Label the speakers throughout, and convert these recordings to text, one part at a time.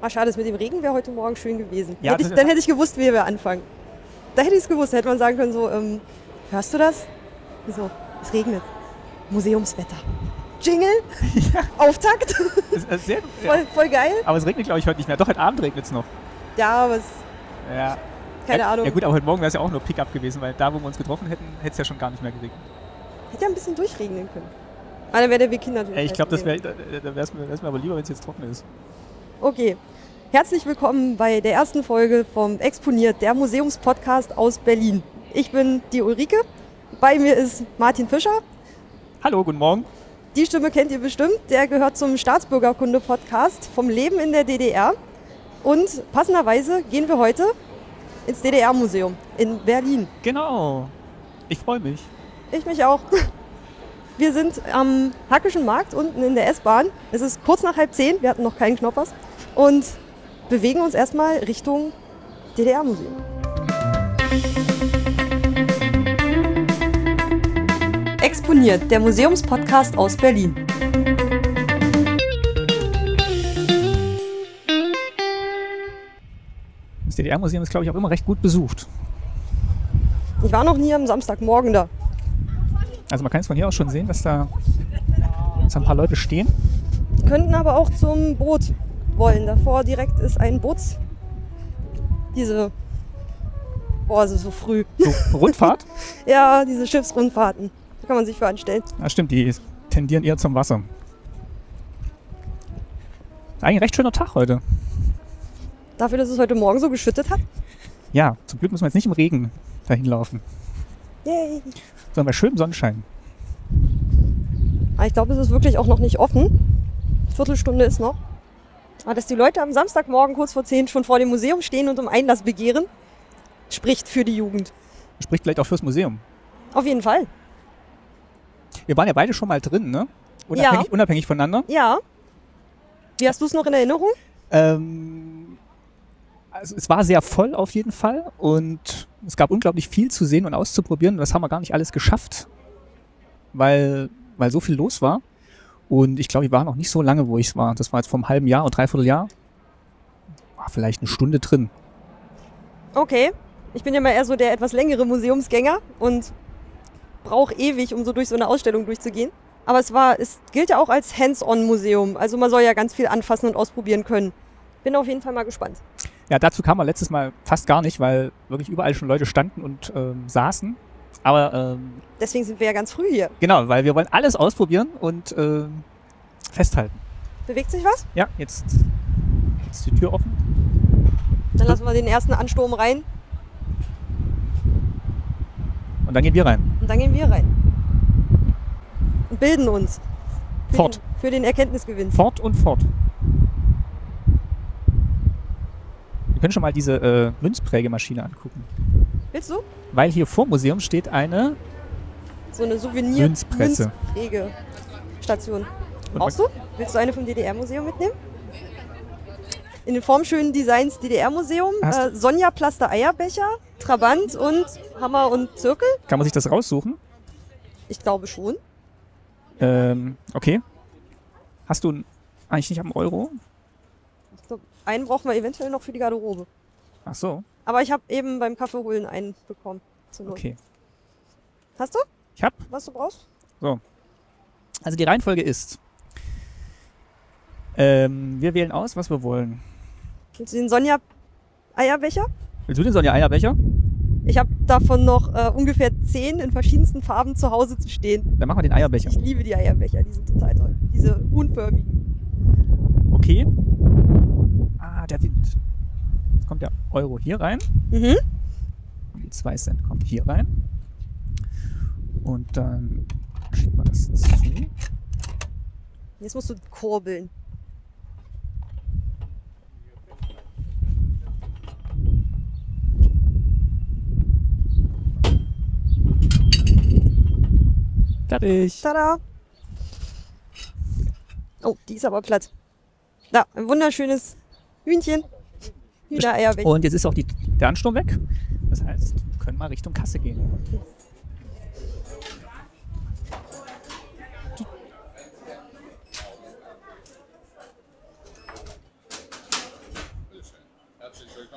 Speaker 1: Ah, schade, das mit dem Regen wäre heute Morgen schön gewesen.
Speaker 2: Ja,
Speaker 1: hätte ich,
Speaker 2: das-
Speaker 1: dann hätte ich gewusst, wie wir anfangen. Da hätte ich es gewusst. Da hätte man sagen können, so, ähm, hörst du das? So, es regnet. Museumswetter. Jingle, Auftakt,
Speaker 2: Es- es ist sehr, ja.
Speaker 1: voll, voll geil.
Speaker 2: Aber es regnet, glaube ich, heute nicht mehr. Doch, heute Abend regnet es noch.
Speaker 1: Ja, aber es,
Speaker 2: Ja.
Speaker 1: keine
Speaker 2: ja,
Speaker 1: Ahnung.
Speaker 2: Ja gut, aber heute Morgen wäre es ja auch nur Pickup gewesen, weil da, wo wir uns getroffen hätten, hätte es ja schon gar nicht mehr geregnet.
Speaker 1: Hätte ja ein bisschen durchregnen können. Aber dann wäre der Weg natürlich.
Speaker 2: Ey, ich
Speaker 1: scheiße
Speaker 2: glaube, das
Speaker 1: gewesen.
Speaker 2: wäre da, da wär's mir, wär's mir aber lieber, wenn es jetzt trocken ist.
Speaker 1: Okay. Herzlich willkommen bei der ersten Folge vom Exponiert, der Museumspodcast aus Berlin. Ich bin die Ulrike. Bei mir ist Martin Fischer.
Speaker 2: Hallo, guten Morgen.
Speaker 1: Die Stimme kennt ihr bestimmt. Der gehört zum Staatsbürgerkunde-Podcast vom Leben in der DDR. Und passenderweise gehen wir heute ins DDR-Museum in Berlin.
Speaker 2: Genau. Ich freue mich.
Speaker 1: Ich mich auch. Wir sind am Hackischen Markt unten in der S-Bahn. Es ist kurz nach halb zehn. Wir hatten noch keinen Knoppers. Und bewegen uns erstmal Richtung DDR-Museum. Exponiert, der Museumspodcast aus Berlin.
Speaker 2: Das DDR-Museum ist, glaube ich, auch immer recht gut besucht.
Speaker 1: Ich war noch nie am Samstagmorgen da.
Speaker 2: Also man kann es von hier aus schon sehen, dass da, dass da ein paar Leute stehen.
Speaker 1: könnten aber auch zum Boot wollen. Davor direkt ist ein Boots. Diese. Boah, es ist so früh.
Speaker 2: So, Rundfahrt.
Speaker 1: Ja, diese Schiffsrundfahrten. Da kann man sich für anstellen.
Speaker 2: Ja, Ah, stimmt, die tendieren eher zum Wasser. Eigentlich ein recht schöner Tag heute.
Speaker 1: Dafür, dass es heute Morgen so geschüttet hat.
Speaker 2: Ja, zum Glück müssen wir jetzt nicht im Regen dahin laufen,
Speaker 1: Yay.
Speaker 2: sondern bei schönem Sonnenschein.
Speaker 1: Aber Ah, ich glaube, es ist wirklich auch noch nicht offen. Viertelstunde ist noch. Aber dass die Leute am Samstagmorgen kurz vor 10 schon vor dem Museum stehen und um Einlass begehren, spricht für die Jugend.
Speaker 2: Spricht vielleicht auch fürs Museum.
Speaker 1: Auf jeden Fall.
Speaker 2: Wir waren ja beide schon mal drin, ne? Unabhängig, unabhängig voneinander.
Speaker 1: Ja. Wie hast du es noch in Erinnerung?
Speaker 2: Ähm, also es war sehr voll auf jeden Fall und es gab unglaublich viel zu sehen und auszuprobieren. Das haben wir gar nicht alles geschafft, weil, weil so viel los war. Und ich glaube, ich war noch nicht so lange, wo ich war. Das war jetzt vor einem halben Jahr und dreiviertel Jahr. War vielleicht eine Stunde drin.
Speaker 1: Okay. Ich bin ja mal eher so der etwas längere Museumsgänger und brauche ewig, um so durch so eine Ausstellung durchzugehen. Aber es war, es gilt ja auch als Hands-on-Museum. Also man soll ja ganz viel anfassen und ausprobieren können. Bin auf jeden Fall mal gespannt.
Speaker 2: Ja, dazu kam man letztes Mal fast gar nicht, weil wirklich überall schon Leute standen und ähm, saßen. Aber ähm,
Speaker 1: Deswegen sind wir ja ganz früh hier.
Speaker 2: genau, weil wir wollen alles ausprobieren und ähm, festhalten.
Speaker 1: Bewegt sich was?
Speaker 2: Ja, jetzt ist die Tür offen.
Speaker 1: Dann lassen wir den ersten Ansturm rein
Speaker 2: Und dann gehen wir rein.
Speaker 1: und dann gehen wir rein. Und bilden uns. Für
Speaker 2: Fort.
Speaker 1: Den, für den Erkenntnisgewinn.
Speaker 2: Fort und fort. Wir können schon mal diese äh, Münzprägemaschine angucken.
Speaker 1: Willst du?
Speaker 2: Weil hier vor Museum steht eine.
Speaker 1: So eine souvenir
Speaker 2: Münzpresse.
Speaker 1: Münzprägestation.
Speaker 2: Und
Speaker 1: Brauchst du? Willst du eine vom DDR-Museum mitnehmen? In den formschönen Designs DDR-Museum,
Speaker 2: Hast
Speaker 1: äh, Sonja Plaster Eierbecher, Trabant und Hammer und Zirkel?
Speaker 2: Kann man sich das raussuchen?
Speaker 1: Ich glaube schon.
Speaker 2: Ähm, okay. Hast du n- eigentlich nicht am Euro?
Speaker 1: Ich glaub, einen brauchen wir eventuell noch für die Garderobe.
Speaker 2: Ach so,
Speaker 1: Aber ich habe eben beim Kaffee holen einen bekommen. Zur Not.
Speaker 2: okay.
Speaker 1: Hast du,
Speaker 2: Ich hab.
Speaker 1: was du brauchst?
Speaker 2: Also die Reihenfolge ist. Ähm, wir wählen aus, was wir wollen.
Speaker 1: Willst du den Sonja Eierbecher?
Speaker 2: Willst du den Sonja Eierbecher?
Speaker 1: Ich habe davon noch äh, ungefähr zehn in verschiedensten Farben zu Hause zu stehen.
Speaker 2: Dann machen wir den Eierbecher.
Speaker 1: Ich liebe die Eierbecher, die sind total toll. Diese unförmigen.
Speaker 2: Okay. Ah, der Wind. Jetzt kommt der Euro hier rein.
Speaker 1: Mhm.
Speaker 2: Die 2 Cent kommen hier rein. Und dann schiebt man das zu.
Speaker 1: Jetzt musst du kurbeln.
Speaker 2: Fertig.
Speaker 1: Tada! Oh, die ist aber platt. Da, ein wunderschönes Hühnchen. Hühnereier weg.
Speaker 2: Und jetzt ist auch die, der Ansturm weg. Das heißt, wir können mal Richtung Kasse gehen.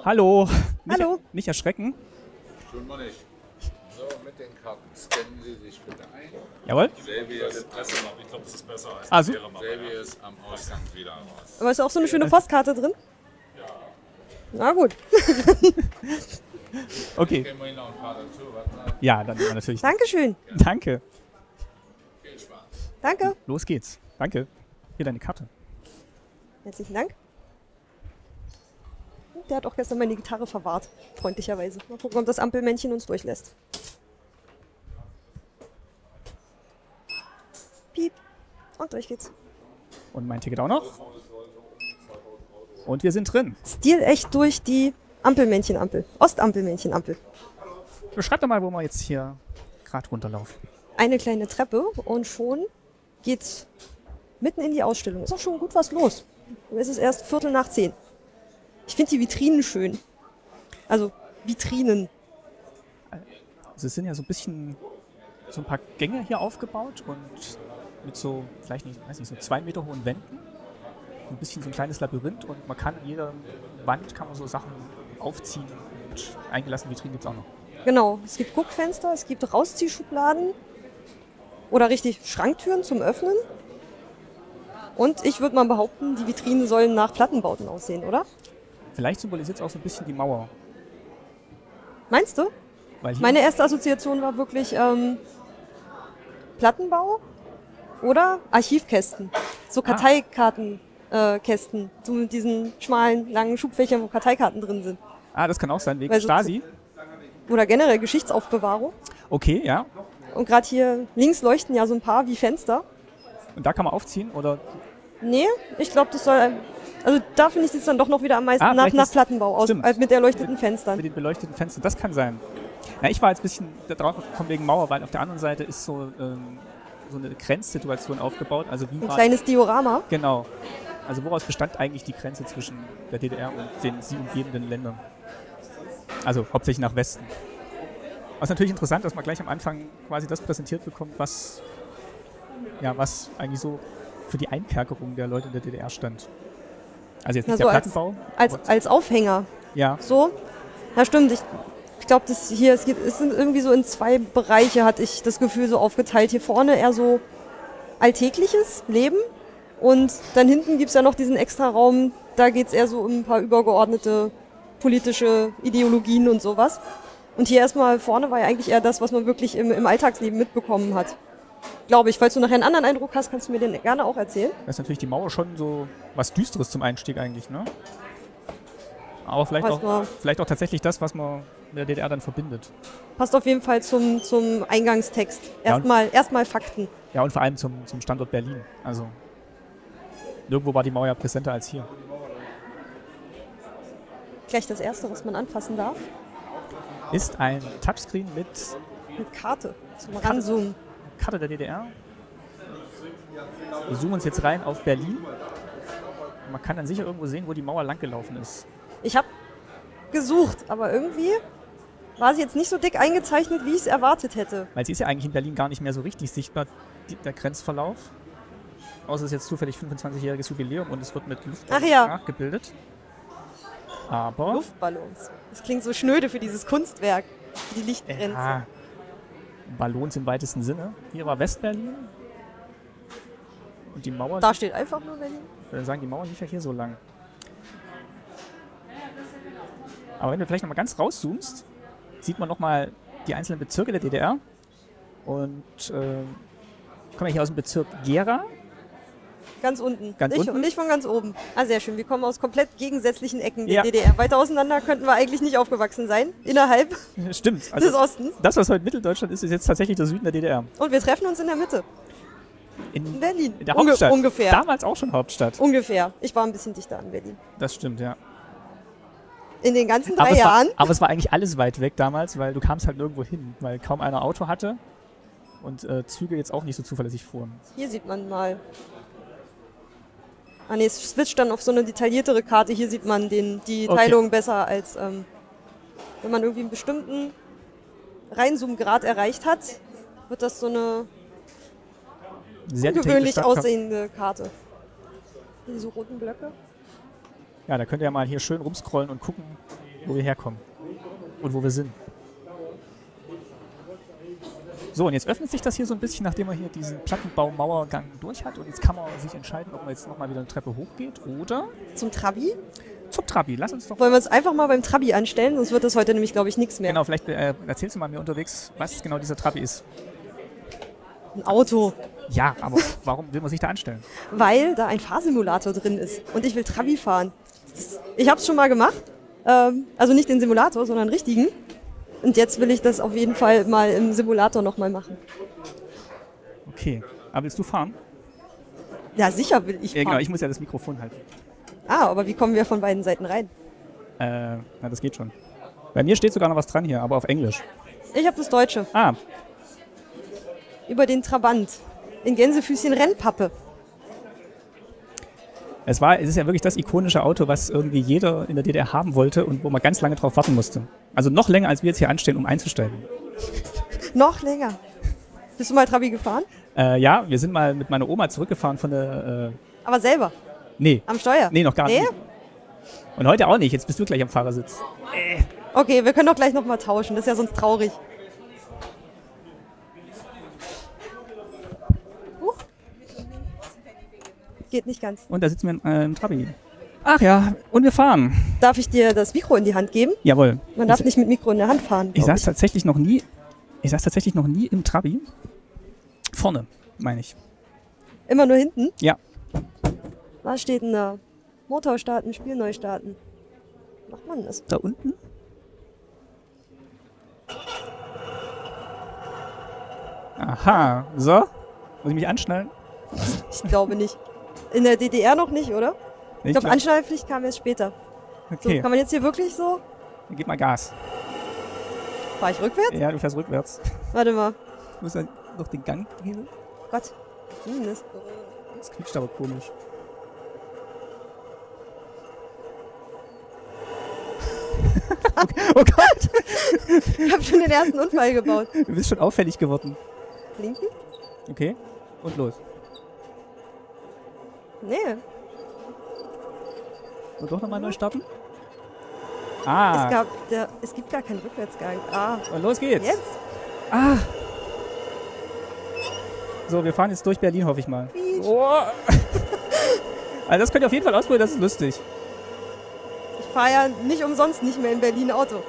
Speaker 2: Hallo. Nicht,
Speaker 1: Hallo.
Speaker 2: Nicht erschrecken.
Speaker 3: Schon mal nicht. So, mit den Karten scannen Sie sich bitte ein.
Speaker 2: Jawohl.
Speaker 3: Selbier ist,
Speaker 4: Ich glaube, das ist besser als
Speaker 2: Ah, su-
Speaker 3: Selbier ist am Ausgang wieder raus.
Speaker 1: Aber ist auch so eine schöne Postkarte drin? Na gut.
Speaker 2: Okay.
Speaker 3: Gehen wir Ihnen noch ein paar dazu. Warten Sie.
Speaker 2: Ja, dann nehmen wir natürlich.
Speaker 1: Dankeschön.
Speaker 2: Danke.
Speaker 3: Viel Spaß.
Speaker 1: Danke.
Speaker 2: Los geht's. Danke. Hier deine Karte.
Speaker 1: Herzlichen Dank. Der hat auch gestern meine Gitarre verwahrt, freundlicherweise. Mal gucken, ob das Ampelmännchen uns durchlässt. Piep. Und durch geht's.
Speaker 2: Und mein Ticket auch noch. Und wir sind drin.
Speaker 1: Stil echt durch die Ampelmännchen-Ampel. Ostampelmännchen-Ampel.
Speaker 2: Beschreib doch mal, wo wir jetzt hier gerade runterlaufen.
Speaker 1: Eine kleine Treppe und schon geht's mitten in die Ausstellung. Ist auch schon gut was los. Es ist erst Viertel nach zehn. Ich finde die Vitrinen schön. Also Vitrinen.
Speaker 2: Also es sind ja so ein bisschen so ein paar Gänge hier aufgebaut und mit so, vielleicht nicht, weiß nicht, so zwei Meter hohen Wänden. Ein bisschen so ein kleines Labyrinth und man kann an jeder Wand kann man so Sachen aufziehen und eingelassene Vitrinen gibt's auch noch.
Speaker 1: Genau, es gibt Guckfenster, es gibt Rausziehschubladen oder richtig Schranktüren zum Öffnen. Und ich würde mal behaupten, die Vitrinen sollen nach Plattenbauten aussehen, oder?
Speaker 2: Vielleicht symbolisiert es auch so ein bisschen die Mauer.
Speaker 1: Meinst du?
Speaker 2: Weil hier
Speaker 1: Meine erste Assoziation war wirklich ähm, Plattenbau oder Archivkästen. So Karteikartenkästen. Äh, Kästen. so mit diesen schmalen, langen Schubfächern, wo Karteikarten drin sind.
Speaker 2: ah, das kann auch sein, wegen
Speaker 1: Weil so-
Speaker 2: Stasi.
Speaker 1: Oder generell Geschichtsaufbewahrung.
Speaker 2: Okay, ja.
Speaker 1: Und gerade hier links leuchten ja so ein paar wie Fenster.
Speaker 2: Und da kann man aufziehen oder
Speaker 1: Nee, ich glaube, das soll. ein- Also da finde ich es dann doch noch wieder am meisten
Speaker 2: Ah,
Speaker 1: nach,
Speaker 2: vielleicht
Speaker 1: nach
Speaker 2: ist-
Speaker 1: Plattenbau aus,
Speaker 2: stimmt.
Speaker 1: als mit erleuchteten Fenstern.
Speaker 2: mit den beleuchteten Fenstern. Das kann sein. Ja, ich war jetzt ein bisschen darauf gekommen wegen Mauer, weil auf der anderen Seite ist so, ähm, so eine Grenzsituation aufgebaut. Also wie
Speaker 1: Ein
Speaker 2: war
Speaker 1: kleines Diorama.
Speaker 2: Genau. Also woraus bestand eigentlich die Grenze zwischen der DDR und den sie umgebenden Ländern? Also hauptsächlich nach Westen. Was natürlich interessant, dass man gleich am Anfang quasi das präsentiert bekommt, was, ja, was eigentlich so für die Einkerkerung der Leute in der DDR stand. Also jetzt
Speaker 1: Na,
Speaker 2: nicht
Speaker 1: so
Speaker 2: der
Speaker 1: als-
Speaker 2: Plattenbau.
Speaker 1: Als,
Speaker 2: aber-
Speaker 1: als Aufhänger.
Speaker 2: ja,
Speaker 1: So. Na stimmt, ich, ich glaube, das hier, es, gibt, es sind irgendwie so in zwei Bereiche, hatte ich das Gefühl, so aufgeteilt. Hier vorne eher so alltägliches Leben. Und dann hinten gibt es ja noch diesen extra Raum, da geht es eher so um ein paar übergeordnete politische Ideologien und sowas. Und hier erstmal vorne war ja eigentlich eher das, was man wirklich im, im Alltagsleben mitbekommen hat. Glaube ich. Falls du nachher einen anderen Eindruck hast, kannst du mir den gerne auch erzählen.
Speaker 2: da ist natürlich die Mauer schon so was Düsteres zum Einstieg eigentlich, ne? Aber vielleicht
Speaker 1: Was
Speaker 2: auch,
Speaker 1: war-
Speaker 2: vielleicht auch tatsächlich das, was man mit der DDR dann verbindet.
Speaker 1: Passt auf jeden Fall zum, zum Eingangstext.
Speaker 2: Ja, und-
Speaker 1: Erstmal, erstmal Fakten.
Speaker 2: Ja, und vor allem zum, zum Standort Berlin. Also nirgendwo war die Mauer ja präsenter als hier.
Speaker 1: Gleich das erste, was man anfassen darf.
Speaker 2: Ist ein Touchscreen mit
Speaker 1: Mit Karte zum Ranzoomen.
Speaker 2: Karte der DDR. Wir zoomen uns jetzt rein auf Berlin. Man kann dann sicher irgendwo sehen, wo die Mauer langgelaufen ist.
Speaker 1: Ich habe gesucht, aber irgendwie war sie jetzt nicht so dick eingezeichnet, wie ich es erwartet hätte.
Speaker 2: Weil sie ist ja eigentlich in Berlin gar nicht mehr so richtig sichtbar, die, der Grenzverlauf. Außer es ist jetzt zufällig 25-jähriges Jubiläum und es wird mit Luft
Speaker 1: Ach ja.
Speaker 2: nachgebildet. Aber
Speaker 1: Luftballons. Das klingt so schnöde für dieses Kunstwerk, für die Lichtgrenze.
Speaker 2: Ja. äh, Ballons im weitesten Sinne. Hier war Westberlin. Und die Mauer,
Speaker 1: Da steht einfach nur Berlin.
Speaker 2: dann sagen die Mauer lief ja hier so lang. Aber wenn du vielleicht nochmal ganz rauszoomst, sieht man nochmal die einzelnen Bezirke der DDR. Und äh, ich komme ja hier aus dem Bezirk Gera.
Speaker 1: Ganz unten.
Speaker 2: Ganz
Speaker 1: ich,
Speaker 2: unten?
Speaker 1: Und ich von ganz oben. Ah, sehr schön. Wir kommen aus komplett gegensätzlichen Ecken der
Speaker 2: Ja.
Speaker 1: DDR. Weiter auseinander könnten wir eigentlich nicht aufgewachsen sein. Innerhalb
Speaker 2: Stimmt.
Speaker 1: des
Speaker 2: Also
Speaker 1: Ostens.
Speaker 2: das, was heute Mitteldeutschland ist, ist jetzt tatsächlich der Süden der DDR.
Speaker 1: Und wir treffen uns in der Mitte. In
Speaker 2: In,
Speaker 1: Berlin.
Speaker 2: in der
Speaker 1: Unge-
Speaker 2: Hauptstadt.
Speaker 1: Ungefähr.
Speaker 2: Damals auch schon Hauptstadt.
Speaker 1: Ungefähr. Ich war ein bisschen dichter an Berlin.
Speaker 2: Das stimmt, ja.
Speaker 1: In den ganzen drei
Speaker 2: es
Speaker 1: Jahren.
Speaker 2: War, aber es war eigentlich alles weit weg damals, weil du kamst halt nirgendwo hin, weil kaum einer Auto hatte und äh, Züge jetzt auch nicht so zuverlässig fuhren.
Speaker 1: Hier sieht man mal. Ah ne, es switcht dann auf so eine detailliertere Karte. Hier sieht man den, die
Speaker 2: Okay.
Speaker 1: Teilung besser als ähm, wenn man irgendwie einen bestimmten Reinzoomgrad erreicht hat, wird das so eine
Speaker 2: Sehr detaillierte
Speaker 1: gewöhnlich
Speaker 2: Stadtkarte.
Speaker 1: aussehende Karte. Diese roten Blöcke.
Speaker 2: Ja, da könnt ihr ja mal hier schön rumscrollen und gucken, wo wir herkommen und wo wir sind. So, und jetzt öffnet sich das hier so ein bisschen, nachdem man hier diesen Plattenbaumauergang durch hat. Und jetzt kann man sich entscheiden, ob man jetzt nochmal wieder eine Treppe hochgeht oder
Speaker 1: Zum Trabi?
Speaker 2: zum Trabi. Lass uns doch.
Speaker 1: Wollen wir uns einfach mal beim Trabi anstellen, sonst wird das heute nämlich, glaube ich, nichts mehr.
Speaker 2: Genau, vielleicht äh, erzählst du mal mir unterwegs, was genau dieser Trabi ist.
Speaker 1: Ein Auto.
Speaker 2: Ja, aber warum will man sich da anstellen?
Speaker 1: weil da ein Fahrsimulator drin ist und ich will Trabi fahren. Das, ich habe es schon mal gemacht, ähm, also nicht den Simulator, sondern einen richtigen. Und jetzt will ich das auf jeden Fall mal im Simulator nochmal machen.
Speaker 2: Okay. Aber willst du fahren?
Speaker 1: Ja, sicher will ich
Speaker 2: Ja,
Speaker 1: fahren.
Speaker 2: genau, ich muss ja das Mikrofon halten.
Speaker 1: ah, aber wie kommen wir von beiden Seiten rein?
Speaker 2: Äh, na, das geht schon. Bei mir steht sogar noch was dran hier, aber auf Englisch.
Speaker 1: Ich habe das Deutsche.
Speaker 2: Ah,
Speaker 1: Über den Trabant. In Gänsefüßchen Rennpappe.
Speaker 2: es war, es ist ja wirklich das ikonische Auto, was irgendwie jeder in der DDR haben wollte und wo man ganz lange drauf warten musste. Also noch länger, als wir jetzt hier anstehen, um einzusteigen.
Speaker 1: Noch länger. Bist du mal Trabi gefahren?
Speaker 2: Äh, ja, wir sind mal mit meiner Oma zurückgefahren von der, äh,
Speaker 1: Aber selber,
Speaker 2: nee,
Speaker 1: am Steuer?
Speaker 2: nee, noch gar
Speaker 1: Nee?
Speaker 2: nicht. Und heute auch nicht, jetzt bist du gleich am Fahrersitz.
Speaker 1: Okay, wir können doch gleich nochmal tauschen, das ist ja sonst traurig. Huch. Geht nicht ganz.
Speaker 2: Und da sitzen wir äh, im Trabi. Ach ja, und wir fahren.
Speaker 1: Darf ich dir das Mikro in die Hand geben?
Speaker 2: Jawohl.
Speaker 1: Man darf nicht mit Mikro in der Hand fahren.
Speaker 2: Ich
Speaker 1: glaub
Speaker 2: saß tatsächlich noch nie, ich saß tatsächlich noch nie im Trabi. Vorne, meine ich.
Speaker 1: ich. Immer nur hinten?
Speaker 2: Ja.
Speaker 1: Was steht denn da? Motor starten, Spiel neu starten. Macht man das?
Speaker 2: Da unten? Aha, so. Muss ich mich anschnallen?
Speaker 1: Ich glaube nicht. In der DDR noch nicht, oder? Ich glaube, Anschnallpflicht kam erst später. So,
Speaker 2: okay,
Speaker 1: kann man jetzt hier wirklich so?
Speaker 2: dann gib mal Gas.
Speaker 1: Fahr ich rückwärts?
Speaker 2: Ja, du fährst rückwärts.
Speaker 1: Warte mal.
Speaker 2: Du musst dann noch den Gang geben.
Speaker 1: Gott. Hm, das
Speaker 2: Das quietscht aber komisch. oh Gott,
Speaker 1: Ich habe schon den ersten Unfall gebaut.
Speaker 2: du bist schon auffällig geworden.
Speaker 1: Linken?
Speaker 2: Okay, und los.
Speaker 1: Nee.
Speaker 2: Und doch nochmal neu starten? Ah,
Speaker 1: Es, gab, der, es gibt gar keinen Rückwärtsgang. Ah,
Speaker 2: und los geht's.
Speaker 1: jetzt?
Speaker 2: Ah. So, wir fahren jetzt durch Berlin, hoffe ich mal.
Speaker 1: Quietsch.
Speaker 2: Oh. also das könnt ihr auf jeden Fall ausprobieren, das ist lustig.
Speaker 1: Ich fahre ja nicht umsonst nicht mehr in Berlin Auto.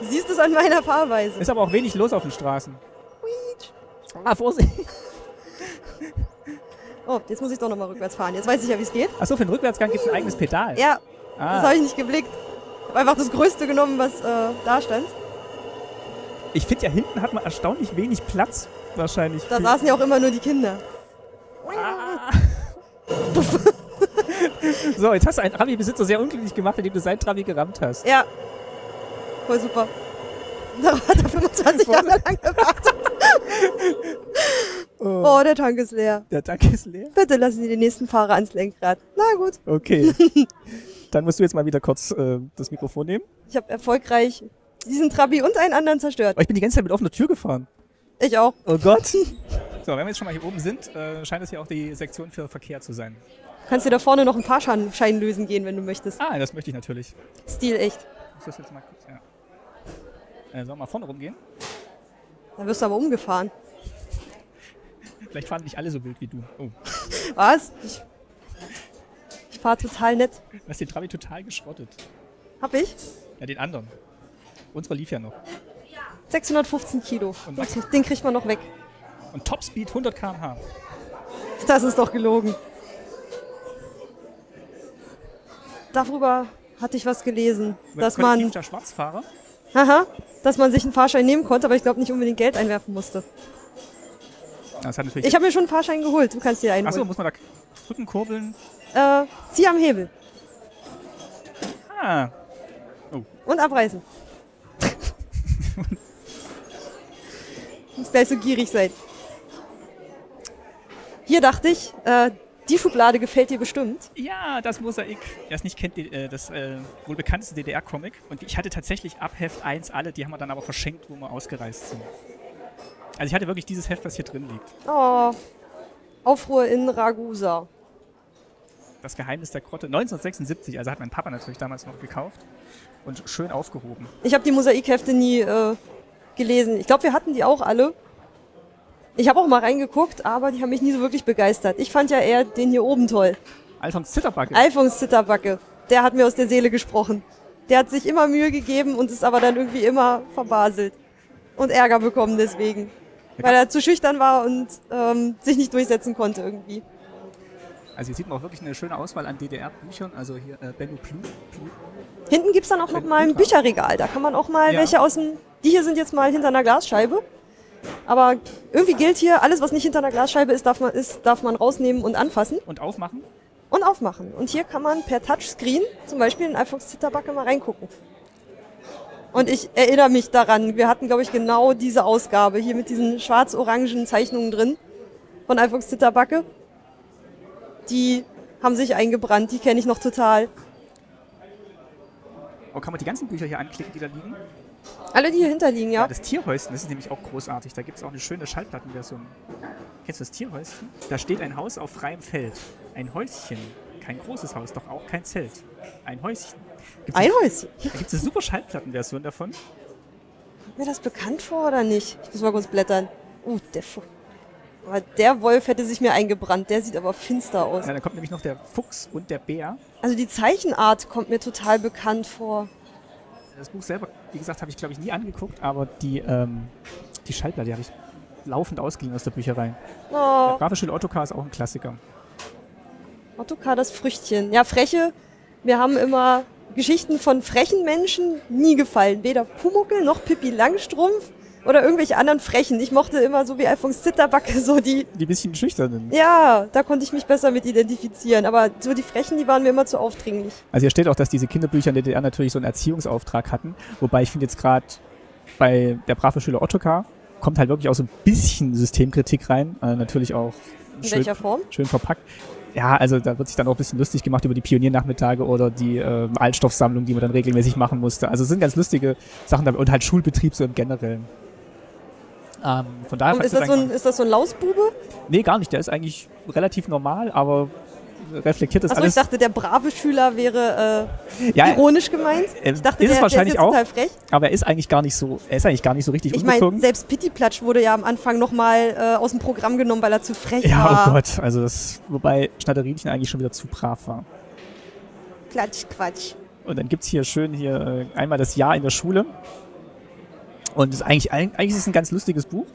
Speaker 1: Du siehst es an meiner Fahrweise.
Speaker 2: Ist aber auch wenig los auf den Straßen.
Speaker 1: Quietsch.
Speaker 2: Ah, Vorsicht.
Speaker 1: Oh, jetzt muss ich doch nochmal rückwärts fahren. Jetzt weiß ich ja, wie es geht.
Speaker 2: Achso, für den Rückwärtsgang gibt es ein eigenes Pedal.
Speaker 1: Ja, das
Speaker 2: ah.
Speaker 1: habe ich nicht geblickt. Ich habe einfach das Größte genommen, was äh, da stand.
Speaker 2: Ich finde ja, hinten hat man erstaunlich wenig Platz wahrscheinlich.
Speaker 1: Da
Speaker 2: für- Ah.
Speaker 1: saßen ja auch immer nur die Kinder.
Speaker 2: So, jetzt hast du einen Trabi-Besitzer sehr unglücklich gemacht, indem du sein Trabi gerammt hast.
Speaker 1: Ja. Voll super. Darauf hat er 25 Jahre lang gewartet. Oh, der Tank ist leer.
Speaker 2: Der Tank ist leer.
Speaker 1: Bitte lassen Sie den nächsten Fahrer ans Lenkrad. Na gut.
Speaker 2: Okay. Dann musst du jetzt mal wieder kurz äh, das Mikrofon nehmen.
Speaker 1: Ich habe erfolgreich diesen Trabi und einen anderen zerstört.
Speaker 2: Oh, ich bin die ganze Zeit mit offener Tür gefahren.
Speaker 1: Ich auch.
Speaker 2: Oh Gott. So, wenn wir jetzt schon mal hier oben sind, äh, scheint es ja auch die Sektion für Verkehr zu sein.
Speaker 1: Kannst dir da vorne noch einen Fahrschein Schein lösen gehen, wenn du möchtest.
Speaker 2: Ah, das möchte ich natürlich.
Speaker 1: Stil echt.
Speaker 2: Muss das jetzt mal kurz, ja. Äh, sollen wir mal vorne rumgehen?
Speaker 1: Da wirst du aber umgefahren.
Speaker 2: Vielleicht fahren nicht alle so wild wie du. Oh,
Speaker 1: Was? Ich, ich fahre total nett.
Speaker 2: du hast den Trabi total geschrottet.
Speaker 1: Hab ich?
Speaker 2: Ja, den anderen. Unsere lief ja noch.
Speaker 1: 615 Kilo.
Speaker 2: Und
Speaker 1: Den,
Speaker 2: Max-
Speaker 1: krieg- den kriegt man noch weg.
Speaker 2: Und Topspeed 100 km/h.
Speaker 1: Das ist doch gelogen. Darüber hatte ich was gelesen, dass man,
Speaker 2: Kollektivster Schwarzfahrer.
Speaker 1: aha, dass man sich einen Fahrschein nehmen konnte, aber ich glaube nicht unbedingt Geld einwerfen musste.
Speaker 2: Das hat natürlich.
Speaker 1: Ich habe mir schon einen Fahrschein geholt. Du kannst dir einen
Speaker 2: Achso,
Speaker 1: holen.
Speaker 2: muss man da drücken, kurbeln.
Speaker 1: Äh, zieh am Hebel
Speaker 2: Ah,
Speaker 1: und abreißen. Muss gleich so gierig sein. Hier dachte ich, äh, die Schublade gefällt dir bestimmt.
Speaker 2: Ja, das Mosaik. Wer es nicht kennt, die- äh, das äh, wohl bekannteste DDR-Comic. Und ich hatte tatsächlich ab Heft 1 alle, die haben wir dann aber verschenkt, wo wir ausgereist sind. Also ich hatte wirklich dieses Heft, was hier drin liegt.
Speaker 1: Oh, Aufruhr in Ragusa.
Speaker 2: Das Geheimnis der Grotte. 1976, also hat mein Papa natürlich damals noch gekauft und schön aufgehoben.
Speaker 1: Ich habe die Mosaikhefte nie äh, gelesen. Ich glaube, wir hatten die auch alle. Ich habe auch mal reingeguckt, aber die haben mich nie so wirklich begeistert. Ich fand ja eher den hier oben toll.
Speaker 2: Alfons Zitterbacke.
Speaker 1: Alfons Zitterbacke. Der hat mir aus der Seele gesprochen. Der hat sich immer Mühe gegeben und ist aber dann irgendwie immer verbaselt. Und Ärger bekommen deswegen. Weil er zu schüchtern war und ähm, sich nicht durchsetzen konnte irgendwie.
Speaker 2: also hier sieht man auch wirklich eine schöne Auswahl an DDR-Büchern. Also hier äh, Benno Plu. Plu.
Speaker 1: Hinten gibt's dann auch noch mal ein Bücherregal. Da kann man auch mal
Speaker 2: Ja.
Speaker 1: welche aus dem. Die hier sind jetzt mal hinter einer Glasscheibe. Aber irgendwie gilt hier, alles, was nicht hinter einer Glasscheibe ist, darf man, ist, darf man rausnehmen und anfassen
Speaker 2: Und aufmachen.
Speaker 1: und aufmachen. Und hier kann man per Touchscreen zum Beispiel in Alfons Zitterbacke mal reingucken. Und ich erinnere mich daran, wir hatten, glaube ich, genau diese Ausgabe hier mit diesen schwarz-orangen Zeichnungen drin von Alfons Zitterbacke. Die haben sich eingebrannt, die kenne ich noch total.
Speaker 2: Oh, kann man die ganzen Bücher hier anklicken, die da liegen?
Speaker 1: Alle, die hier hinterliegen, ja.
Speaker 2: Das Tierhäuschen, das ist nämlich auch großartig. Da gibt es auch eine schöne Schallplattenversion. Kennst du das Tierhäuschen? Da steht ein Haus auf freiem Feld. Ein Häuschen. Kein großes Haus, doch auch kein Zelt. Ein Häuschen. Gibt's
Speaker 1: Ein Häuschen.
Speaker 2: Da gibt es eine super Schallplattenversion davon.
Speaker 1: Kommt mir das bekannt vor oder nicht? Ich muss mal kurz blättern. Uh, der Fuchs. Aber der Wolf hätte sich mir eingebrannt. Der sieht aber finster aus.
Speaker 2: Ja, da kommt nämlich noch der Fuchs und der Bär.
Speaker 1: Also die Zeichenart kommt mir total bekannt vor.
Speaker 2: Das Buch selber, wie gesagt, habe ich glaube ich nie angeguckt, aber die, ähm, die Schallplatte, die habe ich laufend ausgeliehen aus der Bücherei.
Speaker 1: Oh,
Speaker 2: Der Brave Schüler Ottokar ist auch ein Klassiker.
Speaker 1: Ottokar, das Früchtchen. Ja, Freche. Mir haben immer Geschichten von frechen Menschen nie gefallen. Weder Pumuckel noch Pippi Langstrumpf oder irgendwelche anderen Frechen. Ich mochte immer so wie Alfons Zitterbacke so die
Speaker 2: Die bisschen schüchternen.
Speaker 1: Ja, da konnte ich mich besser mit identifizieren. Aber so die Frechen, die waren mir immer zu aufdringlich.
Speaker 2: Also hier steht auch, dass diese Kinderbücher in der DDR natürlich so einen Erziehungsauftrag hatten. Wobei ich finde jetzt gerade bei der Brave Schüler Ottokar kommt halt wirklich auch so ein bisschen Systemkritik rein. Äh, natürlich auch
Speaker 1: In
Speaker 2: schön,
Speaker 1: welcher Form?
Speaker 2: schön verpackt. Ja, also da wird sich dann auch ein bisschen lustig gemacht über die Pioniernachmittage oder die ähm, Altstoffsammlung, die man dann regelmäßig machen musste. Also es sind ganz lustige Sachen dabei und halt Schulbetrieb so im Generellen. Ähm, von daher
Speaker 1: Und
Speaker 2: fand ich
Speaker 1: ist, das so
Speaker 2: eigentlich-
Speaker 1: ein, ist das so ein Lausbube?
Speaker 2: Nee, gar nicht. Der ist eigentlich relativ normal, aber reflektiert das
Speaker 1: Achso, ich
Speaker 2: alles.
Speaker 1: dachte, der brave Schüler wäre äh,
Speaker 2: ja,
Speaker 1: ironisch gemeint.
Speaker 2: ähm,
Speaker 1: Ich dachte,
Speaker 2: ist es
Speaker 1: der,
Speaker 2: wahrscheinlich
Speaker 1: der ist
Speaker 2: auch.
Speaker 1: jetzt total frech.
Speaker 2: aber er ist eigentlich gar nicht so, er ist eigentlich gar nicht so richtig
Speaker 1: Ich meine,
Speaker 2: unbezogen.
Speaker 1: selbst Pittiplatsch wurde ja am Anfang nochmal äh, aus dem Programm genommen, weil er zu frech
Speaker 2: ja,
Speaker 1: war.
Speaker 2: oh Gott, also das, wobei Schnatterinchen eigentlich schon wieder zu brav war.
Speaker 1: Klatsch, Quatsch.
Speaker 2: Und dann gibt's hier schön hier äh, einmal das Jahr in der Schule. Und es ist eigentlich, eigentlich ist es ein ganz lustiges Buch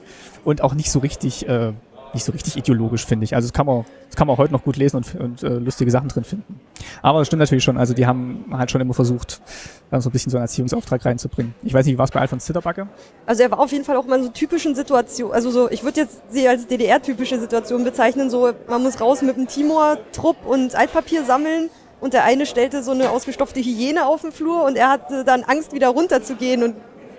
Speaker 2: und auch nicht so richtig, äh, nicht so richtig ideologisch, finde ich. Also das kann man, das kann man auch heute noch gut lesen und, und äh, lustige Sachen drin finden. Aber das stimmt natürlich schon. Also die haben halt schon immer versucht, da so ein bisschen so einen Erziehungsauftrag reinzubringen. Ich weiß nicht, wie war es bei Alfons Zitterbacke?
Speaker 1: Also er war auf jeden Fall auch immer in so typischen Situationen, also so, ich würde jetzt sie als DDR-typische Situation bezeichnen, so man muss raus mit dem Timor-Trupp und Altpapier sammeln und der eine stellte so eine ausgestopfte Hyäne auf den Flur und er hatte dann Angst, wieder runterzugehen und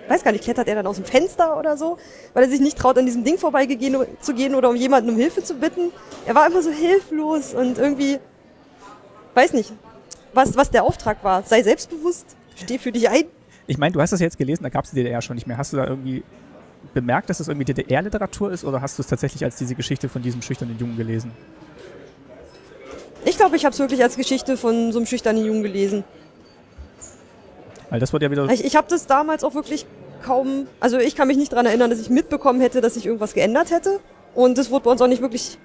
Speaker 1: weiß gar nicht, klettert er dann aus dem Fenster oder so, weil er sich nicht traut, an diesem Ding vorbeizugehen oder um jemanden um Hilfe zu bitten. Er war immer so hilflos und irgendwie, weiß nicht, was, was der Auftrag war. Sei selbstbewusst, steh für dich ein.
Speaker 2: Ich meine, du hast das jetzt gelesen, da gab's die DDR schon nicht mehr. Hast du da irgendwie bemerkt, dass das irgendwie DDR-Literatur ist oder hast du es tatsächlich als diese Geschichte von diesem schüchternen Jungen gelesen?
Speaker 1: Ich glaube, ich habe es wirklich als Geschichte von so einem schüchternen Jungen gelesen.
Speaker 2: Weil das wird ja wieder
Speaker 1: Ich, ich habe das damals auch wirklich kaum, also ich kann mich nicht daran erinnern, dass ich mitbekommen hätte, dass sich irgendwas geändert hätte. Und das wurde bei uns auch nicht wirklich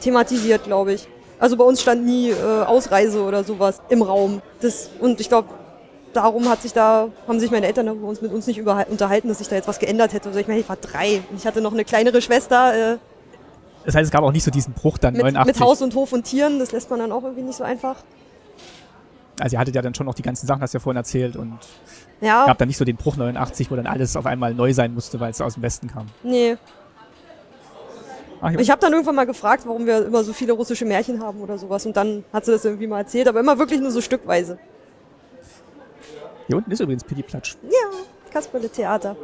Speaker 1: thematisiert, glaube ich. Also bei uns stand nie äh, Ausreise oder sowas im Raum. Das, und ich glaube, darum hat sich da, haben sich meine Eltern über uns mit uns nicht überhal- unterhalten, dass sich da jetzt was geändert hätte. Also ich meine, ich war drei und ich hatte noch eine kleinere Schwester äh,
Speaker 2: Das heißt, es gab auch nicht so diesen Bruch dann
Speaker 1: mit,
Speaker 2: 89.
Speaker 1: mit Haus und Hof und Tieren. Das lässt man dann auch irgendwie nicht so einfach.
Speaker 2: Also ihr hattet ja dann schon noch die ganzen Sachen, hast du ja vorhin erzählt und
Speaker 1: Ja,
Speaker 2: gab dann nicht so den Bruch 89, wo dann alles auf einmal neu sein musste, weil es aus dem Westen kam.
Speaker 1: nee.
Speaker 2: Ach, hier-
Speaker 1: Ich habe dann irgendwann mal gefragt, warum wir immer so viele russische Märchen haben oder sowas. Und dann hat sie das irgendwie mal erzählt, aber immer wirklich nur so stückweise.
Speaker 2: hier unten ist übrigens Pidi Platsch.
Speaker 1: Ja, Kasperle Theater.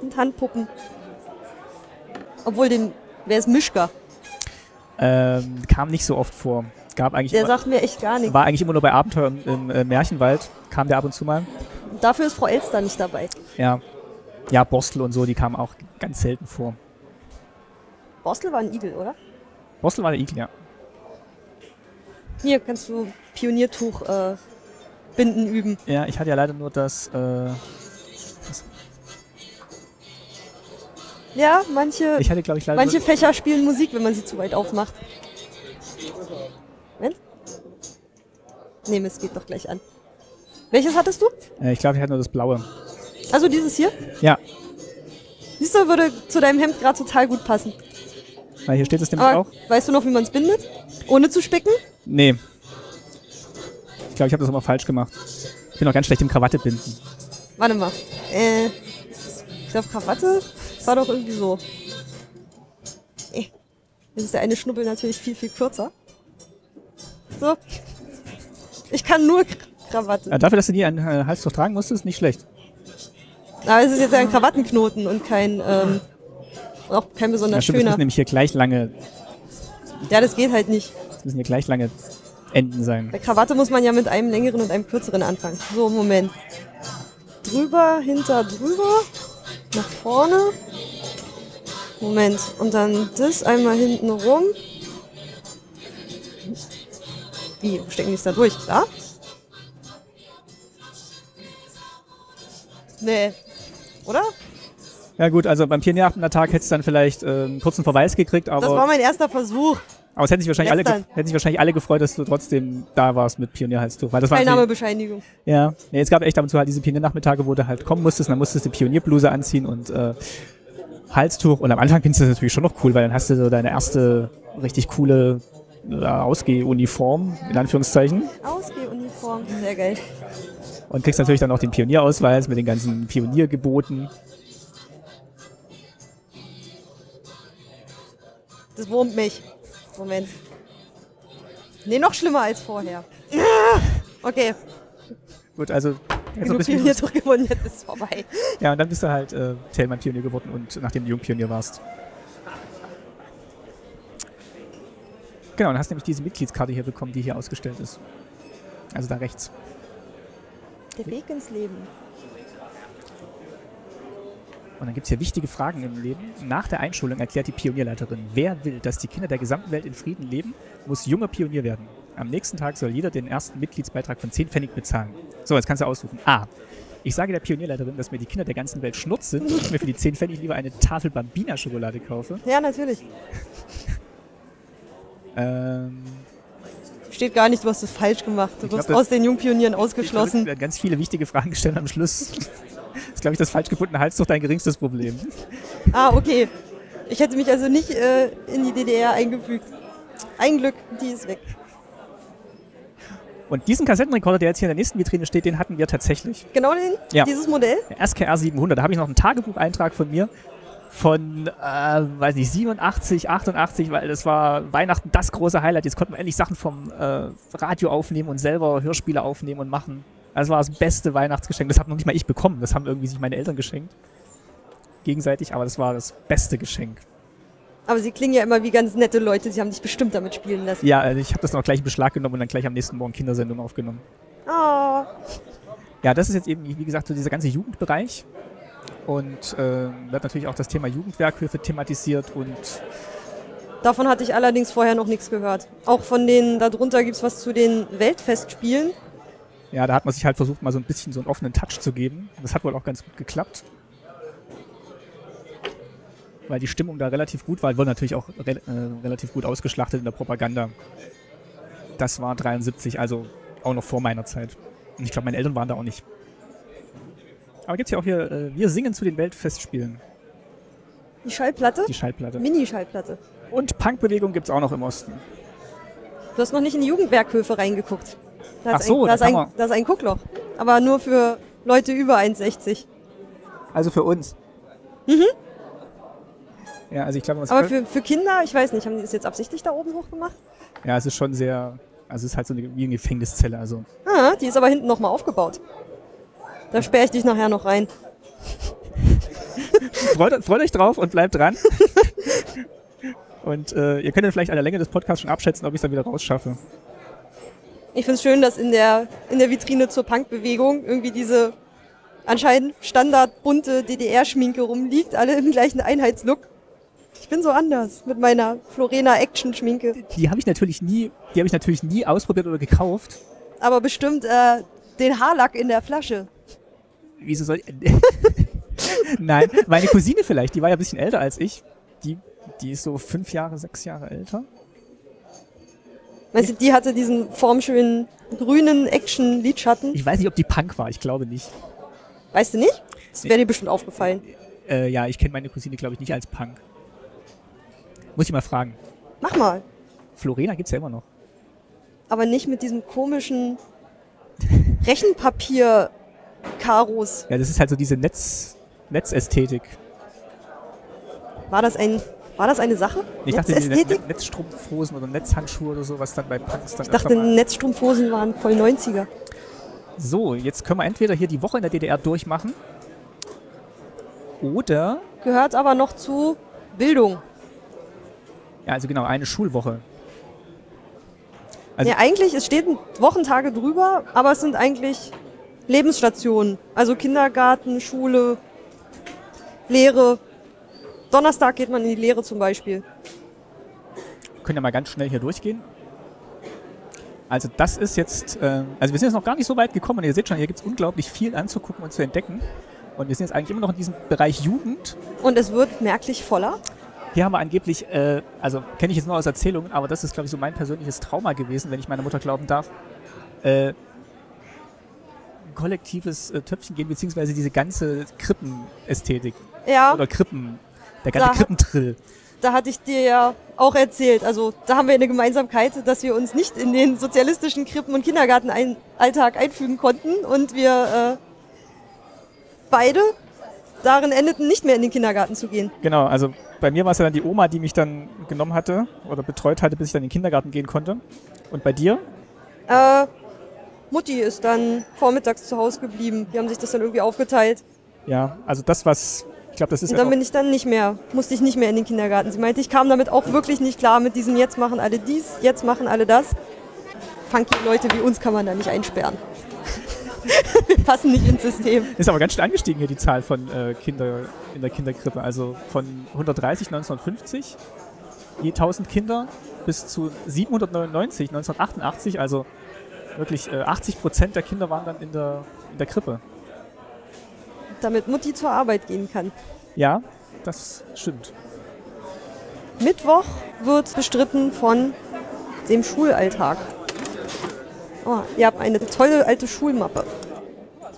Speaker 1: Und Handpuppen. Obwohl, dem, wer ist Mischka?
Speaker 2: Ähm, kam nicht so oft vor. Gab eigentlich
Speaker 1: Der
Speaker 2: immer,
Speaker 1: sagt mir echt gar nichts.
Speaker 2: war eigentlich immer nur bei Abenteuer im, im äh, Märchenwald, kam der ab und zu mal.
Speaker 1: Dafür ist Frau Elster nicht dabei.
Speaker 2: Ja. Ja, Borstel und so, die kamen auch ganz selten vor.
Speaker 1: Borstel war ein Igel, oder?
Speaker 2: Borstel war der Igel, ja.
Speaker 1: Hier kannst du Pioniertuch äh, binden üben.
Speaker 2: Ja, ich hatte ja leider nur das. Äh,
Speaker 1: Ja, manche,
Speaker 2: ich hatte, glaube ich, leider.
Speaker 1: manche
Speaker 2: nur,
Speaker 1: Fächer spielen Musik, wenn man sie zu weit aufmacht. Moment. Nee, es geht doch gleich an. Welches hattest du?
Speaker 2: äh, ich glaube, ich hatte nur das Blaue.
Speaker 1: Also dieses hier?
Speaker 2: Ja,
Speaker 1: Siehst du, würde zu deinem Hemd gerade total gut passen.
Speaker 2: weil hier steht es nämlich
Speaker 1: Aber
Speaker 2: auch.
Speaker 1: weißt du noch, wie man es bindet? Ohne zu spicken?
Speaker 2: Nee. Ich glaube, ich habe das nochmal falsch gemacht. Ich bin noch ganz schlecht im Krawatte binden.
Speaker 1: Warte mal. Äh, ich glaube, Krawatte war doch irgendwie so. Äh, Jetzt ist der eine Schnubbel natürlich viel, viel kürzer. So. Ich kann nur Kr- Krawatte.
Speaker 2: Äh, dafür, dass du nie einen äh, Halstuch tragen musstest, nicht schlecht.
Speaker 1: Aber es ist jetzt ein Krawattenknoten und kein, ähm, auch kein
Speaker 2: ja,
Speaker 1: besonders
Speaker 2: stimmt, das
Speaker 1: schöner.
Speaker 2: müssen nämlich hier gleich lange,
Speaker 1: Ja, das geht halt nicht.
Speaker 2: das müssen hier gleich lange Enden sein.
Speaker 1: Bei Krawatte muss man ja mit einem längeren und einem kürzeren anfangen. So, Moment. Drüber, hinter, drüber, nach vorne. Moment. Und dann das einmal hinten rum. Wie? Wo stecken die es da durch? Da? Nee. Oder?
Speaker 2: Ja gut, also beim Pionierabend-Tag hättest du dann vielleicht äh, einen kurzen Verweis gekriegt, aber,
Speaker 1: Das war mein erster Versuch.
Speaker 2: aber es hätten sich, wahrscheinlich alle,
Speaker 1: Gestern.
Speaker 2: gef- hätten sich wahrscheinlich alle gefreut, dass du trotzdem da warst mit Pionierhalstuch. Weil das war natürlich-
Speaker 1: Teilnahmebescheinigung.
Speaker 2: Ja, nee, es gab echt ab und zu halt diese Pioniernachmittage, wo du halt kommen musstest und dann musstest du die Pionierbluse anziehen und äh, Halstuch. Und am Anfang findest du das natürlich schon noch cool, weil dann hast du so deine erste richtig coole äh, Ausgehuniform, in Anführungszeichen.
Speaker 1: Ausgehuniform. Sehr geil.
Speaker 2: Und kriegst natürlich dann auch den Pionierausweis mit den ganzen Pioniergeboten.
Speaker 1: Das wurmt mich. Moment. Nee, noch schlimmer als vorher.
Speaker 2: Ah!
Speaker 1: Okay,
Speaker 2: Gut, also. jetzt noch ein
Speaker 1: genug
Speaker 2: bisschen-
Speaker 1: Pionier durchgewonnen, jetzt ist es vorbei.
Speaker 2: Ja, und dann bist du halt äh, Tellmann Pionier geworden und nachdem du Jungpionier warst. Genau, dann hast du nämlich diese Mitgliedskarte hier bekommen, die hier ausgestellt ist. Also da rechts.
Speaker 1: Der Weg ins Leben.
Speaker 2: Und dann gibt es hier wichtige Fragen im Leben. Nach der Einschulung erklärt die Pionierleiterin, wer will, dass die Kinder der gesamten Welt in Frieden leben, muss junger Pionier werden. Am nächsten Tag soll jeder den ersten Mitgliedsbeitrag von 10 Pfennig bezahlen. So, jetzt kannst du aussuchen. A. Ich sage der Pionierleiterin, dass mir die Kinder der ganzen Welt schnurz sind und ich mir für die 10 Pfennig lieber eine Tafel Bambina-Schokolade kaufe.
Speaker 1: Ja, natürlich.
Speaker 2: Ähm,
Speaker 1: Steht gar nicht, du hast es falsch gemacht. Du
Speaker 2: Ich glaub,
Speaker 1: wirst
Speaker 2: das-
Speaker 1: aus den Jungpionieren
Speaker 2: Ich
Speaker 1: ausgeschlossen.
Speaker 2: glaub, Ganz viele wichtige Fragen gestellt am Schluss. ist, glaube ich, das falsch gebundene Halstuch dein geringstes Problem.
Speaker 1: Ah, okay. Ich hätte mich also nicht äh, in die DDR eingefügt. Ein Glück, die ist weg.
Speaker 2: Und diesen Kassettenrekorder, der jetzt hier in der nächsten Vitrine steht, den hatten wir tatsächlich.
Speaker 1: Genau den,
Speaker 2: Ja.
Speaker 1: dieses Modell.
Speaker 2: Der SKR 700. Da habe ich noch einen Tagebucheintrag von mir von, äh, weiß nicht, 87, 88, weil das war Weihnachten das große Highlight. Jetzt konnten wir endlich Sachen vom äh, Radio aufnehmen und selber Hörspiele aufnehmen und machen. Das war das beste Weihnachtsgeschenk. Das hat noch nicht mal ich bekommen. Das haben irgendwie sich meine Eltern geschenkt. Gegenseitig, aber das war das beste Geschenk.
Speaker 1: Aber sie klingen ja immer wie ganz nette Leute, sie haben dich bestimmt damit spielen lassen.
Speaker 2: Ja, also ich habe das dann auch gleich in Beschlag genommen und dann gleich am nächsten Morgen Kindersendung aufgenommen.
Speaker 1: Ah,
Speaker 2: Ja, das ist jetzt eben, wie gesagt, so dieser ganze Jugendbereich. Und ähm, wird natürlich auch das Thema Jugendwerkhöfe thematisiert und
Speaker 1: Davon hatte ich allerdings vorher noch nichts gehört. Auch von den, darunter gibt's was zu den Weltfestspielen.
Speaker 2: ja, da hat man sich halt versucht, mal so ein bisschen so einen offenen Touch zu geben. Das hat wohl auch ganz gut geklappt. Weil die Stimmung da relativ gut war, wurde natürlich auch re äh, relativ gut ausgeschlachtet in der Propaganda. Das war 73, also auch noch vor meiner Zeit. Und ich glaube, meine Eltern waren da auch nicht. Aber gibt's ja auch hier, äh, wir singen zu den Weltfestspielen,
Speaker 1: Die Schallplatte?
Speaker 2: die Schallplatte.
Speaker 1: Mini-Schallplatte.
Speaker 2: Und Punkbewegung gibt's auch noch im Osten.
Speaker 1: Du hast noch nicht in die Jugendwerkhöfe reingeguckt. Da
Speaker 2: Ach
Speaker 1: ist
Speaker 2: so,
Speaker 1: ein, da ist
Speaker 2: da kann
Speaker 1: ein,
Speaker 2: man-
Speaker 1: da ist ein Guckloch. Aber nur für Leute über 1,60.
Speaker 2: Also für uns. Mhm. Ja, also ich glaube, was-
Speaker 1: Aber für, für Kinder, ich weiß nicht, haben die das jetzt absichtlich da oben hochgemacht?
Speaker 2: ja, es ist schon sehr, also es ist halt so eine, wie eine Gefängniszelle. Also
Speaker 1: Ah, die ist aber hinten nochmal aufgebaut. Da sperre ich dich nachher noch rein.
Speaker 2: freut, freut euch drauf und bleibt dran. und äh, ihr könnt dann vielleicht an der Länge des Podcasts schon abschätzen, ob ich es dann wieder rausschaffe.
Speaker 1: Ich finde es schön, dass in der, in der Vitrine zur Punkbewegung irgendwie diese anscheinend standardbunte DDR-Schminke rumliegt, alle im gleichen Einheitslook. Ich bin so anders mit meiner Florena Action Schminke.
Speaker 2: Die habe ich natürlich nie, die habe ich natürlich nie ausprobiert oder gekauft.
Speaker 1: Aber bestimmt äh, den Haarlack in der Flasche.
Speaker 2: Wieso soll ich. Nein, meine Cousine vielleicht, die war ja ein bisschen älter als ich. Die, die ist so fünf Jahre, sechs Jahre älter.
Speaker 1: Weißt du, die hatte diesen formschönen grünen Action Lidschatten.
Speaker 2: Ich weiß nicht, ob die Punk war, ich glaube nicht.
Speaker 1: Weißt du nicht? Das wäre dir bestimmt aufgefallen.
Speaker 2: Äh, ja, ich kenne meine Cousine, glaube ich, nicht als Punk. Muss ich mal fragen.
Speaker 1: Mach mal.
Speaker 2: Florena gibt's ja immer noch.
Speaker 1: Aber nicht mit diesem komischen Rechenpapier Karos.
Speaker 2: Ja, das ist halt so diese Netz, Netzästhetik.
Speaker 1: War das ein war das eine Sache?
Speaker 2: Ich dachte, diese Net
Speaker 1: Netzästhetik?
Speaker 2: Net Netzstrumpfhosen oder Netzhandschuhe oder so, was dann bei Punks dann
Speaker 1: Ich dachte, Netzstrumpfhosen waren voll 90er.
Speaker 2: So, jetzt können wir entweder hier die Woche in der DDR durchmachen oder,
Speaker 1: Gehört aber noch zu Bildung.
Speaker 2: ja, also genau, eine Schulwoche. Also-
Speaker 1: ja, eigentlich, es stehen Wochentage drüber, aber es sind eigentlich Lebensstationen. Also Kindergarten, Schule, Lehre. Donnerstag geht man in die Lehre zum Beispiel.
Speaker 2: Wir können ja mal ganz schnell hier durchgehen. Also das ist jetzt, äh, also wir sind jetzt noch gar nicht so weit gekommen. Ihr seht schon, hier gibt es unglaublich viel anzugucken und zu entdecken. Und wir sind jetzt eigentlich immer noch in diesem Bereich Jugend.
Speaker 1: Und es wird merklich voller.
Speaker 2: Hier haben wir angeblich, äh, also kenne ich jetzt nur aus Erzählungen, aber das ist, glaube ich, so mein persönliches Trauma gewesen, wenn ich meiner Mutter glauben darf. Äh, kollektives äh, Töpfchen gehen, beziehungsweise diese ganze Krippenästhetik
Speaker 1: Ja,
Speaker 2: oder Krippen, der
Speaker 1: Da
Speaker 2: ganze
Speaker 1: hat-
Speaker 2: Krippentrill.
Speaker 1: da hatte ich dir ja auch erzählt. Also da haben wir eine Gemeinsamkeit, dass wir uns nicht in den sozialistischen Krippen- und Kindergartenalltag einfügen konnten und wir äh, beide darin endeten, nicht mehr in den Kindergarten zu gehen.
Speaker 2: Genau, also bei mir war es ja dann die Oma, die mich dann genommen hatte oder betreut hatte, bis ich dann in den Kindergarten gehen konnte. Und bei dir?
Speaker 1: Äh, Mutti ist dann vormittags zu Hause geblieben. Die haben sich das dann irgendwie aufgeteilt.
Speaker 2: Ja, also das, was, ich glaube, das ist
Speaker 1: Und
Speaker 2: ja
Speaker 1: dann
Speaker 2: auch,
Speaker 1: bin ich dann nicht mehr, musste ich nicht mehr in den Kindergarten. Sie meinte, ich kam damit auch wirklich nicht klar mit diesem jetzt machen alle dies, jetzt machen alle das. Funky Leute wie uns kann man da nicht einsperren. Wir passen nicht ins System.
Speaker 2: ist aber ganz schön angestiegen hier die Zahl von äh, Kinder in der Kinderkrippe. Also von 130 1950 je 1000 Kinder bis zu 799 1988. Also wirklich äh, 80 Prozent der Kinder waren dann in der, in der Krippe.
Speaker 1: Damit Mutti zur Arbeit gehen kann.
Speaker 2: Ja, das stimmt.
Speaker 1: Mittwoch wird bestritten von dem Schulalltag. Oh, ihr habt eine tolle alte Schulmappe.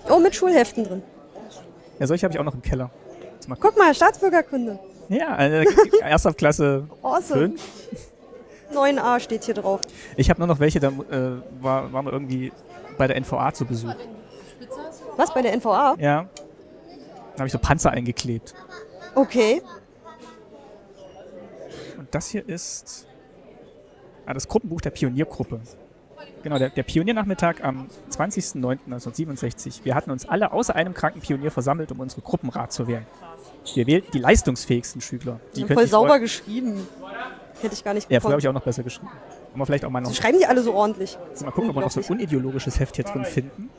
Speaker 1: Oh, mit Schulheften drin.
Speaker 2: Ja, solche habe ich auch noch im Keller.
Speaker 1: Guck mal, Staatsbürgerkunde.
Speaker 2: Ja, äh, Erstaufklasse
Speaker 1: Awesome.
Speaker 2: 5.
Speaker 1: 9a steht hier drauf.
Speaker 2: Ich habe nur noch welche, da äh, war, waren wir irgendwie bei der NVA zu Besuch.
Speaker 1: Was, bei der NVA?
Speaker 2: Ja. Da habe ich so Panzer eingeklebt.
Speaker 1: Okay.
Speaker 2: Und das hier ist ah, das Gruppenbuch der Pioniergruppe. Genau, der, der Pioniernachmittag am 20.09.1967. Wir hatten uns alle außer einem kranken Pionier versammelt, um unsere Gruppenrat zu wählen. Wir wählten die leistungsfähigsten Schüler. Die könnte
Speaker 1: Voll
Speaker 2: ich
Speaker 1: sauber
Speaker 2: vorher-
Speaker 1: geschrieben. Hätte ich gar nicht
Speaker 2: Ja, früher
Speaker 1: bekommen.
Speaker 2: habe ich auch noch besser geschrieben. Haben wir vielleicht auch mal noch.
Speaker 1: so schreiben die alle so ordentlich.
Speaker 2: Mal gucken, ob wir noch so ein unideologisches Heft hier drin finden.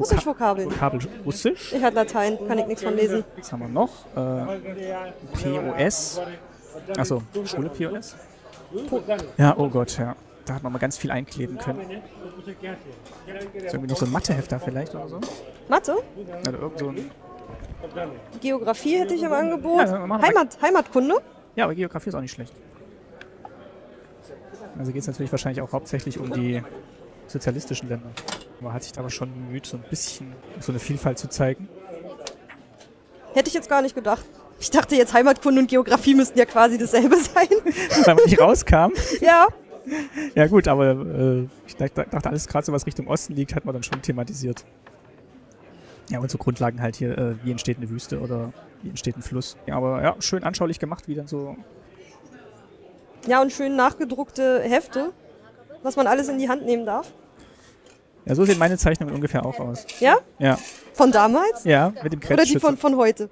Speaker 1: Russisch-Vokabeln.
Speaker 2: Vokabel Russisch.
Speaker 1: Ich hatte Latein, kann ich nichts von lesen.
Speaker 2: Was haben wir noch? Äh, POS. Achso, Schule POS? Ja, oh Gott, ja. Da hat man mal ganz viel einkleben können. Ist irgendwie noch so ein Matheheft da vielleicht oder so?
Speaker 1: Mathe,
Speaker 2: Oder irgend so ein
Speaker 1: Geografie hätte ich im Angebot.
Speaker 2: Ja, dann machen wir-
Speaker 1: Heimat, Heimatkunde.
Speaker 2: ja, aber Geografie ist auch nicht schlecht. Also geht es natürlich wahrscheinlich auch hauptsächlich um die sozialistischen Länder. Man hat sich da aber schon bemüht, so ein bisschen so eine Vielfalt zu zeigen.
Speaker 1: Hätte ich jetzt gar nicht gedacht. Ich dachte jetzt Heimatkunde und Geografie müssten ja quasi dasselbe sein.
Speaker 2: Weil man nicht rauskam.
Speaker 1: ja,
Speaker 2: Ja gut, aber äh, ich dachte, dachte alles gerade so, was Richtung Osten liegt, hat man dann schon thematisiert. Ja, und so Grundlagen halt hier, äh, wie entsteht eine Wüste oder wie entsteht ein Fluss. Ja, aber ja, schön anschaulich gemacht, wie dann so.
Speaker 1: ja und schön nachgedruckte Hefte, was man alles in die Hand nehmen darf.
Speaker 2: Ja, so sehen meine Zeichnungen ungefähr auch aus.
Speaker 1: Ja,
Speaker 2: Ja,
Speaker 1: von damals
Speaker 2: ja, mit dem
Speaker 1: oder die
Speaker 2: Grenzschützer.
Speaker 1: von, von heute.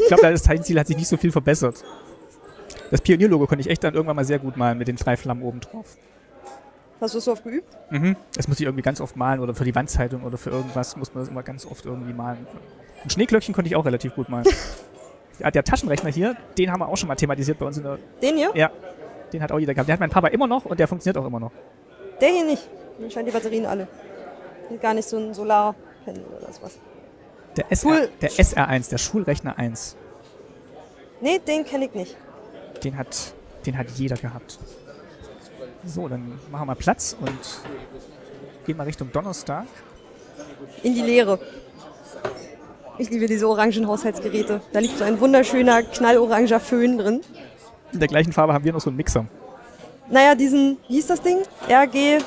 Speaker 2: Ich glaube, das Zeichenziel hat sich nicht so viel verbessert. Das Pionierlogo konnte ich echt dann irgendwann mal sehr gut malen mit den drei Flammen oben drauf.
Speaker 1: Hast du es so oft geübt?
Speaker 2: Mhm. Das muss ich irgendwie ganz oft malen oder für die Wandzeitung oder für irgendwas muss man das immer ganz oft irgendwie malen. Ein Schneeglöckchen konnte ich auch relativ gut malen. ah, der Taschenrechner hier, den haben wir auch schon mal thematisiert bei uns in der.
Speaker 1: Den hier?
Speaker 2: Ja, den hat auch jeder gehabt. Der hat mein Papa immer noch und der funktioniert auch immer noch.
Speaker 1: Der hier nicht. Mir scheinen die Batterien alle. Gar nicht so ein Solarpanel oder sowas.
Speaker 2: Der, SR,
Speaker 1: Cool.
Speaker 2: der SR1, der Schulrechner 1,
Speaker 1: Nee, den kenne ich nicht.
Speaker 2: den hat, den hat jeder gehabt. So, dann machen wir mal Platz und gehen mal Richtung Donnerstag.
Speaker 1: In die Leere. Ich liebe diese orangen Haushaltsgeräte. Da liegt so ein wunderschöner, knalloranger Föhn drin.
Speaker 2: In der gleichen Farbe haben wir noch so einen Mixer.
Speaker 1: Naja, diesen, wie hieß das Ding? RG.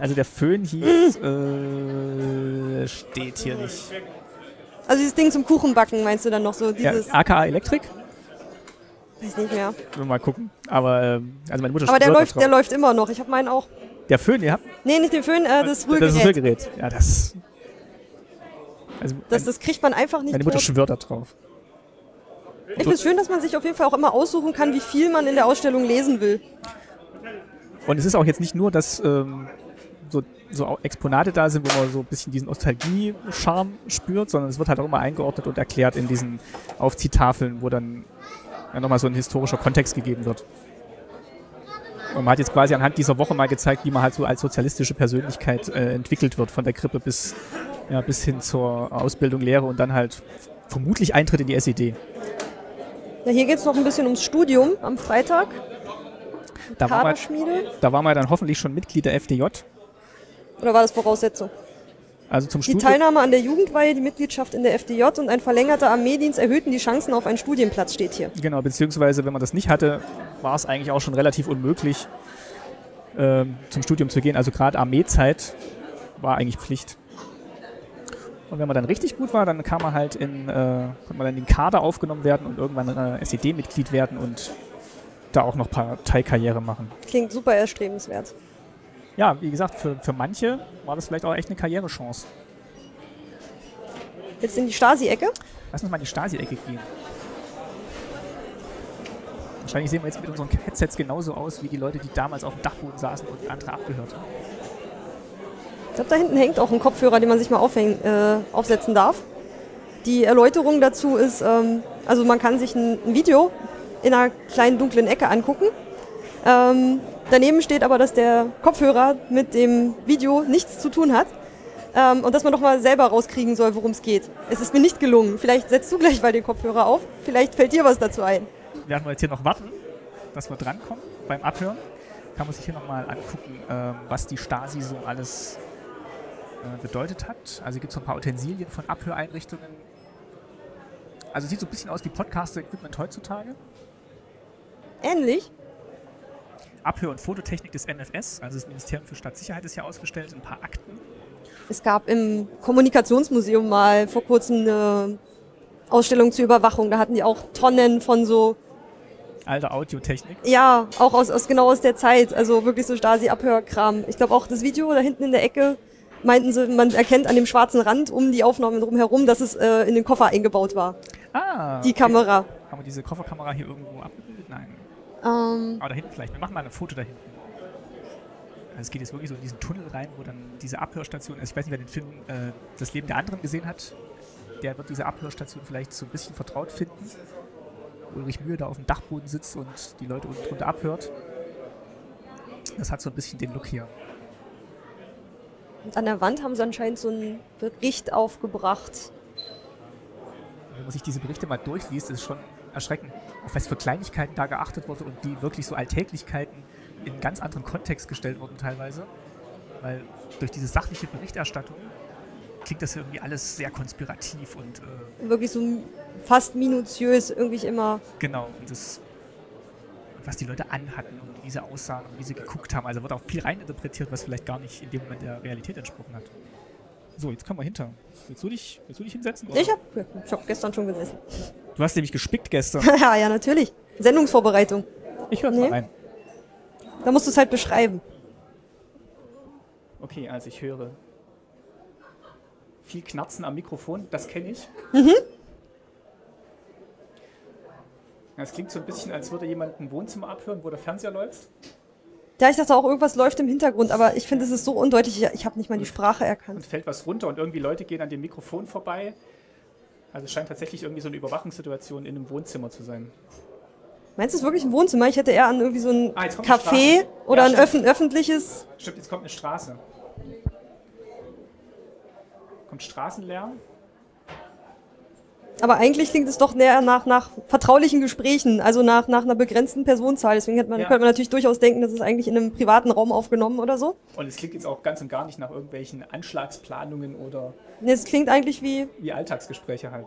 Speaker 2: Also der Föhn hieß, äh, steht hier nicht.
Speaker 1: Also dieses Ding zum Kuchenbacken, meinst du dann noch so?
Speaker 2: Ja,
Speaker 1: Dieses,
Speaker 2: AKA Elektrik?
Speaker 1: weiß nicht mehr.
Speaker 2: Wir mal gucken. Aber, ähm, also meine Mutter
Speaker 1: Aber der
Speaker 2: schwört
Speaker 1: läuft,
Speaker 2: noch
Speaker 1: der
Speaker 2: drauf.
Speaker 1: läuft immer noch. Ich habe meinen auch.
Speaker 2: der Föhn, ja?
Speaker 1: Nee, nicht den Föhn, äh, das Rührgerät.
Speaker 2: Das ist Rührgerät. Ja, das. Also
Speaker 1: Das, das kriegt man einfach nicht
Speaker 2: meine Mutter
Speaker 1: tot.
Speaker 2: schwört da drauf.
Speaker 1: Ich finde es schön, dass man sich auf jeden Fall auch immer aussuchen kann, wie viel man in der Ausstellung lesen will.
Speaker 2: Und es ist auch jetzt nicht nur, dass ähm, so, so auch Exponate da sind, wo man so ein bisschen diesen Nostalgie-Charme spürt, sondern es wird halt auch immer eingeordnet und erklärt in diesen Aufziehtafeln, wo dann ja, nochmal so ein historischer Kontext gegeben wird. Und man hat jetzt quasi anhand dieser Woche mal gezeigt, wie man halt so als sozialistische Persönlichkeit äh, entwickelt wird, von der Krippe bis, ja, bis hin zur Ausbildung, Lehre und dann halt vermutlich Eintritt in die E SED.
Speaker 1: Ja, hier geht es noch ein bisschen ums Studium am Freitag.
Speaker 2: Da war, man,
Speaker 1: Kaderschmiede.
Speaker 2: da war man dann hoffentlich schon Mitglied der FDJ.
Speaker 1: Oder war das Voraussetzung?
Speaker 2: Also zum
Speaker 1: Die
Speaker 2: Studium.
Speaker 1: Teilnahme an der Jugendweihe, die Mitgliedschaft in der FDJ und ein verlängerter Armeedienst erhöhten die Chancen auf einen Studienplatz, steht hier.
Speaker 2: Genau, beziehungsweise wenn man das nicht hatte, war es eigentlich auch schon relativ unmöglich, ähm, zum Studium zu gehen. Also gerade Armeezeit war eigentlich Pflicht. Und wenn man dann richtig gut war, dann kam man halt in, äh, konnte man dann in den Kader aufgenommen werden und irgendwann äh, SED-Mitglied werden und da auch noch Parteikarriere machen.
Speaker 1: Klingt super erstrebenswert.
Speaker 2: Ja, wie gesagt, für, für manche war das vielleicht auch echt eine Karrierechance.
Speaker 1: Jetzt in die Stasi-Ecke.
Speaker 2: Lass uns mal in die Stasi-Ecke gehen. Wahrscheinlich sehen wir jetzt mit unseren Headsets genauso aus wie die Leute, die damals auf dem Dachboden saßen und andere abgehört haben.
Speaker 1: Ich glaube, da hinten hängt auch ein Kopfhörer, den man sich mal aufhängen, äh, aufsetzen darf. Die Erläuterung dazu ist, ähm, also man kann sich ein, ein Video in einer kleinen dunklen Ecke angucken. Ähm, daneben steht aber, dass der Kopfhörer mit dem Video nichts zu tun hat. Ähm, und dass man doch mal selber rauskriegen soll, worum es geht. Es ist mir nicht gelungen. Vielleicht setzt du gleich mal den Kopfhörer auf. Vielleicht fällt dir was dazu ein.
Speaker 2: Werden wir jetzt hier noch warten, dass wir drankommen beim Abhören. Kann man sich hier nochmal angucken, ähm, was die Stasi so alles äh, bedeutet hat. Also gibt es so ein paar Utensilien von Abhöreinrichtungen. Also sieht so ein bisschen aus wie Podcaster-Equipment heutzutage.
Speaker 1: Ähnlich.
Speaker 2: Abhör- und Fototechnik des NFS, also das Ministerium für Staatssicherheit ist hier ausgestellt, ein paar Akten.
Speaker 1: Es gab im Kommunikationsmuseum mal vor kurzem eine Ausstellung zur Überwachung. Da hatten die auch Tonnen von so,
Speaker 2: Alte Audiotechnik.
Speaker 1: ja, auch aus, aus genau aus der Zeit. Also wirklich so Stasi-Abhörkram. Ich glaube auch das Video da hinten in der Ecke meinten sie, man erkennt an dem schwarzen Rand um die Aufnahmen drumherum, dass es äh, in den Koffer eingebaut war.
Speaker 2: Ah,
Speaker 1: Die Kamera.
Speaker 2: Haben wir diese Kofferkamera hier irgendwo abgebildet? Nein.
Speaker 1: Ähm,
Speaker 2: Aber da hinten vielleicht. Wir machen mal ein Foto da hinten. Also es geht jetzt wirklich so in diesen Tunnel rein, wo dann diese Abhörstation, also ich weiß nicht, wer den Film äh, Das Leben der anderen gesehen hat, der wird diese Abhörstation vielleicht so ein bisschen vertraut finden. Wo Ulrich Mühe da auf dem Dachboden sitzt und die Leute unten drunter abhört. Das hat so ein bisschen den Look hier.
Speaker 1: und an der Wand haben sie anscheinend so einen Bericht aufgebracht.
Speaker 2: Und Wenn man sich diese Berichte mal durchliest, ist es schon erschreckend, auf was für Kleinigkeiten da geachtet wurde und die wirklich so Alltäglichkeiten in einen ganz anderen Kontext gestellt wurden teilweise. Weil durch diese sachliche Berichterstattung klingt das ja irgendwie alles sehr konspirativ und äh,
Speaker 1: Wirklich so fast minutiös, irgendwie immer.
Speaker 2: genau. Und das, und was die Leute anhatten und wie sie aussahen und wie sie geguckt haben. Also wird auch viel reininterpretiert, was vielleicht gar nicht in dem Moment der Realität entsprochen hat. So, jetzt können wir hinter. Willst du dich, willst du dich hinsetzen? oder?
Speaker 1: Ich habe ich hab gestern schon gesessen.
Speaker 2: du hast nämlich gespickt gestern.
Speaker 1: ja, ja, natürlich. Sendungsvorbereitung.
Speaker 2: Ich höre
Speaker 1: Nee.
Speaker 2: mal rein.
Speaker 1: Da musst du es halt beschreiben.
Speaker 2: Okay, also ich höre viel Knarzen am Mikrofon, das kenne ich. Das klingt so ein bisschen, als würde jemand ein Wohnzimmer abhören, wo der Fernseher läuft.
Speaker 1: Ja, ich dachte auch, irgendwas läuft im Hintergrund, aber ich finde, es ist so undeutlich. Ich, ich habe nicht mal die Sprache
Speaker 2: und
Speaker 1: erkannt.
Speaker 2: fällt was runter und irgendwie Leute gehen an dem Mikrofon vorbei
Speaker 4: Also es scheint tatsächlich irgendwie so eine Überwachungssituation in einem Wohnzimmer zu sein.
Speaker 1: Meinst du, es ist wirklich ein Wohnzimmer? Ich hätte eher an irgendwie so ein
Speaker 4: Ah, jetzt kommt die
Speaker 1: Café
Speaker 4: Straße.
Speaker 1: oder
Speaker 4: Ja,
Speaker 1: ein öffn öffentliches.
Speaker 4: Stimmt, jetzt kommt eine Straße. Kommt Straßenlärm?
Speaker 1: Aber eigentlich klingt es doch näher nach, nach vertraulichen Gesprächen, also nach, nach einer begrenzten Personenzahl. Deswegen hätte man,
Speaker 4: Ja.
Speaker 1: könnte man natürlich durchaus denken, das ist eigentlich in einem privaten Raum aufgenommen oder so.
Speaker 4: Und es klingt jetzt auch ganz und gar nicht nach irgendwelchen Anschlagsplanungen oder
Speaker 1: Nee, es klingt eigentlich wie,
Speaker 4: wie Alltagsgespräche halt.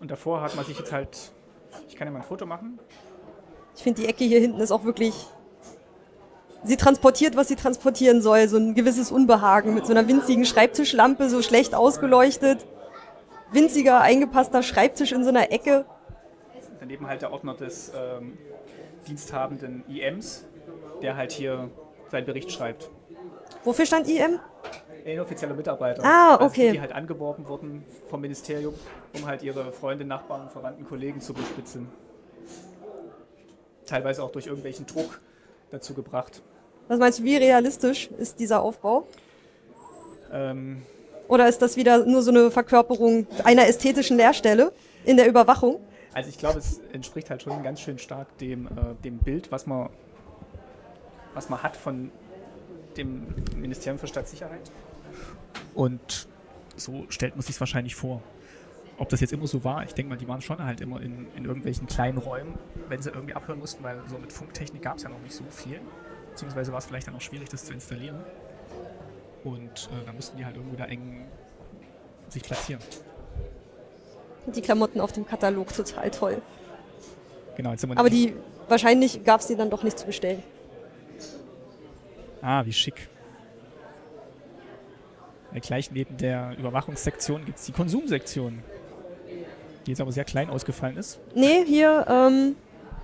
Speaker 4: Und davor hat man sich jetzt halt. Ich kann ja mal ein Foto machen.
Speaker 1: ich finde die Ecke hier hinten ist auch wirklich. Sie transportiert, was sie transportieren soll. So ein gewisses Unbehagen mit so einer winzigen Schreibtischlampe, so schlecht ausgeleuchtet. Winziger, eingepasster Schreibtisch in so einer Ecke.
Speaker 4: Daneben halt der Ordner des ähm, diensthabenden IMs, der halt hier seinen Bericht schreibt.
Speaker 1: Wofür stand IM?
Speaker 4: Inoffizielle Mitarbeiter.
Speaker 1: Ah,
Speaker 4: Also
Speaker 1: okay.
Speaker 4: Die, die halt angeworben wurden vom Ministerium, um halt ihre Freunde, Nachbarn, Verwandten, Kollegen zu bespitzeln. Teilweise auch durch irgendwelchen Druck dazu gebracht.
Speaker 1: Was meinst du, wie realistisch ist dieser Aufbau?
Speaker 4: Ähm,
Speaker 1: Oder ist das wieder nur so eine Verkörperung einer ästhetischen Leerstelle in der Überwachung?
Speaker 4: also ich glaube, es entspricht halt schon ganz schön stark dem, äh, dem Bild, was man, was man hat von dem Ministerium für Staatssicherheit.
Speaker 2: Und so stellt man sich wahrscheinlich vor. Ob das jetzt immer so war, ich denke mal, die waren schon halt immer in, in irgendwelchen kleinen Räumen, wenn sie irgendwie abhören mussten, weil so mit Funktechnik gab es ja noch nicht so viel. Beziehungsweise war es vielleicht dann auch schwierig, das zu installieren. Und äh, da mussten die halt irgendwo da eng sich platzieren.
Speaker 1: Die Klamotten auf dem Katalog total toll.
Speaker 2: Genau, jetzt sind wir
Speaker 1: Aber die wahrscheinlich gab es die dann doch nicht zu bestellen.
Speaker 2: Ah, wie schick. Äh, Gleich neben der Überwachungssektion gibt es die Konsumsektion, die jetzt aber sehr klein ausgefallen ist.
Speaker 1: Nee, hier, ähm,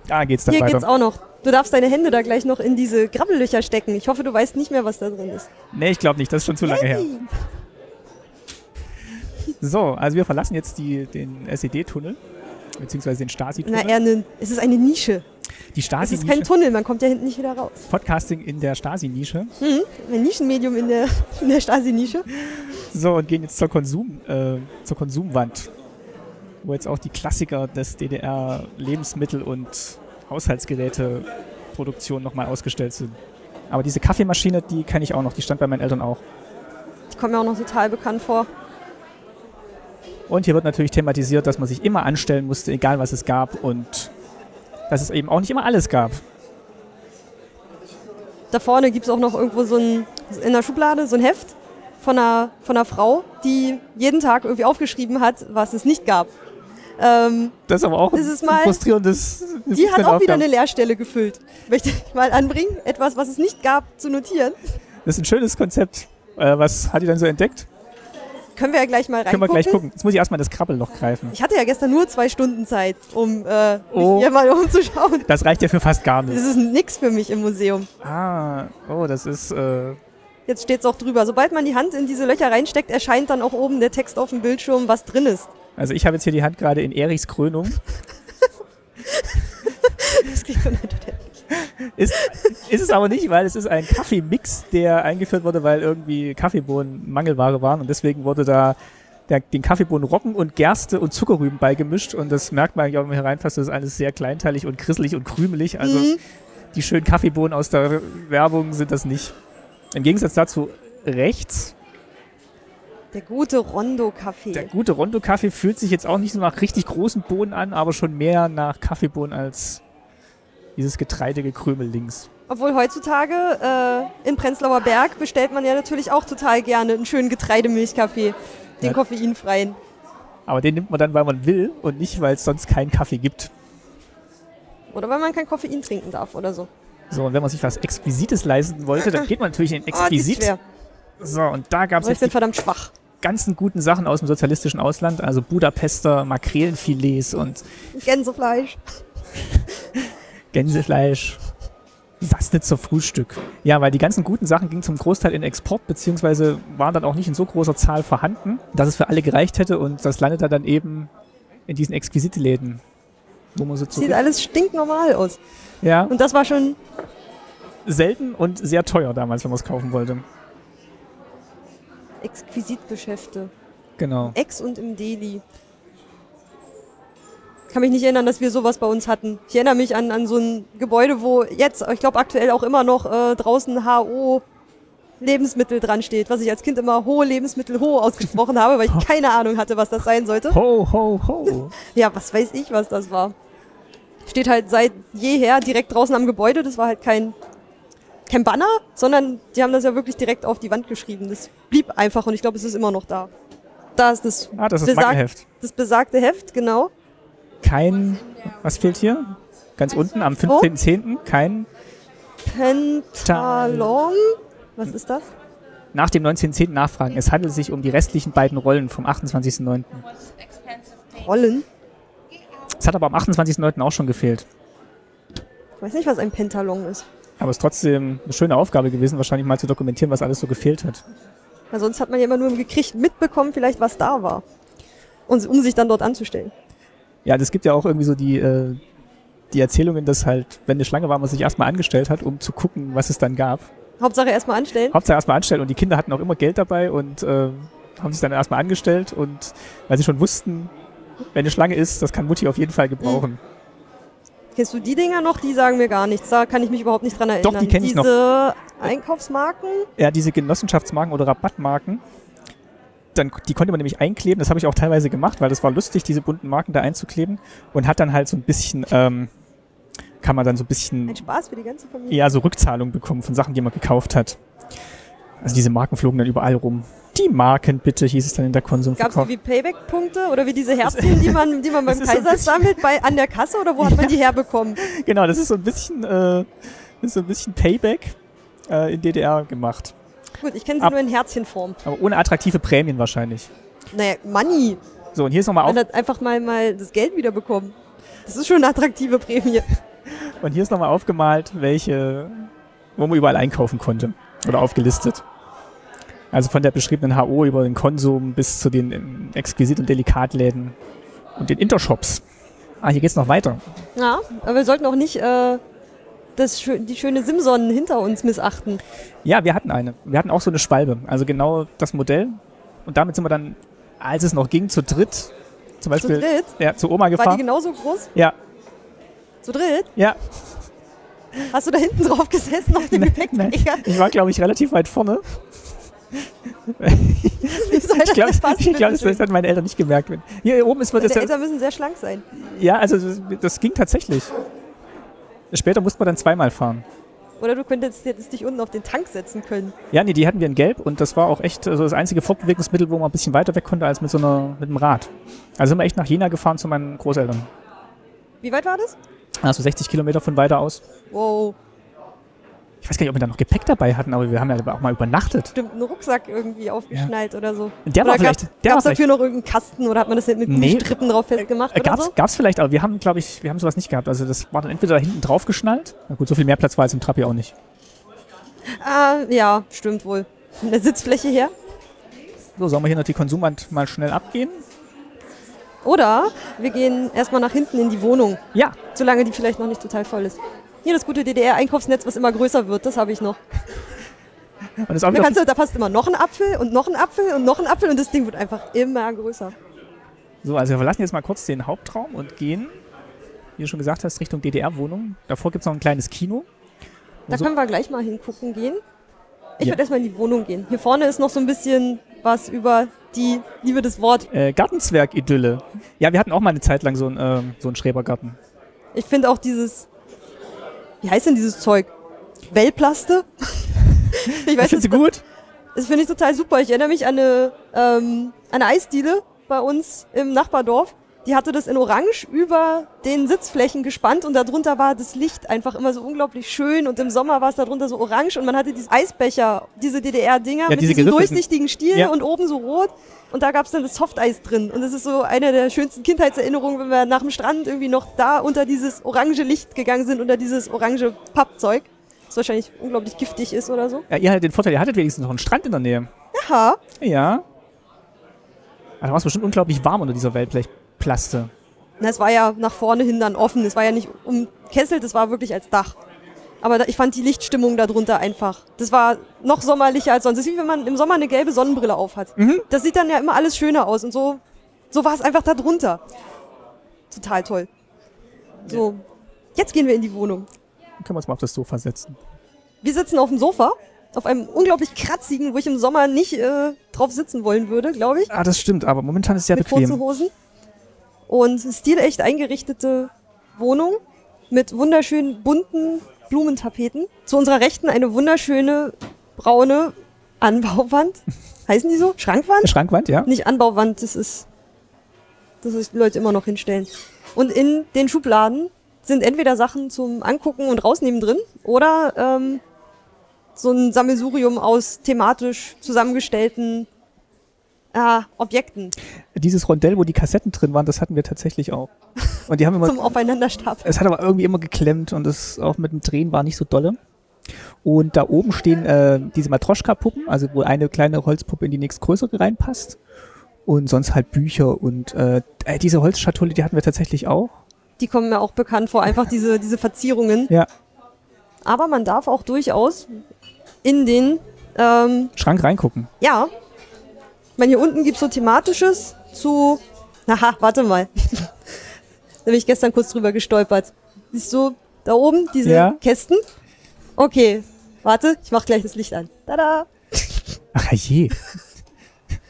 Speaker 2: Da geht's dann
Speaker 1: hier
Speaker 2: weiter.
Speaker 1: geht's auch noch. Du darfst deine Hände da gleich noch in diese Grabbellöcher stecken. Ich hoffe, du weißt nicht mehr, was da drin ist.
Speaker 2: Nee, ich glaube nicht, das ist schon zu lange her.
Speaker 1: Hey,
Speaker 2: So, also wir verlassen jetzt die, den SED-Tunnel, beziehungsweise den
Speaker 1: na,
Speaker 2: Stasi-Tunnel.
Speaker 1: eher eine, es ist eine Nische.
Speaker 2: die
Speaker 1: Es ist kein
Speaker 2: Stasi-Nische,
Speaker 1: Tunnel, man kommt ja hinten nicht wieder raus.
Speaker 2: Podcasting in der Stasi-Nische.
Speaker 1: Mhm, ein Nischenmedium in der, in der Stasi-Nische.
Speaker 2: So, und gehen jetzt zur, Konsum, äh, zur Konsumwand, wo jetzt auch die Klassiker des DDR Lebensmittel- und Haushaltsgeräteproduktion nochmal ausgestellt sind. Aber diese Kaffeemaschine, die kenne ich auch noch, die stand bei meinen Eltern auch.
Speaker 1: Die kommt mir auch noch total bekannt vor.
Speaker 2: Und hier wird natürlich thematisiert, dass man sich immer anstellen musste, egal was es gab und dass es eben auch nicht immer alles gab.
Speaker 1: Da vorne gibt's auch noch irgendwo so ein, in der Schublade so ein Heft von einer, von einer Frau, die jeden Tag irgendwie aufgeschrieben hat, was es nicht gab. Ähm,
Speaker 2: Das ist aber auch
Speaker 1: Das ist mal-
Speaker 2: ein frustrierendes.
Speaker 1: die hat auch wieder
Speaker 2: Aufgabe.
Speaker 1: eine Leerstelle gefüllt. Möchte ich mal anbringen, etwas, was es nicht gab, zu notieren.
Speaker 2: Das ist ein schönes Konzept. Äh, was hat die dann so entdeckt?
Speaker 1: Können wir ja gleich mal reingucken.
Speaker 2: Können wir gleich gucken. Jetzt muss ich erstmal das Krabbelloch greifen.
Speaker 1: Ich hatte ja gestern nur zwei Stunden Zeit, um äh,
Speaker 2: Oh.
Speaker 1: mich hier mal umzuschauen.
Speaker 2: Das reicht ja für fast gar nichts.
Speaker 1: Das ist nix für mich im Museum.
Speaker 2: Ah, oh, das ist. Äh,
Speaker 1: Jetzt steht's auch drüber. Sobald man die Hand in diese Löcher reinsteckt, erscheint dann auch oben der Text auf dem Bildschirm, was drin ist.
Speaker 2: also ich habe jetzt hier die Hand gerade in Erichs Krönung.
Speaker 1: Das klingt so nett.
Speaker 2: Ist, ist es aber nicht, weil es ist ein Kaffeemix, der eingeführt wurde, weil irgendwie Kaffeebohnen Mangelware waren und deswegen wurde da der, den Kaffeebohnen Roggen und Gerste und Zuckerrüben beigemischt und das merkt man eigentlich auch, wenn man hier reinfasst, das ist alles sehr kleinteilig und grisselig und krümelig. Also
Speaker 1: Mhm.
Speaker 2: die schönen Kaffeebohnen aus der Werbung sind das nicht. Im Gegensatz dazu rechts,
Speaker 1: Der gute Rondo-Kaffee.
Speaker 2: der gute Rondo-Kaffee fühlt sich jetzt auch nicht so nach richtig großen Bohnen an, aber schon mehr nach Kaffeebohnen als dieses Getreidegekrümel links.
Speaker 1: Obwohl heutzutage äh, in Prenzlauer Berg bestellt man ja natürlich auch total gerne einen schönen Getreidemilchkaffee, den
Speaker 2: Ja.
Speaker 1: koffeinfreien.
Speaker 2: Aber den nimmt man dann, weil man will und nicht, weil es sonst keinen Kaffee gibt.
Speaker 1: Oder weil man kein Koffein trinken darf oder so.
Speaker 2: So, und wenn man sich was Exquisites leisten wollte, dann geht man natürlich in den
Speaker 1: Ah, die ist
Speaker 2: Exquisit.
Speaker 1: schwer.
Speaker 2: So, und da gab es
Speaker 1: Aber ich
Speaker 2: jetzt
Speaker 1: bin
Speaker 2: die
Speaker 1: verdammt schwach.
Speaker 2: ganzen guten Sachen aus dem sozialistischen Ausland, also Budapester Makrelenfilets und
Speaker 1: Gänsefleisch.
Speaker 2: Gänsefleisch. Sassnitzer Frühstück. Ja, weil die ganzen guten Sachen gingen zum Großteil in Export, beziehungsweise waren dann auch nicht in so großer Zahl vorhanden, dass es für alle gereicht hätte und das landete dann eben in diesen Exquisite-Läden, wo man so
Speaker 1: Sieht
Speaker 2: zurück...
Speaker 1: alles stinknormal aus.
Speaker 2: Ja,
Speaker 1: Und das war schon,
Speaker 2: selten und sehr teuer damals, wenn man es kaufen wollte.
Speaker 1: Exquisitgeschäfte.
Speaker 2: Genau.
Speaker 1: Ex und im Delhi. Kann mich nicht erinnern, dass wir sowas bei uns hatten. Ich erinnere mich an, an so ein Gebäude, wo jetzt, ich glaube aktuell auch immer noch äh, draußen HO Lebensmittel dran steht, was ich als Kind immer hohe Lebensmittel ho ausgesprochen habe, weil ich keine Ahnung hatte, was das sein sollte.
Speaker 2: Ho, ho, ho.
Speaker 1: Ja, was weiß ich, was das war. Steht halt seit jeher direkt draußen am Gebäude. Das war halt kein, kein Banner, sondern die haben das ja wirklich direkt auf die Wand geschrieben. Das blieb einfach und ich glaube, es ist immer noch da. Da ist das,
Speaker 2: Ah, das ist
Speaker 1: besag-
Speaker 2: Maggenheft.
Speaker 1: das besagte Heft, genau.
Speaker 2: Kein, was fehlt hier? Ganz unten am 15.10. kein,
Speaker 1: Pentalon. Was ist das?
Speaker 2: nach dem 19.10. nachfragen. Es handelt sich um die restlichen beiden Rollen vom 28.09.
Speaker 1: Rollen.
Speaker 2: Es hat aber am 28.09. auch schon gefehlt.
Speaker 1: Ich weiß nicht, was ein Pentalon ist.
Speaker 2: Aber es ist trotzdem eine schöne Aufgabe gewesen, wahrscheinlich mal zu dokumentieren, was alles so gefehlt hat.
Speaker 1: Weil sonst hat man ja immer nur gekriegt, mitbekommen vielleicht, was da war. Und, um sich dann dort anzustellen.
Speaker 2: Ja, das gibt ja auch irgendwie so die, äh, die Erzählungen, dass halt, wenn eine Schlange war, man sich erstmal angestellt hat, um zu gucken, was es dann gab.
Speaker 1: Hauptsache erstmal anstellen.
Speaker 2: Hauptsache erstmal anstellen und die Kinder hatten auch immer Geld dabei und äh, haben sich dann erstmal angestellt und weil sie schon wussten, wenn eine Schlange ist, das kann Mutti auf jeden Fall gebrauchen.
Speaker 1: Kennst du die Dinger noch? Die sagen mir gar nichts. Da kann ich mich überhaupt nicht dran erinnern.
Speaker 2: Doch, die kenn ich noch.
Speaker 1: Diese Einkaufsmarken?
Speaker 2: Ja, diese Genossenschaftsmarken oder Rabattmarken, dann, die konnte man nämlich einkleben. Das habe ich auch teilweise gemacht, weil das war lustig, diese bunten Marken da einzukleben und hat dann halt so ein bisschen, ähm, kann man dann so ein bisschen
Speaker 1: Ein Spaß für die ganze Familie.
Speaker 2: eher so Rückzahlung bekommen von Sachen, die man gekauft hat. Also diese Marken flogen dann überall rum. Die Marken bitte, hieß es dann in der Konsum.
Speaker 1: Gab es wie Payback-Punkte oder wie diese Herzchen, die man, die man beim
Speaker 2: Das ist so ein
Speaker 1: Kaiser sammelt, bei, an der Kasse oder wo hat man die herbekommen?
Speaker 2: Genau, das ist so ein bisschen, äh, das ist so ein bisschen Payback äh, in DDR gemacht.
Speaker 1: Gut, ich kenne sie
Speaker 2: Ab-
Speaker 1: nur in Herzchenform.
Speaker 2: Aber ohne attraktive Prämien wahrscheinlich.
Speaker 1: Naja, Money.
Speaker 2: So, und hier ist nochmal
Speaker 1: Man
Speaker 2: auf,
Speaker 1: hat einfach mal, mal das Geld wiederbekommen. Das ist schon eine attraktive Prämie.
Speaker 2: und hier ist noch mal aufgemalt, welche, wo man überall einkaufen konnte. Oder aufgelistet. Also von der beschriebenen HO über den Konsum bis zu den ähm, Exquisit- und Delikatläden und den Intershops. Ah, hier geht's noch weiter.
Speaker 1: Ja, aber wir sollten auch nicht äh, das, schö- die schöne Simson hinter uns missachten.
Speaker 2: Ja, wir hatten eine. Wir hatten auch so eine Schwalbe. Also genau das Modell. Und damit sind wir dann, als es noch ging, zu dritt zum
Speaker 1: Zu
Speaker 2: Beispiel
Speaker 1: dritt
Speaker 2: Ja, zu Oma
Speaker 1: war die
Speaker 2: gefahren.
Speaker 1: genauso groß.
Speaker 2: Ja,
Speaker 1: Zu dritt
Speaker 2: ja.
Speaker 1: hast du da hinten drauf gesessen auf dem
Speaker 2: Nein,
Speaker 1: Gepäckträger.
Speaker 2: ich war, glaube ich, relativ weit vorne.
Speaker 1: Wie soll
Speaker 2: Ich glaube,
Speaker 1: das passen?
Speaker 2: ich glaub, das das hätten meine Eltern nicht gemerkt. Wenn. Hier oben ist man das
Speaker 1: Deine
Speaker 2: ja,
Speaker 1: Eltern müssen sehr schlank sein.
Speaker 2: ja, also das, das ging tatsächlich. Später musste man dann zweimal fahren.
Speaker 1: Oder du könntest hättest dich unten auf den Tank setzen können.
Speaker 2: Ja, nee, die hatten wir in Gelb und das war auch echt also das einzige Fortbewegungsmittel, wo man ein bisschen weiter weg konnte als mit so einer, mit dem Rad. Also sind wir echt nach Jena gefahren zu meinen Großeltern.
Speaker 1: Wie weit war das?
Speaker 2: Also 60 Kilometer von weiter aus.
Speaker 1: Wow,
Speaker 2: Ich weiß gar nicht, ob wir da noch Gepäck dabei hatten, aber wir haben ja auch mal übernachtet.
Speaker 1: bestimmt einen Rucksack irgendwie aufgeschnallt oder so.
Speaker 2: Der war
Speaker 1: oder gab-
Speaker 2: vielleicht- der war
Speaker 1: gab's dafür noch irgendeinen Kasten oder hat man das mit
Speaker 2: Nee.
Speaker 1: Strippen drauf festgemacht
Speaker 2: Äh,
Speaker 1: oder
Speaker 2: gab's,
Speaker 1: so?
Speaker 2: gab's vielleicht, aber wir haben, glaube ich, wir haben sowas nicht gehabt. Also das war dann entweder da hinten drauf geschnallt. Na gut, so viel mehr Platz war jetzt im Trab hier auch nicht.
Speaker 1: Ah, ja, stimmt wohl. Von der Sitzfläche her.
Speaker 2: So, sollen wir hier noch die Konsumwand mal schnell abgehen?
Speaker 1: Oder wir gehen erstmal nach hinten in die Wohnung,
Speaker 2: Ja,
Speaker 1: solange die vielleicht noch nicht total voll ist. Hier das gute DDR-Einkaufsnetz, was immer größer wird, das habe ich noch.
Speaker 2: und ist auch
Speaker 1: Da,
Speaker 2: wieder,
Speaker 1: kannst du, da passt immer noch ein Apfel und noch ein Apfel und noch ein Apfel und das Ding wird einfach immer größer.
Speaker 2: so, also wir verlassen jetzt mal kurz den Hauptraum und gehen, wie du schon gesagt hast, Richtung DDR-Wohnung. Davor gibt's noch ein kleines Kino.
Speaker 1: Da
Speaker 2: So.
Speaker 1: können wir gleich mal hingucken gehen. Ich
Speaker 2: Ja.
Speaker 1: würde erstmal in die Wohnung gehen. Hier vorne ist noch so ein bisschen was über die Liebe des Wort.
Speaker 2: Äh, Gartenzwerg-Idylle. Ja, wir hatten auch mal eine Zeit lang so einen, ähm, so einen Schrebergarten.
Speaker 1: Ich finde auch dieses. Wie heißt denn dieses Zeug? Wellplaste? ich weiß
Speaker 2: Findest
Speaker 1: nicht.
Speaker 2: du gut?
Speaker 1: Das finde ich total super. Ich erinnere mich an eine, ähm, an eine Eisdiele bei uns im Nachbardorf. Die hatte das in Orange über den Sitzflächen gespannt und darunter war das Licht einfach immer so unglaublich schön und im Sommer war es darunter so orange und man hatte diese Eisbecher, diese DDR-Dinger mit
Speaker 2: diese
Speaker 1: diesem
Speaker 2: geriffelten.
Speaker 1: durchsichtigen Stiel
Speaker 2: Ja.
Speaker 1: und oben so rot und da gab es dann das Softeis drin und das ist so eine der schönsten Kindheitserinnerungen, wenn wir nach dem Strand irgendwie noch da unter dieses orange Licht gegangen sind, unter dieses orange Pappzeug, das wahrscheinlich unglaublich giftig ist oder so.
Speaker 2: Ja, ihr hattet den Vorteil, ihr hattet wenigstens noch einen Strand in der Nähe.
Speaker 1: Ha.
Speaker 2: Ja. Aber da war es bestimmt unglaublich warm unter dieser Wellblechplaste.
Speaker 1: Na, es war ja nach vorne hin dann offen. Es war ja nicht umkesselt, es war wirklich als Dach. Aber da, ich fand die Lichtstimmung darunter einfach. Das war noch sommerlicher als sonst. Das ist wie wenn man im Sommer eine gelbe Sonnenbrille aufhat. Das sieht dann ja immer alles schöner aus. Und so, so war es einfach darunter. Total toll. So, jetzt gehen wir in die Wohnung.
Speaker 2: Dann können wir uns mal auf das Sofa setzen.
Speaker 1: Wir sitzen auf dem Sofa, auf einem unglaublich kratzigen, wo ich im Sommer nicht äh, drauf sitzen wollen würde, glaube ich.
Speaker 2: Ah, das stimmt, aber momentan ist es sehr
Speaker 1: mit kurzen
Speaker 2: bequem.
Speaker 1: Hosen. Und stilecht eingerichtete Wohnung mit wunderschönen bunten Blumentapeten. Zu unserer Rechten eine wunderschöne braune Anbauwand. Heißen die so? Schrankwand?
Speaker 2: Schrankwand, ja?
Speaker 1: Nicht Anbauwand, das ist. Das ist die Leute immer noch hinstellen. Und in den Schubladen sind entweder Sachen zum Angucken und Rausnehmen drin oder ähm, so ein Sammelsurium aus thematisch zusammengestellten äh, Objekten
Speaker 2: Dieses Rondell, wo die Kassetten drin waren, das hatten wir tatsächlich auch. Und die haben immer,
Speaker 1: zum Aufeinanderstapeln.
Speaker 2: es hat aber irgendwie immer geklemmt und es auch mit dem Drehen war nicht so dolle. Und da oben stehen äh, diese Matroschka-Puppen, also wo eine kleine Holzpuppe in die nächstgrößere reinpasst. Und sonst halt Bücher und äh, äh, diese Holzschatulle, die hatten wir tatsächlich auch.
Speaker 1: Die kommen mir auch bekannt vor, einfach diese, diese Verzierungen.
Speaker 2: Ja,
Speaker 1: Aber man darf auch durchaus in den, ähm,
Speaker 2: Schrank reingucken.
Speaker 1: ja, ich meine, hier unten gibt's so thematisches zu, aha, warte mal, da bin ich gestern kurz drüber gestolpert. Siehst du da oben diese
Speaker 2: Ja.
Speaker 1: Kästen? Okay, warte, ich mach gleich das Licht an. Tada!
Speaker 2: Ach je.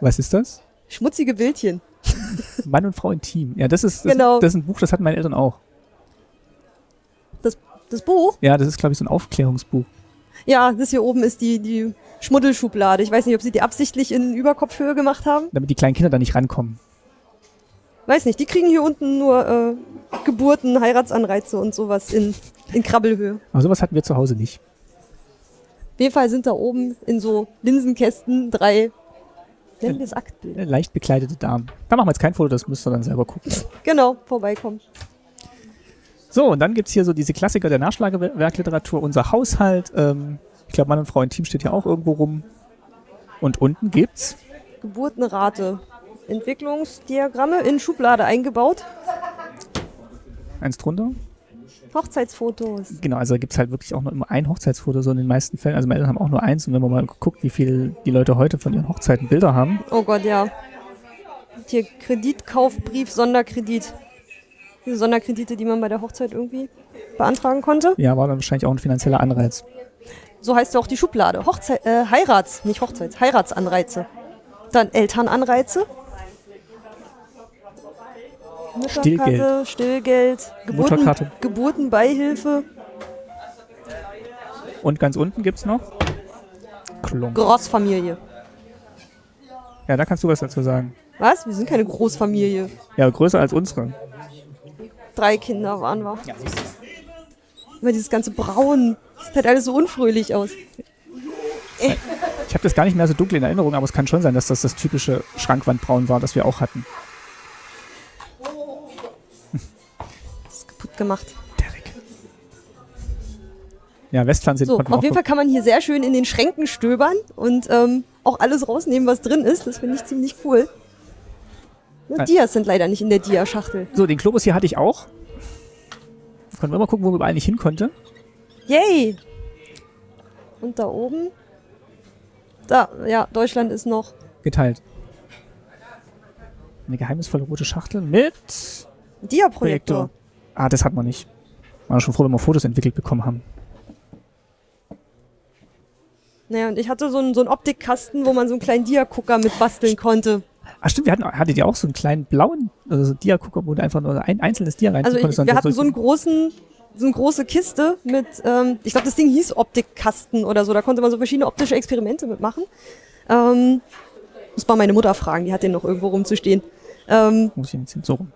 Speaker 2: Was ist das?
Speaker 1: Schmutzige Bildchen.
Speaker 2: Mann und Frau intim. Ja, das ist das,
Speaker 1: Genau.
Speaker 2: das ist ein Buch, das hatten meine Eltern auch.
Speaker 1: Das, das Buch,
Speaker 2: Ja, das ist glaube ich so ein Aufklärungsbuch.
Speaker 1: ja, das hier oben ist die, die Schmuddelschublade. Ich weiß nicht, ob sie die absichtlich in Überkopfhöhe gemacht haben.
Speaker 2: damit die kleinen Kinder da nicht rankommen.
Speaker 1: weiß nicht, die kriegen hier unten nur äh, Geburten, Heiratsanreize und sowas in, in Krabbelhöhe.
Speaker 2: Aber sowas hatten wir zu Hause nicht.
Speaker 1: Auf jeden Fall sind da oben in so Linsenkästen drei, nennen wir es Aktbilder.
Speaker 2: Eine Leicht bekleidete Damen. Da machen wir jetzt kein Foto, das müsst ihr dann selber gucken.
Speaker 1: Genau, vorbeikommen.
Speaker 2: So, und dann gibt's hier so diese Klassiker der Nachschlagewerkliteratur, unser Haushalt. Ähm, ich glaube, Mann und Frau intim steht hier auch irgendwo rum. Und unten gibt's
Speaker 1: Geburtenrate. Entwicklungsdiagramme in Schublade eingebaut.
Speaker 2: eins drunter.
Speaker 1: Hochzeitsfotos.
Speaker 2: Genau, also da gibt's halt wirklich auch nur immer ein Hochzeitsfoto, so in den meisten Fällen. Also meine Eltern haben auch nur eins. Und wenn man mal guckt, wie viel die Leute heute von ihren Hochzeiten Bilder haben,
Speaker 1: Oh Gott, ja. Und Hier Kreditkaufbrief, Sonderkredit. Diese Sonderkredite, die man bei der Hochzeit irgendwie beantragen konnte.
Speaker 2: ja, war dann wahrscheinlich auch ein finanzieller Anreiz.
Speaker 1: So heißt ja auch die Schublade. Hochzei äh, Heirats, nicht Hochzeit, Heiratsanreize. Dann Elternanreize. Mutterkarte,
Speaker 2: Stillgeld.
Speaker 1: Stillgeld, Geburten,
Speaker 2: Mutterkarte.
Speaker 1: Geburtenbeihilfe,
Speaker 2: Und ganz unten gibt's noch Klump.
Speaker 1: Großfamilie.
Speaker 2: Ja, da kannst du was dazu sagen.
Speaker 1: Was? Wir sind keine Großfamilie.
Speaker 2: Ja, größer als unsere.
Speaker 1: Drei Kinder waren wir. Immer dieses ganze Braun. Sieht halt alles so unfröhlich aus.
Speaker 2: Ich habe das gar nicht mehr so dunkel in Erinnerung, aber es kann schon sein, dass das das typische Schrankwandbraun war, das wir auch hatten.
Speaker 1: Das ist kaputt gemacht.
Speaker 2: Derek. Ja, Westfernsehen
Speaker 1: So,
Speaker 2: konnten wir
Speaker 1: auf jeden
Speaker 2: auch
Speaker 1: Fall kann man hier sehr schön in den Schränken stöbern und ähm, auch alles rausnehmen, was drin ist. Das finde ich ziemlich cool. Ne,
Speaker 2: Nein.
Speaker 1: Dias sind leider nicht in der Dia-Schachtel.
Speaker 2: So, den Globus hier hatte ich auch. Konnten wir mal gucken, wo man überall nicht hin konnte.
Speaker 1: Yay! Und da oben? Da, ja, Deutschland ist noch.
Speaker 2: Geteilt. Eine geheimnisvolle rote Schachtel mit
Speaker 1: Dia-Projektor.
Speaker 2: Projektor. Ah, das hat man nicht. War schon froh, wenn wir Fotos entwickelt bekommen haben.
Speaker 1: Naja, und ich hatte so einen, so einen Optikkasten, wo man so einen kleinen Dia-Gucker mit basteln konnte.
Speaker 2: Ah, stimmt, wir hatten, hattet ihr auch so einen kleinen blauen also so Dia-Gucker, wo du einfach nur ein einzelnes Dia rein
Speaker 1: Also ich,
Speaker 2: konntest, dann
Speaker 1: wir hatten so einen
Speaker 2: solche-
Speaker 1: großen, so eine große Kiste mit, ähm, ich glaube, das Ding hieß Optikkasten oder so. Da konnte man so verschiedene optische Experimente mitmachen. Ähm, muss mal meine Mutter fragen, die hat den noch irgendwo rumzustehen. Ähm,
Speaker 2: Muss ich jetzt hin? So rum.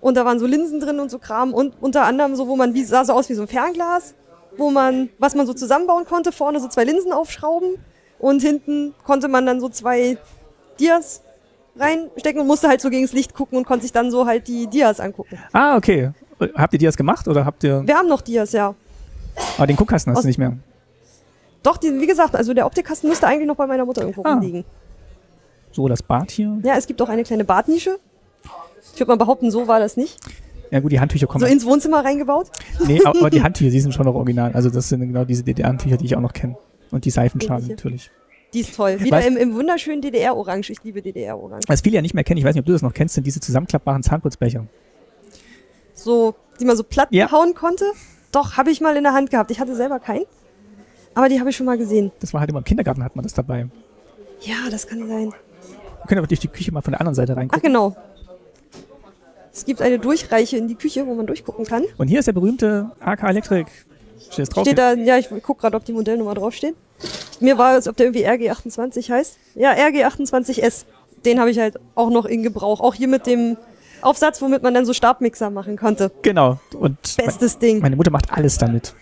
Speaker 1: und da waren so Linsen drin und so Kram und unter anderem so, wo man, wie sah so aus wie so ein Fernglas, wo man, was man so zusammenbauen konnte, vorne so zwei Linsen aufschrauben und hinten konnte man dann so zwei Dias reinstecken und musste halt so gegen das Licht gucken und konnte sich dann so halt die Dias angucken.
Speaker 2: Ah, okay. Habt ihr die das gemacht oder habt ihr.
Speaker 1: Wir haben noch Dias, ja.
Speaker 2: Ah, den Guckkasten hast
Speaker 1: Aus-
Speaker 2: du nicht mehr.
Speaker 1: Doch, die, wie gesagt, also der Optikkasten müsste eigentlich noch bei meiner Mutter irgendwo
Speaker 2: Ah.
Speaker 1: rumliegen.
Speaker 2: So, das Bad hier.
Speaker 1: Ja, es gibt auch eine kleine Badnische. Ich würde mal behaupten, so war das nicht.
Speaker 2: Ja gut, die Handtücher kommen.
Speaker 1: So ins Wohnzimmer reingebaut?
Speaker 2: nee, aber die Handtücher, die sind schon noch original. Also das sind genau diese DDR-Handtücher, die ich auch noch kenne. Und die Seifenschalen
Speaker 1: Ähnliche.
Speaker 2: natürlich.
Speaker 1: Die ist toll. Wieder
Speaker 2: Weiß-
Speaker 1: im, im wunderschönen DDR-Orange. Ich liebe DDR-Orange.
Speaker 2: Was viele ja nicht mehr kennen, ich weiß nicht, ob du das noch kennst, sind diese zusammenklappbaren Zahnputzbecher.
Speaker 1: So, die man so platt
Speaker 2: Ja.
Speaker 1: hauen konnte. Doch, habe ich mal in der Hand gehabt. Ich hatte selber keinen. Aber die habe ich schon mal gesehen.
Speaker 2: Das war halt immer im Kindergarten hat man das dabei. Wir
Speaker 1: Ja, das kann sein.
Speaker 2: können aber durch die Küche mal von der anderen Seite
Speaker 1: Ach,
Speaker 2: reingucken.
Speaker 1: genau. Es gibt eine Durchreiche in die Küche, wo man durchgucken kann.
Speaker 2: Und hier ist der berühmte AK Elektrik. Steht das drauf?
Speaker 1: Steht da, ja, ich guck gerade, ob die Modellnummer draufsteht. Mir war es, ob der irgendwie RG28 heißt. Ja, RG28S. Den habe ich halt auch noch in Gebrauch. Auch hier mit dem Aufsatz, womit man dann so Stabmixer machen konnte.
Speaker 2: Genau. Und
Speaker 1: Bestes
Speaker 2: me-
Speaker 1: Ding.
Speaker 2: meine Mutter macht alles damit.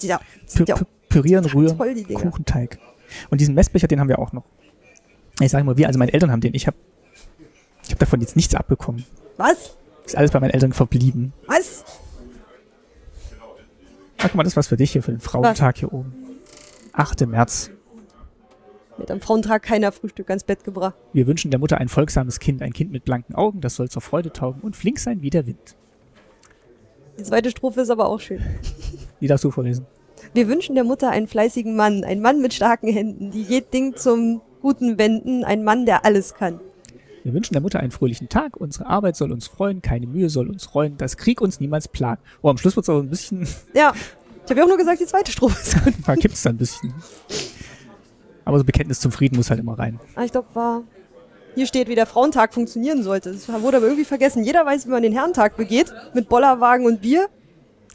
Speaker 1: Ja,
Speaker 2: Pü
Speaker 1: ja,
Speaker 2: pü- pürieren, rühren,
Speaker 1: toll, die Dinger.
Speaker 2: Kuchenteig. Und diesen Messbecher, den haben wir auch noch. Ich sage mal, wir, also meine Eltern haben den. Ich habe ich hab davon jetzt nichts abbekommen.
Speaker 1: was?
Speaker 2: Ist alles bei meinen Eltern verblieben.
Speaker 1: Was?
Speaker 2: Ach, guck mal, das war's für dich hier für den Frauentag hier oben. 8. März.
Speaker 1: Mit am Frauentag keiner Frühstück ans Bett gebracht.
Speaker 2: Wir wünschen der Mutter ein folgsames Kind, ein Kind mit blanken Augen, das soll zur Freude taugen und flink sein wie der Wind.
Speaker 1: Die zweite Strophe ist aber auch schön.
Speaker 2: Die darfst du vorlesen.
Speaker 1: Wir wünschen der Mutter einen fleißigen Mann, einen Mann mit starken Händen, die jed Ding zum Guten wenden, ein Mann, der alles kann.
Speaker 2: Wir wünschen der Mutter einen fröhlichen Tag, unsere Arbeit soll uns freuen, keine Mühe soll uns reuen, dass Krieg uns niemals plagt. Oh, am Schluss wird's auch ein bisschen,
Speaker 1: Ja, ich habe ja auch nur gesagt, die zweite Strophe ist gut.
Speaker 2: da kippt's dann ein bisschen. Aber so Bekenntnis zum Frieden muss halt immer rein.
Speaker 1: Ah, ich glaube, war. Hier steht, wie der Frauentag funktionieren sollte. Das wurde aber irgendwie vergessen. Jeder weiß, wie man den Herrentag begeht, mit Bollerwagen und Bier.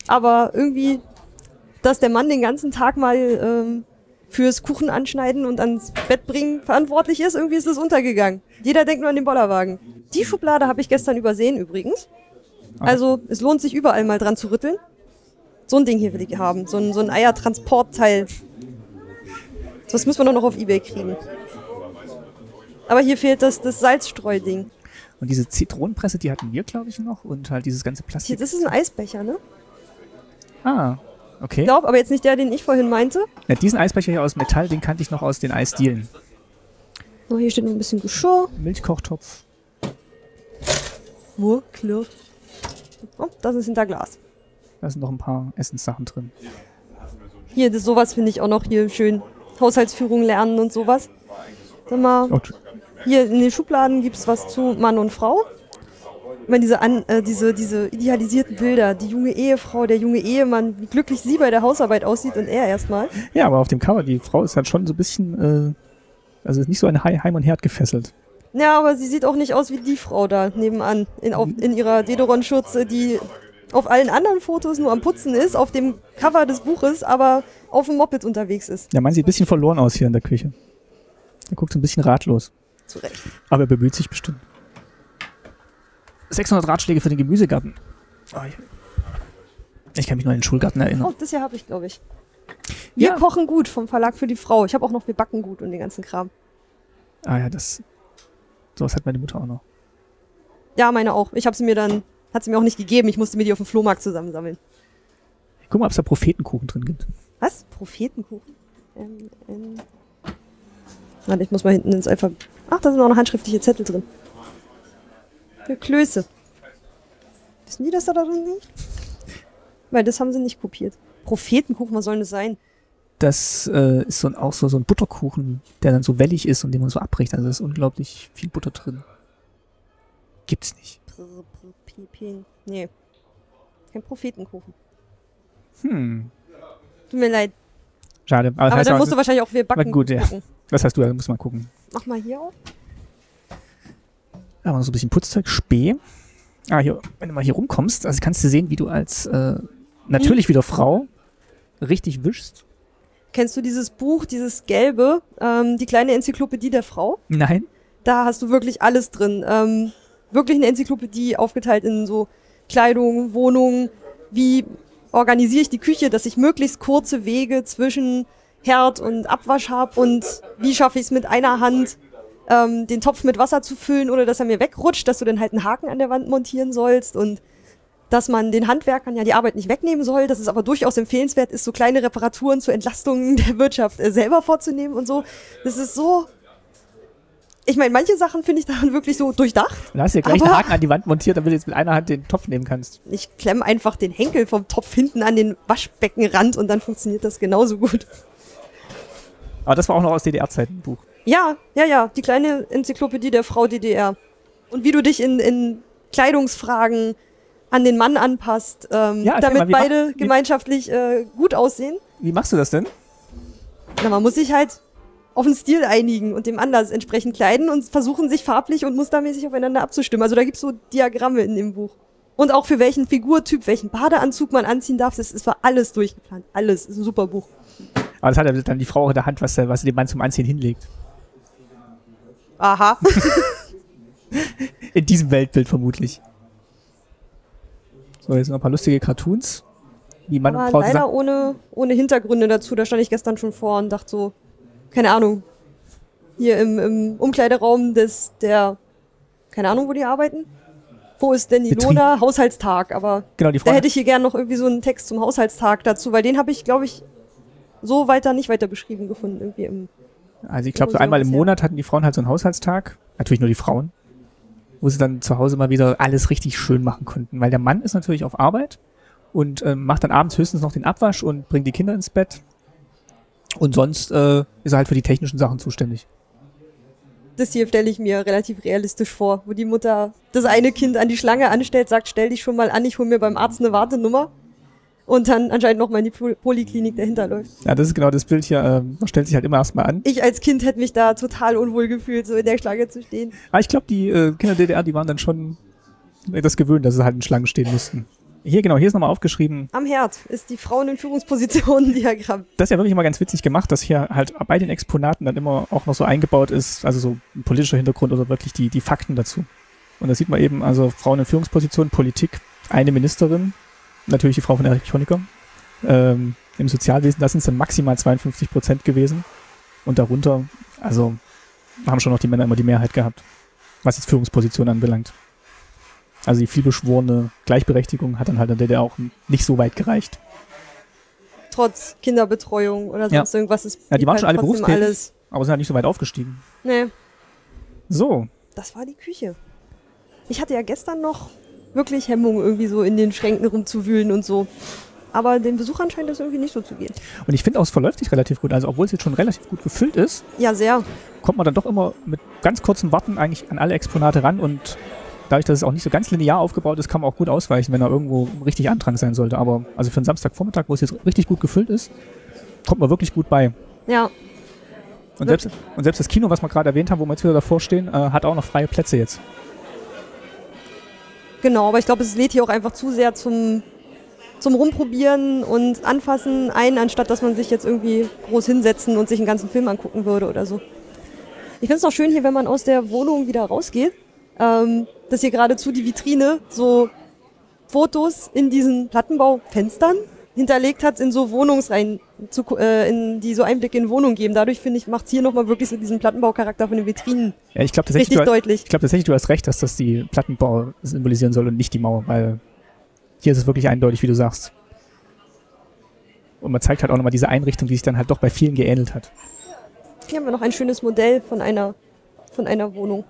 Speaker 1: Aber irgendwie, dass der Mann den ganzen Tag mal ähm, fürs Kuchen anschneiden und ans Bett bringen verantwortlich ist, irgendwie ist das untergegangen. Jeder denkt nur an den Bollerwagen. Die Schublade habe ich gestern übersehen übrigens. Also es lohnt sich überall mal dran zu rütteln. So ein Ding hier will ich haben, so ein, so ein Eiertransportteil. Das müssen wir doch noch auf Ebay kriegen. Aber hier fehlt das, das Salzstreuding.
Speaker 2: Und diese Zitronenpresse, die hatten wir, glaube ich, noch und halt dieses ganze
Speaker 1: Hier,
Speaker 2: Plastik.
Speaker 1: das ist ein Eisbecher, ne?
Speaker 2: Ah, okay.
Speaker 1: Ich glaube, aber jetzt nicht der, den ich vorhin meinte.
Speaker 2: Na, diesen Eisbecher hier aus Metall, den kannte ich noch aus den Eisdielen.
Speaker 1: Oh, hier steht noch ein bisschen Geschirr.
Speaker 2: Milchkochtopf.
Speaker 1: Wo? Klirr. Oh, das ist hinter Glas.
Speaker 2: Da sind noch ein paar Essenssachen drin.
Speaker 1: Hier, das, sowas finde ich auch noch hier schön. Haushaltsführung lernen und sowas. Sag mal,
Speaker 2: Oh, tsch-
Speaker 1: hier in den Schubladen gibt es was zu Mann und Frau. Ich meine, diese, an, äh, diese, diese idealisierten Bilder, die junge Ehefrau, der junge Ehemann, wie glücklich sie bei der Hausarbeit aussieht und er erstmal.
Speaker 2: Ja, aber auf dem Cover, die Frau ist halt schon so ein bisschen, äh, also ist nicht so an He- Heim und Herd gefesselt.
Speaker 1: Ja, aber sie sieht auch nicht aus wie die Frau da nebenan in, auf, in ihrer Dedoron-Schürze, die auf allen anderen Fotos nur am Putzen ist, auf dem Cover des Buches, aber auf dem Moped unterwegs ist.
Speaker 2: Ja, man sieht ein bisschen verloren aus hier in der Küche. Er guckt so ein bisschen ratlos,
Speaker 1: Zu Recht.
Speaker 2: aber er bemüht sich bestimmt. 600 Ratschläge für den Gemüsegarten. Oh, ich- ich kann mich nur an den Schulgarten
Speaker 1: Oh,
Speaker 2: erinnern.
Speaker 1: das hier habe ich, glaube ich. Wir
Speaker 2: Ja.
Speaker 1: kochen gut vom Verlag für die Frau. Ich habe auch noch Wir backen gut und den ganzen Kram.
Speaker 2: Ah ja, das. Sowas hat meine Mutter auch noch.
Speaker 1: Ja, meine auch. Ich habe sie mir dann, hat sie mir auch nicht gegeben. Ich musste mir die auf dem Flohmarkt zusammensammeln.
Speaker 2: Guck mal, ob es da Prophetenkuchen drin gibt.
Speaker 1: Was? Prophetenkuchen? Ähm, ähm. Warte, ich muss mal hinten ins Alphabet. Ach, da sind auch noch handschriftliche Zettel drin. Für Klöße. Wissen die, dass da da drin sind? Weil das haben sie nicht kopiert. Prophetenkuchen, was soll denn das sein?
Speaker 2: Das äh, ist so ein, auch so, so ein Butterkuchen, der dann so wellig ist und den man so abbricht. Also da ist unglaublich viel Butter drin. Gibt's nicht.
Speaker 1: Pr- pr- pi- pi- Nee. Kein Prophetenkuchen.
Speaker 2: Hm.
Speaker 1: Tut mir leid.
Speaker 2: Schade. Aber, das
Speaker 1: Aber
Speaker 2: heißt
Speaker 1: dann
Speaker 2: auch-
Speaker 1: musst du wahrscheinlich auch wir backen.
Speaker 2: gut, ja.
Speaker 1: gucken.
Speaker 2: Was hast du? Da muss mal gucken.
Speaker 1: Mach mal hier auf.
Speaker 2: Aber noch so ein bisschen Putzzeug, Spee. Ah, hier, wenn du mal hier rumkommst, also kannst du sehen, wie du als äh, natürlich wieder Frau richtig wischst.
Speaker 1: Kennst du dieses Buch, dieses gelbe, ähm, die kleine Enzyklopädie der Frau?
Speaker 2: Nein.
Speaker 1: da hast du wirklich alles drin. Ähm, wirklich eine Enzyklopädie aufgeteilt in so Kleidung, Wohnung, wie organisiere ich die Küche, dass ich möglichst kurze Wege zwischen Herd und Abwasch habe und wie schaffe ich es mit einer Hand, ähm, den Topf mit Wasser zu füllen oder dass er mir wegrutscht, dass du dann halt einen Haken an der Wand montieren sollst und dass man den Handwerkern ja die Arbeit nicht wegnehmen soll, dass es aber durchaus empfehlenswert ist, so kleine Reparaturen zur Entlastung der Wirtschaft äh, selber vorzunehmen und so. Das ist so ich meine, manche Sachen finde ich daran wirklich so durchdacht.
Speaker 2: Und da hast du ja gleich
Speaker 1: Aber-
Speaker 2: einen Haken an die Wand montiert, damit du jetzt mit einer Hand den Topf nehmen kannst.
Speaker 1: Ich klemme einfach den Henkel vom Topf hinten an den Waschbeckenrand und dann funktioniert das genauso gut.
Speaker 2: Aber das war auch noch aus DDR-Zeiten ein Buch.
Speaker 1: Ja, ja, ja, die kleine Enzyklopädie der Frau DDR. Und wie du dich in, in Kleidungsfragen an den Mann anpasst, ähm,
Speaker 2: Ja, erzähl
Speaker 1: damit
Speaker 2: mal, wie
Speaker 1: beide
Speaker 2: mach- wie-
Speaker 1: gemeinschaftlich äh, gut aussehen.
Speaker 2: Wie machst du das denn?
Speaker 1: Na, man muss sich halt auf den Stil einigen und dem Anlass entsprechend kleiden und versuchen sich farblich und mustermäßig aufeinander abzustimmen. Also da gibt's so Diagramme in dem Buch. Und auch für welchen Figurtyp, welchen Badeanzug man anziehen darf, das ist war alles durchgeplant. Alles. Ist ein super Buch.
Speaker 2: Aber das hat ja dann die Frau auch in der Hand, was, der- was sie dem Mann zum Anziehen hinlegt.
Speaker 1: Aha.
Speaker 2: In diesem Weltbild vermutlich. So, jetzt noch ein paar lustige Cartoons. Die Mann und
Speaker 1: Aber
Speaker 2: Frau
Speaker 1: leider
Speaker 2: zusammen.
Speaker 1: ohne, ohne Hintergründe dazu. Da stand ich gestern schon vor und dachte so, keine Ahnung. Hier im, im Umkleideraum des, der, keine Ahnung, wo die arbeiten. Wo ist denn
Speaker 2: Betrieb.
Speaker 1: Ilona? Haushaltstag, aber
Speaker 2: Genau, die Frau.
Speaker 1: da hätte ich hier gern noch irgendwie so einen Text zum Haushaltstag dazu, weil den habe ich, glaube ich, so weiter nicht weiter beschrieben gefunden, irgendwie im.
Speaker 2: also ich glaube, so
Speaker 1: Museum
Speaker 2: einmal im
Speaker 1: bisher.
Speaker 2: Monat hatten die Frauen halt so einen Haushaltstag. Natürlich nur die Frauen. Wo sie dann zu Hause mal wieder alles richtig schön machen konnten. Weil der Mann ist natürlich auf Arbeit und ähm, macht dann abends höchstens noch den Abwasch und bringt die Kinder ins Bett. Und sonst äh, ist er halt für die technischen Sachen zuständig.
Speaker 1: Das hier stelle ich mir relativ realistisch vor, wo die Mutter das eine Kind an die Schlange anstellt, sagt, stell dich schon mal an, ich hole mir beim Arzt eine Wartenummer. Und dann anscheinend nochmal in die Pol- Poliklinik dahinter läuft.
Speaker 2: Ja, das ist genau das Bild hier. Ähm, man stellt sich halt immer erstmal an.
Speaker 1: Ich als Kind hätte mich da total unwohl gefühlt, so in der Schlange zu stehen.
Speaker 2: Aber ich glaube, die äh, Kinder DDR, die waren dann schon das gewöhnt, dass sie halt in Schlangen stehen mussten. Hier, genau, hier ist nochmal aufgeschrieben.
Speaker 1: Am Herd ist die Frauen in Führungspositionen Diagramm.
Speaker 2: Das ist ja wirklich immer ganz witzig gemacht, dass hier halt bei den Exponaten dann immer auch noch so eingebaut ist, also so ein politischer Hintergrund oder wirklich die, die Fakten dazu. Und da sieht man eben, also Frauen in Führungspositionen, Politik, eine Ministerin, natürlich die Frau von Erich Honecker. Ähm, Im Sozialwesen, das sind dann maximal 52 Prozent gewesen. Und darunter, also haben schon noch die Männer immer die Mehrheit gehabt, was jetzt Führungspositionen anbelangt. Also die vielbeschworene Gleichberechtigung hat dann halt in der DDR auch nicht so weit gereicht.
Speaker 1: Trotz Kinderbetreuung oder
Speaker 2: Ja.
Speaker 1: sonst irgendwas ist.
Speaker 2: Ja, die
Speaker 1: blieb
Speaker 2: waren schon alle
Speaker 1: trotzdem
Speaker 2: berufstätig.
Speaker 1: alles.
Speaker 2: Aber sind halt nicht so weit aufgestiegen.
Speaker 1: Nee,
Speaker 2: So,
Speaker 1: das war die Küche. Ich hatte ja gestern noch wirklich Hemmung, irgendwie so in den Schränken rumzuwühlen und so. Aber den Besuchern scheint das irgendwie nicht so zu gehen.
Speaker 2: Und ich finde auch, es verläuft sich relativ gut. Also, obwohl es jetzt schon relativ gut gefüllt ist,
Speaker 1: Ja, sehr.
Speaker 2: kommt man dann doch immer mit ganz kurzem Warten eigentlich an alle Exponate ran. Und dadurch, dass es auch nicht so ganz linear aufgebaut ist, kann man auch gut ausweichen, wenn er irgendwo richtig Andrang sein sollte. Aber also für einen Samstagvormittag, wo es jetzt richtig gut gefüllt ist, kommt man wirklich gut bei.
Speaker 1: Ja,
Speaker 2: Und selbst, und selbst das Kino, was wir gerade erwähnt haben, wo wir jetzt wieder davor stehen, äh, hat auch noch freie Plätze jetzt.
Speaker 1: genau. Aber ich glaube, es lädt hier auch einfach zu sehr zum, zum Rumprobieren und Anfassen ein, anstatt dass man sich jetzt irgendwie groß hinsetzen und sich einen ganzen Film angucken würde oder so. Ich finde es noch schön hier, wenn man aus der Wohnung wieder rausgeht, ähm, dass hier geradezu die Vitrine so Fotos in diesen Plattenbaufenstern hinterlegt hat, in so Wohnungsreihen, zu, gu- äh, in, die so Einblicke in Wohnungen geben. Dadurch, finde ich, macht es hier nochmal wirklich so diesen Plattenbaucharakter von den Vitrinen
Speaker 2: Ja, ich glaube tatsächlich,
Speaker 1: richtig
Speaker 2: du,
Speaker 1: deutlich.
Speaker 2: ich glaub, tatsächlich, du hast recht, dass das die Plattenbau symbolisieren soll und nicht die Mauer, weil hier ist es wirklich eindeutig, wie du sagst. Und man zeigt halt auch nochmal diese Einrichtung, die sich dann halt doch bei vielen geähnelt hat.
Speaker 1: Hier haben wir noch ein schönes Modell von einer, von einer Wohnung.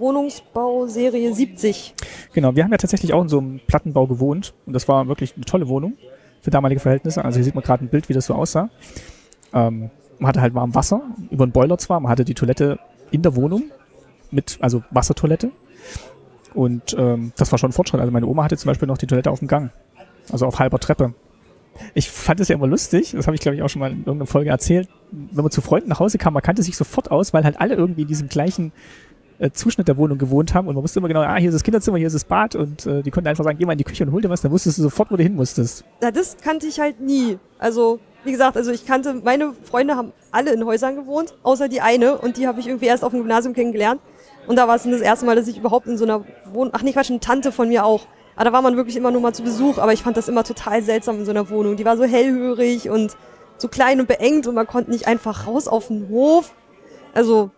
Speaker 1: Wohnungsbau Serie 70.
Speaker 2: Genau, wir haben ja tatsächlich auch in so einem Plattenbau gewohnt und das war wirklich eine tolle Wohnung für damalige Verhältnisse. Also hier sieht man gerade ein Bild, wie das so aussah. Ähm, man hatte halt warm Wasser, über einen Boiler zwar, man hatte die Toilette in der Wohnung, mit, also Wassertoilette. Und ähm, das war schon ein Fortschritt. Also meine Oma hatte zum Beispiel noch die Toilette auf dem Gang, also auf halber Treppe. Ich fand es ja immer lustig, das habe ich glaube ich auch schon mal in irgendeiner Folge erzählt. Wenn man zu Freunden nach Hause kam, man kannte sich sofort aus, weil halt alle irgendwie in diesem gleichen äh, Zuschnitt der Wohnung gewohnt haben und man wusste immer genau, ah, hier ist das Kinderzimmer, hier ist das Bad und äh, die konnten einfach sagen, geh mal in die Küche und hol dir was, dann wusstest du sofort, wo du hin musstest.
Speaker 1: Na, das kannte ich halt nie. Also, wie gesagt, also ich kannte, meine Freunde haben alle in Häusern gewohnt, außer die eine und die habe ich irgendwie erst auf dem Gymnasium kennengelernt. Und da war es dann das erste Mal, dass ich überhaupt in so einer Wohnung, ach nee, Quatsch, eine Tante von mir auch. Aber da war man wirklich immer nur mal zu Besuch, aber ich fand das immer total seltsam in so einer Wohnung. Die war so hellhörig und so klein und beengt und man konnte nicht einfach raus auf den Hof. Also,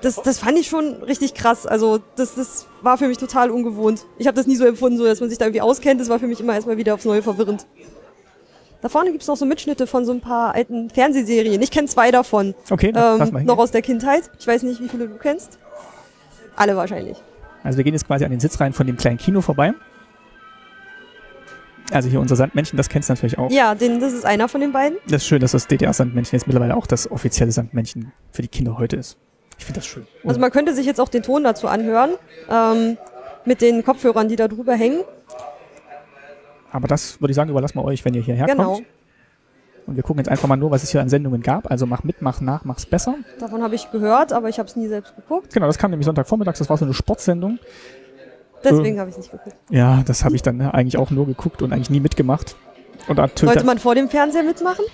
Speaker 1: das, das fand ich schon richtig krass. Also das, das war für mich total ungewohnt. Ich habe das nie so empfunden, so dass man sich da irgendwie auskennt. Das war für mich immer erstmal wieder aufs Neue verwirrend. Da vorne gibt's noch so Mitschnitte von so ein paar alten Fernsehserien. Ich kenne zwei davon.
Speaker 2: Okay, dann lass mal
Speaker 1: Ähm,
Speaker 2: hingehen.
Speaker 1: noch aus der Kindheit. Ich weiß nicht, wie viele du kennst. Alle wahrscheinlich.
Speaker 2: Also wir gehen jetzt quasi an den Sitzreihen von dem kleinen Kino vorbei. Also hier unser Sandmännchen, das kennst du natürlich auch.
Speaker 1: Ja, den, das ist einer von den beiden.
Speaker 2: Das ist schön, dass das DDR-Sandmännchen jetzt mittlerweile auch das offizielle Sandmännchen für die Kinder heute ist. Ich finde das schön.
Speaker 1: Also man könnte sich jetzt auch den Ton dazu anhören. Ähm, mit den Kopfhörern, die da drüber hängen.
Speaker 2: Aber das würde ich sagen, überlassen wir euch, wenn ihr hierher
Speaker 1: genau.
Speaker 2: kommt. Und wir gucken jetzt einfach mal nur, was es hier an Sendungen gab. Also mach mit, mach nach, mach's besser.
Speaker 1: Davon habe ich gehört, aber ich habe es nie selbst geguckt.
Speaker 2: Genau, das kam nämlich Sonntagvormittags, das war so eine Sportsendung. Äh,
Speaker 1: Deswegen habe ich nicht geguckt.
Speaker 2: Ja, das habe ich dann ne, eigentlich auch nur geguckt und eigentlich nie mitgemacht. Und natürlich
Speaker 1: Sollte
Speaker 2: dann,
Speaker 1: man vor dem Fernseher mitmachen?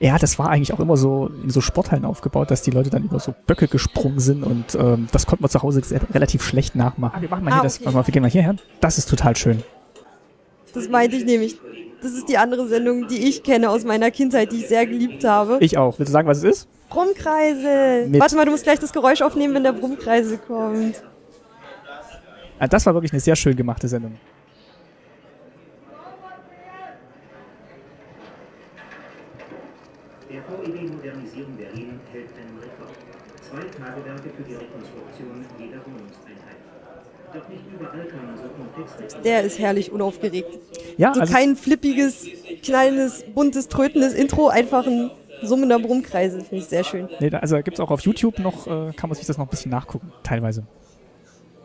Speaker 2: ja, das war eigentlich auch immer so in so Sporthallen aufgebaut, dass die Leute dann über so Böcke gesprungen sind und ähm, das konnten wir zu Hause sehr, relativ schlecht nachmachen. Ah, wir machen mal
Speaker 1: Ah,
Speaker 2: hier das,
Speaker 1: okay.
Speaker 2: warte mal, wir gehen mal hierher. Das ist total schön.
Speaker 1: Das meinte ich nämlich. Das ist die andere Sendung, die ich kenne aus meiner Kindheit, die ich sehr geliebt habe.
Speaker 2: Ich auch. Willst du sagen, was es ist?
Speaker 1: Brummkreisel.
Speaker 2: Mit-
Speaker 1: Warte mal, du musst gleich das Geräusch aufnehmen, wenn der Brummkreisel kommt.
Speaker 2: Ah, Das war wirklich eine sehr schön gemachte Sendung.
Speaker 5: Der VEB Modernisierung Berlin hält einen Rekord. Zwei Tagewerke für die Rekonstruktion jeder Wohnungseinheit. Doch nicht überall kann man so komplexe
Speaker 1: Der ist herrlich unaufgeregt.
Speaker 2: Ja,
Speaker 1: So
Speaker 2: also
Speaker 1: kein flippiges, knallendes, buntes, trötendes Intro, einfach ein summender Brummkreisel. Finde ich sehr schön.
Speaker 2: Nee, da, also gibt's auch auf YouTube noch, äh, kann man sich das noch ein bisschen nachgucken, teilweise.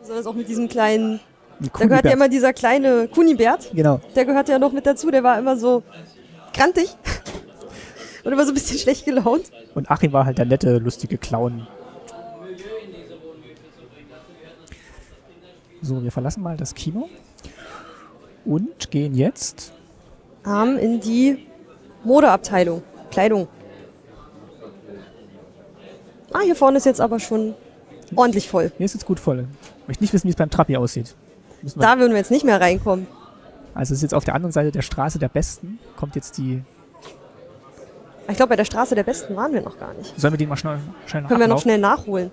Speaker 1: Besonders auch mit diesem kleinen.
Speaker 2: Ein
Speaker 1: Da gehört ja
Speaker 2: Kunibert.
Speaker 1: immer dieser kleine Kunibert.
Speaker 2: Genau.
Speaker 1: Der gehörte ja noch mit dazu. Der war immer so grantig. Und immer so ein bisschen schlecht gelaunt.
Speaker 2: Und Achim war halt der nette, lustige Clown. So, wir verlassen mal das Kino und gehen jetzt.
Speaker 1: Arm in die Modeabteilung. Kleidung. Ah, hier vorne ist jetzt aber schon ordentlich voll.
Speaker 2: Hier ist jetzt gut voll. Ich möchte nicht wissen, wie es beim Trappi aussieht. Müssen wir,
Speaker 1: Da würden wir jetzt nicht mehr reinkommen.
Speaker 2: also es ist jetzt auf der anderen Seite der Straße der Besten. Kommt jetzt die.
Speaker 1: Ich glaube, bei der Straße der Besten waren wir noch gar nicht.
Speaker 2: Sollen wir den mal schnell, schnell
Speaker 1: Können wir noch
Speaker 2: nachlaufen?
Speaker 1: schnell nachholen.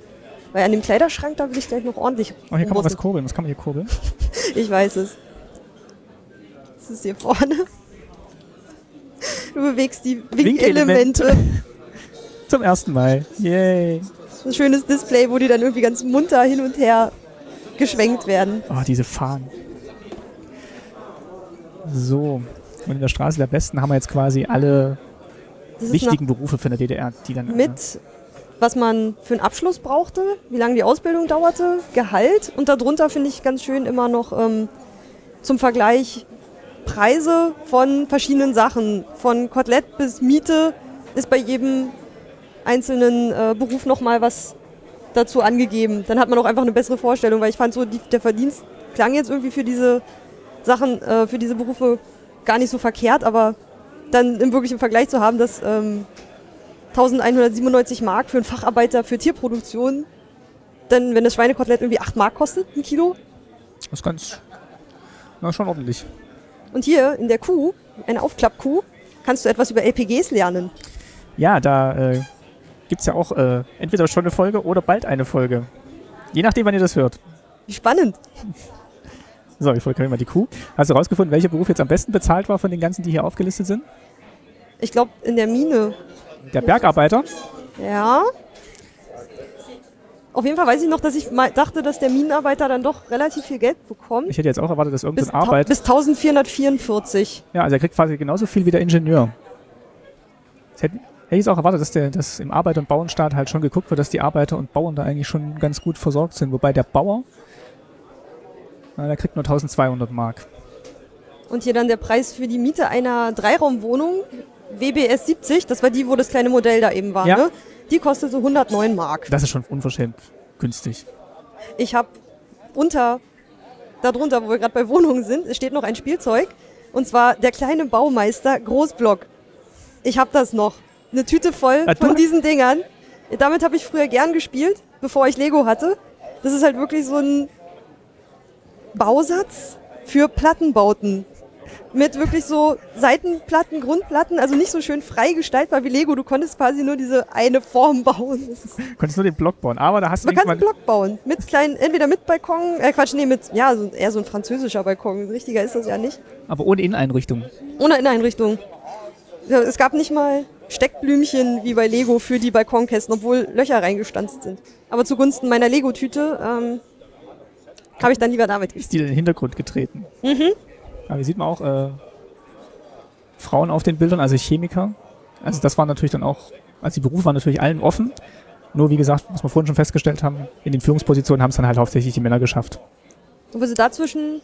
Speaker 1: Weil an dem Kleiderschrank, da will ich gleich noch ordentlich
Speaker 2: Oh, hier kann man was
Speaker 1: rumrüsten.
Speaker 2: kurbeln. Was kann man hier kurbeln?
Speaker 1: Ich weiß es. Das ist hier vorne. Du bewegst die
Speaker 2: Winkelemente.
Speaker 1: Winkelemente.
Speaker 2: Zum ersten Mal. Yay.
Speaker 1: Ein schönes Display, wo die dann irgendwie ganz munter hin und her geschwenkt werden.
Speaker 2: Oh, diese Fahnen. So. Und in der Straße der Besten haben wir jetzt quasi alle
Speaker 1: Das ist
Speaker 2: wichtigen Berufe von der DDR, die dann. also. äh,
Speaker 1: noch mit, was man für einen Abschluss brauchte, wie lange die Ausbildung dauerte, Gehalt. Und darunter finde ich ganz schön immer noch ähm, zum Vergleich Preise von verschiedenen Sachen. Von Kotelett bis Miete ist bei jedem einzelnen äh, Beruf nochmal was dazu angegeben. Dann hat man auch einfach eine bessere Vorstellung, weil ich fand so, die, der Verdienst klang jetzt irgendwie für diese Sachen, äh, für diese Berufe gar nicht so verkehrt, aber dann im wirklichen Vergleich zu haben, dass ähm, 1197 Mark für einen Facharbeiter für Tierproduktion, dann wenn das Schweinekotelett irgendwie 8 Mark kostet, ein Kilo,
Speaker 2: Das ist ganz. Na, schon ordentlich.
Speaker 1: und hier in der Kuh, eine Aufklappkuh, kannst du etwas über LPGs lernen.
Speaker 2: Ja, da äh, gibt es ja auch äh, entweder schon eine Folge oder bald eine Folge. Je nachdem, wann ihr das hört.
Speaker 1: Wie spannend.
Speaker 2: So, ich folge mal die Kuh. Hast du rausgefunden, welcher Beruf jetzt am besten bezahlt war von den ganzen, die hier aufgelistet sind?
Speaker 1: Ich glaube, in der Mine
Speaker 2: Der Bergarbeiter.
Speaker 1: Ja. Auf jeden Fall weiß ich noch, dass ich mal dachte, dass der Minenarbeiter dann doch relativ viel Geld bekommt.
Speaker 2: Ich hätte jetzt auch erwartet, dass irgendein
Speaker 1: Bis,
Speaker 2: so
Speaker 1: tau-
Speaker 2: Arbeit.
Speaker 1: bis 1444.
Speaker 2: Ja, also er kriegt quasi genauso viel wie der Ingenieur. Das hätte, hätte ich jetzt auch erwartet, dass, der, dass im Arbeiter- und Bauernstaat halt schon geguckt wird, dass die Arbeiter und Bauern da eigentlich schon ganz gut versorgt sind. Wobei der Bauer, na, der kriegt nur 1200 Mark.
Speaker 1: Und hier dann der Preis für die Miete einer Dreiraumwohnung, WBS 70, das war die, wo das kleine Modell da eben war,
Speaker 2: Ja.
Speaker 1: ne? Die kostete 109 Mark.
Speaker 2: Das ist schon unverschämt günstig.
Speaker 1: Ich habe unter, darunter, wo wir gerade bei Wohnungen sind, es steht noch ein Spielzeug. Und zwar der kleine Baumeister Großblock. Ich habe das noch. Eine Tüte voll
Speaker 2: Ah, du
Speaker 1: von
Speaker 2: hast-
Speaker 1: diesen Dingern. Damit habe ich früher gern gespielt, bevor ich Lego hatte. Das ist halt wirklich so ein Bausatz für Plattenbauten. Mit wirklich so Seitenplatten, Grundplatten, also nicht so schön frei gestaltbar wie Lego. Du konntest quasi nur diese eine Form bauen. Das ist
Speaker 2: Konntest nur den Block bauen, aber da hast du
Speaker 1: man kann einen
Speaker 2: wenigstens mal-
Speaker 1: Block bauen. Mit kleinen, entweder mit Balkon, äh Quatsch, nee, mit, ja, so, eher so ein französischer Balkon. Ein richtiger ist das ja nicht.
Speaker 2: aber ohne Inneneinrichtung.
Speaker 1: Ohne Inneneinrichtung. Es gab nicht mal Steckblümchen wie bei Lego für die Balkonkästen, obwohl Löcher reingestanzt sind. Aber zugunsten meiner Lego-Tüte ähm, habe ich dann lieber damit gespielt.
Speaker 2: ist die in den Hintergrund getreten. Aber hier sieht man auch äh, Frauen auf den Bildern, also Chemiker. Also das war natürlich dann auch, also die Berufe waren natürlich allen offen. Nur wie gesagt, was wir vorhin schon festgestellt haben, in den Führungspositionen haben es dann halt hauptsächlich die Männer geschafft.
Speaker 1: Obwohl sie dazwischen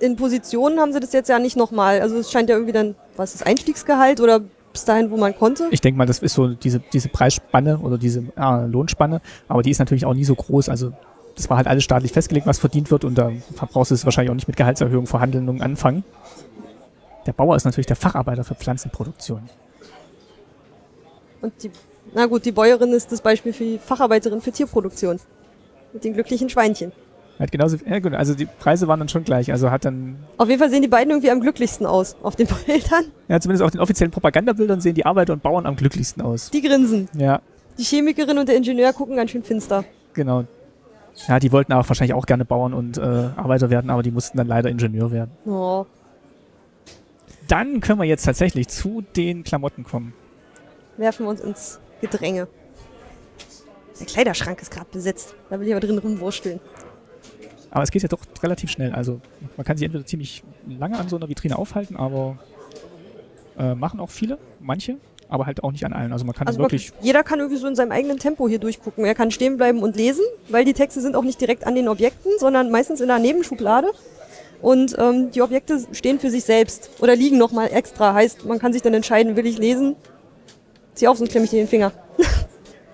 Speaker 1: in Positionen haben sie das jetzt ja nicht nochmal. Also es scheint ja irgendwie dann, was ist das Einstiegsgehalt oder bis dahin, wo man konnte.
Speaker 2: Ich denke mal, das ist so diese, diese Preisspanne oder diese äh, Lohnspanne, aber die ist natürlich auch nie so groß. Also das war halt alles staatlich festgelegt, was verdient wird und da brauchst du es wahrscheinlich auch nicht mit Gehaltserhöhung, Verhandlungen anfangen. Der Bauer ist natürlich der Facharbeiter für Pflanzenproduktion.
Speaker 1: Und die, na gut, die Bäuerin ist das Beispiel für die Facharbeiterin für Tierproduktion. Mit den glücklichen Schweinchen.
Speaker 2: Hat genauso, ja gut, also die Preise waren dann schon gleich. Also hat dann,
Speaker 1: Auf jeden Fall sehen die beiden irgendwie am glücklichsten aus auf den Bildern.
Speaker 2: ja zumindest auf den offiziellen Propagandabildern sehen die Arbeiter und Bauern am glücklichsten aus.
Speaker 1: Die grinsen.
Speaker 2: Ja,
Speaker 1: Die Chemikerin und der Ingenieur gucken ganz schön finster.
Speaker 2: genau. Ja, die wollten auch wahrscheinlich auch gerne Bauern und äh, Arbeiter werden, aber die mussten dann leider Ingenieur werden.
Speaker 1: Oh.
Speaker 2: Dann können wir jetzt tatsächlich zu den Klamotten kommen.
Speaker 1: werfen wir uns ins Gedränge. Der Kleiderschrank ist gerade besetzt. Da will ich aber drin rumwursteln.
Speaker 2: Aber es geht ja doch relativ schnell. Also man kann sich entweder ziemlich lange an so einer Vitrine aufhalten, aber äh, machen auch viele, manche, aber halt auch nicht an allen. Also man kann
Speaker 1: Also
Speaker 2: wirklich,
Speaker 1: man- jeder kann irgendwie so in seinem eigenen Tempo hier durchgucken. Er kann stehen bleiben und lesen, weil die Texte sind auch nicht direkt an den Objekten, sondern meistens in einer Nebenschublade. Und ähm, die Objekte stehen für sich selbst oder liegen nochmal extra. Heißt, man kann sich dann entscheiden, will ich lesen? Zieh auf, sonst klemme ich dir den Finger.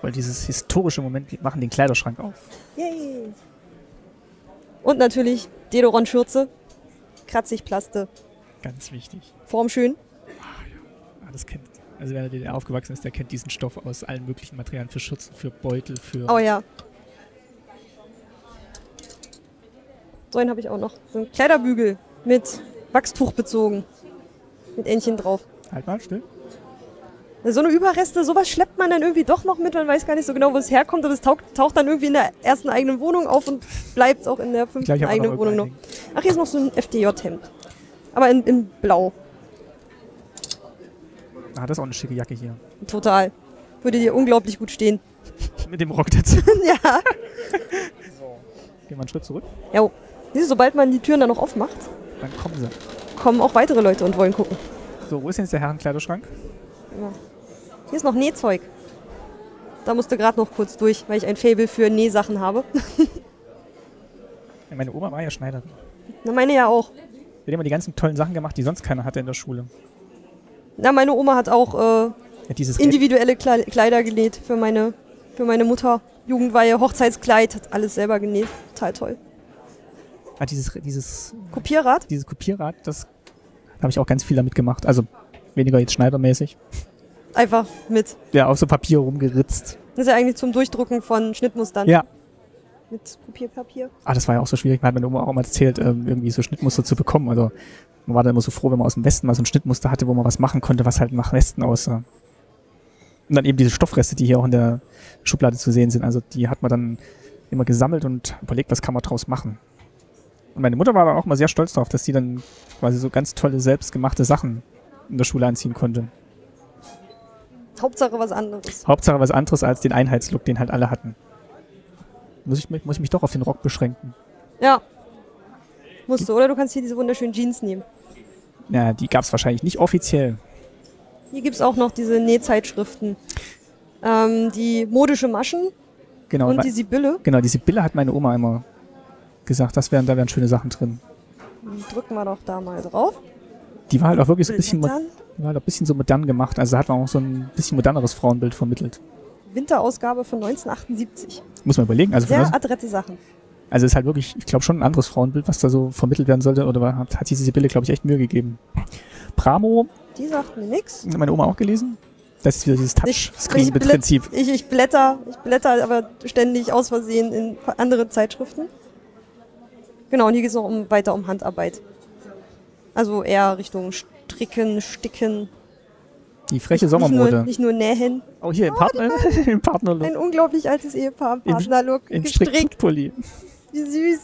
Speaker 2: weil dieses historische Moment, wir machen den Kleiderschrank auf.
Speaker 1: Yay. Und natürlich Dedoron-Schürze, kratzig Plaste,
Speaker 2: Ganz wichtig.
Speaker 1: formschön.
Speaker 2: Ah, das kennt. Also wer in der DDR aufgewachsen ist, der kennt diesen Stoff aus allen möglichen Materialien für Schürzen, für Beutel, für.
Speaker 1: Oh ja. So einen habe ich auch noch. So einen Kleiderbügel mit Wachstuch bezogen. Mit Entchen drauf.
Speaker 2: Halt mal, still.
Speaker 1: So eine Überreste, sowas schleppt man dann irgendwie doch noch mit. Man weiß gar nicht so genau, wo es herkommt, aber es taucht, taucht dann irgendwie in der ersten eigenen Wohnung auf und bleibt auch in der fünften
Speaker 2: Gleich
Speaker 1: eigenen Wohnung noch. Ach, hier ist noch so ein FDJ-Hemd. Aber in, in Blau.
Speaker 2: Ah, das ist auch eine schicke Jacke hier.
Speaker 1: Total. Würde dir unglaublich gut stehen.
Speaker 2: Mit dem Rock dazu.
Speaker 1: ja.
Speaker 2: Gehen wir einen Schritt zurück,
Speaker 1: Jo. Siehst du, sobald man die Türen dann noch aufmacht,
Speaker 2: dann kommen sie.
Speaker 1: kommen auch weitere Leute und wollen gucken.
Speaker 2: So, wo ist denn jetzt der Herrenkleiderschrank?
Speaker 1: Hier ist noch Nähzeug. Da musste gerade noch kurz durch, weil ich ein Faible für Nähsachen habe.
Speaker 2: Ja, Meine Oma war ja Schneiderin.
Speaker 1: Na, meine ja auch.
Speaker 2: Die hat immer die ganzen tollen Sachen gemacht, die sonst keiner hatte in der Schule.
Speaker 1: Na, meine Oma hat auch äh,
Speaker 2: Ja, dieses
Speaker 1: individuelle Kle- Kleider genäht für meine, für meine Mutter. Jugendweihe, Hochzeitskleid, hat alles selber genäht. Total toll.
Speaker 2: Re- ah, dieses, Re- dieses,
Speaker 1: Kopierrad?
Speaker 2: dieses Kopierrad, das da habe ich auch ganz viel damit gemacht. Also weniger jetzt schneidermäßig.
Speaker 1: Einfach mit.
Speaker 2: Ja, auf so Papier rumgeritzt.
Speaker 1: Das ist ja eigentlich zum Durchdrucken von Schnittmustern.
Speaker 2: Ja.
Speaker 1: Mit Kopierpapier.
Speaker 2: Ah, das war ja auch so schwierig. Man hat meine Oma auch mal erzählt, ähm, irgendwie so Schnittmuster zu bekommen. Also man war dann immer so froh, wenn man aus dem Westen mal so ein Schnittmuster hatte, wo man was machen konnte, was halt nach Westen aussah. Und dann eben diese Stoffreste, die hier auch in der Schublade zu sehen sind. Also die hat man dann immer gesammelt und überlegt, was kann man draus machen. Und meine Mutter war da auch mal sehr stolz drauf, dass sie dann quasi so ganz tolle, selbstgemachte Sachen in der Schule anziehen konnte.
Speaker 1: Hauptsache was anderes.
Speaker 2: Hauptsache was anderes als den Einheitslook, den halt alle hatten. Muss ich, mich- muss ich mich doch auf den Rock beschränken.
Speaker 1: Ja. Musst du, oder du kannst hier diese wunderschönen Jeans nehmen.
Speaker 2: Ja, die gab es wahrscheinlich nicht offiziell.
Speaker 1: Hier gibt's auch noch diese Nähzeitschriften. Ähm, die modische Maschen
Speaker 2: Genau,
Speaker 1: und
Speaker 2: wa-
Speaker 1: die Sibylle.
Speaker 2: genau, die Sibylle hat meine Oma immer gesagt, das wären, da wären schöne Sachen drin.
Speaker 1: Drücken wir doch da mal drauf.
Speaker 2: Die war halt auch wirklich so ein bisschen, mo-
Speaker 1: Blättern.
Speaker 2: die war halt auch ein bisschen so modern gemacht. Also da hat man auch so ein bisschen moderneres Frauenbild vermittelt.
Speaker 1: Winterausgabe von 1978.
Speaker 2: Muss man überlegen. Also, von
Speaker 1: Sehr
Speaker 2: das,
Speaker 1: adrette Sachen.
Speaker 2: also ist halt wirklich, ich glaube schon ein anderes Frauenbild, was da so vermittelt werden sollte. Oder war- hat, hat sich die Sibylle, glaube ich, echt Mühe gegeben. Bramo,
Speaker 1: Die sagt mir nichts.
Speaker 2: hat meine Oma auch gelesen. Das ist wieder dieses Touchscreen-Prinzip.
Speaker 1: Ich, ich blätter, ich blätter aber ständig aus Versehen in andere Zeitschriften. Genau, und hier geht's noch um, weiter um Handarbeit. Also eher Richtung Stricken, Sticken.
Speaker 2: Die freche
Speaker 1: Nicht nur,
Speaker 2: Sommermode.
Speaker 1: nicht nur nähen.
Speaker 2: Oh, hier im Partner, im Partnerlook,
Speaker 1: Ein unglaublich altes Ehepaar im Partnerlook.
Speaker 2: im
Speaker 1: gestrickt.
Speaker 2: Strickpulli.
Speaker 1: Wie süß.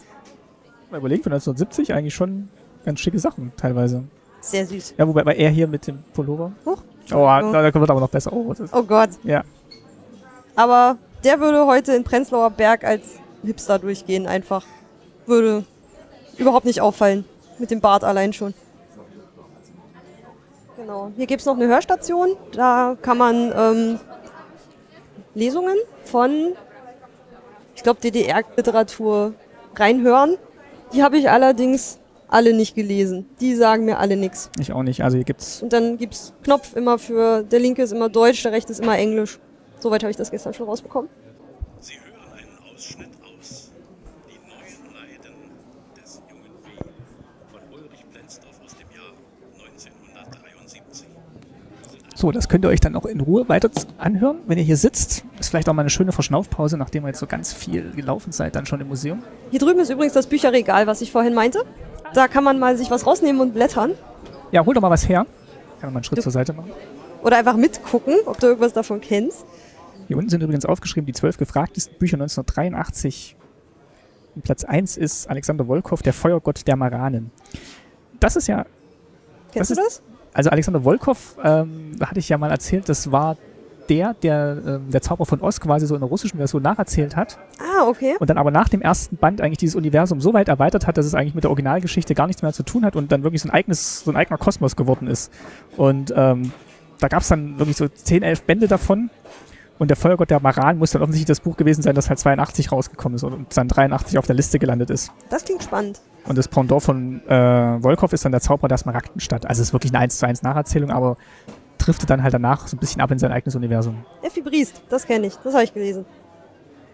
Speaker 2: Mal überlegen, von 1970 eigentlich schon ganz schicke Sachen teilweise.
Speaker 1: Sehr süß.
Speaker 2: Ja, wobei war er hier mit dem Pullover.
Speaker 1: Huch,
Speaker 2: Oh, da wird aber noch besser. Oh, das ist,
Speaker 1: Oh Gott.
Speaker 2: Ja.
Speaker 1: Aber der würde heute in Prenzlauer Berg als Hipster durchgehen, einfach. Würde überhaupt nicht auffallen. Mit dem Bart allein schon. Genau. Hier gibt es noch eine Hörstation. Da kann man ähm, Lesungen von, ich glaube, DDR-Literatur reinhören. Die habe ich allerdings alle nicht gelesen. Die sagen mir alle nichts.
Speaker 2: ich auch nicht. Also hier gibt's
Speaker 1: Und dann gibt's Knopf immer für, der linke ist immer Deutsch, der rechte ist immer Englisch. Soweit habe ich das gestern schon rausbekommen.
Speaker 6: Sie hören einen Ausschnitt aus Die neuen Leiden des jungen W. von Ulrich Plenzdorf aus dem Jahr 1973.
Speaker 2: so, das könnt ihr euch dann auch in Ruhe weiter z- anhören, wenn ihr hier sitzt. Ist vielleicht auch mal eine schöne Verschnaufpause, nachdem ihr jetzt so ganz viel gelaufen seid, dann schon im Museum.
Speaker 1: Hier drüben ist übrigens das Bücherregal, was ich vorhin meinte. Da kann man mal sich was rausnehmen und blättern.
Speaker 2: Ja, hol doch mal was her. Kann man mal einen Schritt zur Seite machen.
Speaker 1: Oder einfach mitgucken, ob du irgendwas davon kennst.
Speaker 2: Hier unten sind übrigens aufgeschrieben die zwölf gefragtesten Bücher 1983. Und Platz 1 ist Alexander Wolkow, der Feuergott der Maranen. Das ist ja,
Speaker 1: Kennst
Speaker 2: Das
Speaker 1: du das?
Speaker 2: also Alexander Wolkow, ähm, da hatte ich ja mal erzählt, das war der, der ähm, der Zauber von Oz quasi so in der russischen Version nacherzählt hat
Speaker 1: Ah, okay.
Speaker 2: und dann aber nach dem ersten Band eigentlich dieses Universum so weit erweitert hat, dass es eigentlich mit der Originalgeschichte gar nichts mehr zu tun hat und dann wirklich so ein, eigenes, so ein eigener Kosmos geworden ist. Und ähm, da gab es dann wirklich so 10, 11 Bände davon. Und der Feuergott der Maran muss dann offensichtlich das Buch gewesen sein, das halt 82 rausgekommen ist und dann 83 auf der Liste gelandet ist.
Speaker 1: Das klingt spannend.
Speaker 2: Und das Pendant von äh, Wolkow ist dann der Zauberer der Smaragdenstadt. Also es ist wirklich eine 1 zu 1 Nacherzählung, aber driftet dann halt danach so ein bisschen ab in sein eigenes Universum.
Speaker 1: Effi Briest, das kenne ich. Das habe ich gelesen.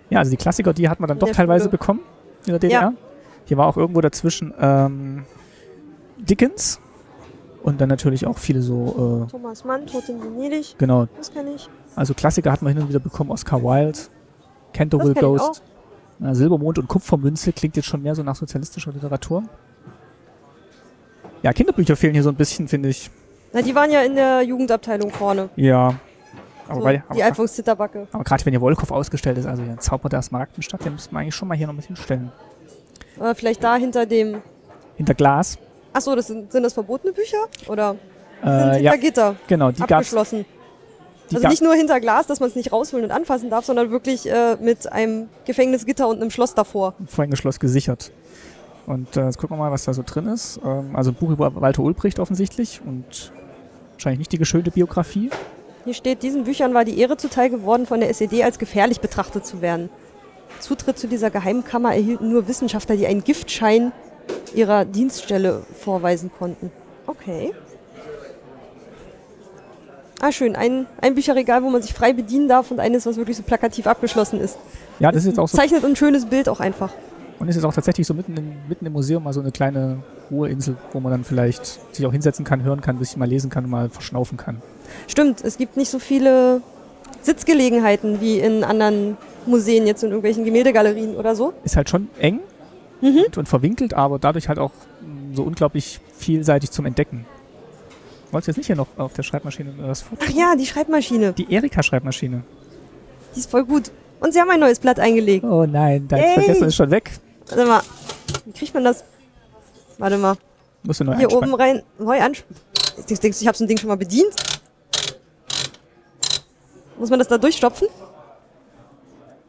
Speaker 2: Ja, also die Klassiker, die hat man dann
Speaker 1: In
Speaker 2: doch
Speaker 1: der
Speaker 2: teilweise
Speaker 1: Schule.
Speaker 2: bekommen in der DDR.
Speaker 1: Ja.
Speaker 2: Hier war auch irgendwo dazwischen ähm, Dickens und dann natürlich auch viele so, äh,
Speaker 1: Thomas Mann, Tod in Venedig,
Speaker 2: genau,
Speaker 1: das kenne ich.
Speaker 2: also Klassiker hat man hin und wieder bekommen, Oscar Wilde, Canterville
Speaker 1: Das kenn ich
Speaker 2: Ghost, äh, Silbermond und Kupfermünze klingt jetzt schon mehr so nach sozialistischer Literatur. Ja, Kinderbücher fehlen hier so ein bisschen, finde ich.
Speaker 1: Na, die waren ja in der Jugendabteilung vorne.
Speaker 2: Ja. Aber,
Speaker 1: So,
Speaker 2: bei,
Speaker 1: die
Speaker 2: aber,
Speaker 1: Alfons Zitterbacke.
Speaker 2: aber gerade wenn hier Wolkow ausgestellt ist, also hier ein Zauber der Smaragdenstadt, den müssten wir eigentlich schon mal hier noch mit hinstellen.
Speaker 1: Äh, vielleicht da hinter dem.
Speaker 2: Hinter Glas.
Speaker 1: Ach so, das sind, sind das verbotene Bücher? Oder sind
Speaker 2: Äh,
Speaker 1: hinter
Speaker 2: ja,
Speaker 1: Gitter?
Speaker 2: genau, die gab's.
Speaker 1: abgeschlossen.
Speaker 2: Die
Speaker 1: also
Speaker 2: gab-
Speaker 1: nicht nur hinter Glas, dass man es nicht rausholen und anfassen darf, sondern wirklich äh, mit einem Gefängnisgitter und einem Schloss davor.
Speaker 2: vorhin geschlossen gesichert. Und äh, jetzt gucken wir mal, was da so drin ist. Ähm, also ein Buch über Walter Ulbricht offensichtlich und wahrscheinlich nicht die geschönte Biografie.
Speaker 1: Hier steht, diesen Büchern war die Ehre zuteil geworden, von der SED als gefährlich betrachtet zu werden. Zutritt zu dieser Geheimkammer erhielten nur Wissenschaftler, die einen Giftschein ihrer Dienststelle vorweisen konnten. Okay. Ah, schön. Ein, ein Bücherregal, wo man sich frei bedienen darf und eines, was wirklich so plakativ abgeschlossen ist.
Speaker 2: Ja, das ist jetzt auch so
Speaker 1: Zeichnet ein schönes Bild auch einfach.
Speaker 2: und ist jetzt auch tatsächlich so mitten, in, mitten im Museum mal so eine kleine Ruheinsel, wo man dann vielleicht sich auch hinsetzen kann, hören kann, ein bisschen mal lesen kann und mal verschnaufen kann.
Speaker 1: Stimmt, es gibt nicht so viele Sitzgelegenheiten wie in anderen Museen, jetzt in irgendwelchen Gemäldegalerien oder so.
Speaker 2: Ist halt schon eng
Speaker 1: Mhm.
Speaker 2: und, und verwinkelt, aber dadurch halt auch mh, so unglaublich vielseitig zum Entdecken. Wolltest du jetzt nicht hier noch auf der Schreibmaschine was vor?
Speaker 1: Ach ja, die Schreibmaschine,
Speaker 2: Die Erika-Schreibmaschine.
Speaker 1: die ist voll gut. Und sie haben ein neues Blatt eingelegt.
Speaker 2: Oh nein, da
Speaker 1: Yay.
Speaker 2: ist vergessen, ist schon weg.
Speaker 1: Warte mal, wie kriegt man das? Warte mal,
Speaker 2: Musst du neu
Speaker 1: hier
Speaker 2: einspannen.
Speaker 1: oben rein, neu ansch... Ich denkst, ich habe so ein Ding schon mal bedient. Muss man das da durchstopfen?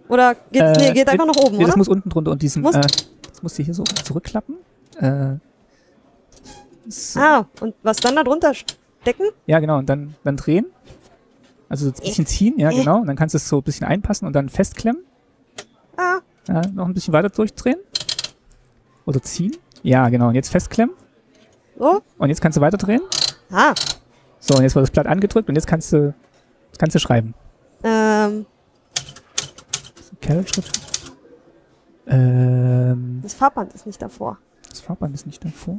Speaker 1: Oder geht,
Speaker 2: Äh,
Speaker 1: nee, geht einfach nach oben,
Speaker 2: Nee, das
Speaker 1: oder?
Speaker 2: muss unten drunter und diesen.
Speaker 1: Muss-
Speaker 2: äh, das musst du hier so zurückklappen. Äh, so.
Speaker 1: Ah, und was dann da drunter stecken?
Speaker 2: Ja, genau. Und dann, dann drehen. Also so ein bisschen ziehen, ja, genau. Und dann kannst du es so ein bisschen einpassen und dann festklemmen.
Speaker 1: Ah,
Speaker 2: Ja, noch ein bisschen weiter durchdrehen. Oder ziehen. Ja, genau. Und jetzt festklemmen.
Speaker 1: so?
Speaker 2: Und jetzt kannst du weiterdrehen.
Speaker 1: Ah,
Speaker 2: So, und jetzt wird das Blatt angedrückt und jetzt kannst du, jetzt kannst du schreiben.
Speaker 1: ähm,
Speaker 2: Carrot-Schrift. Ähm,
Speaker 1: das Farbband ist nicht davor.
Speaker 2: das Farbband ist nicht davor.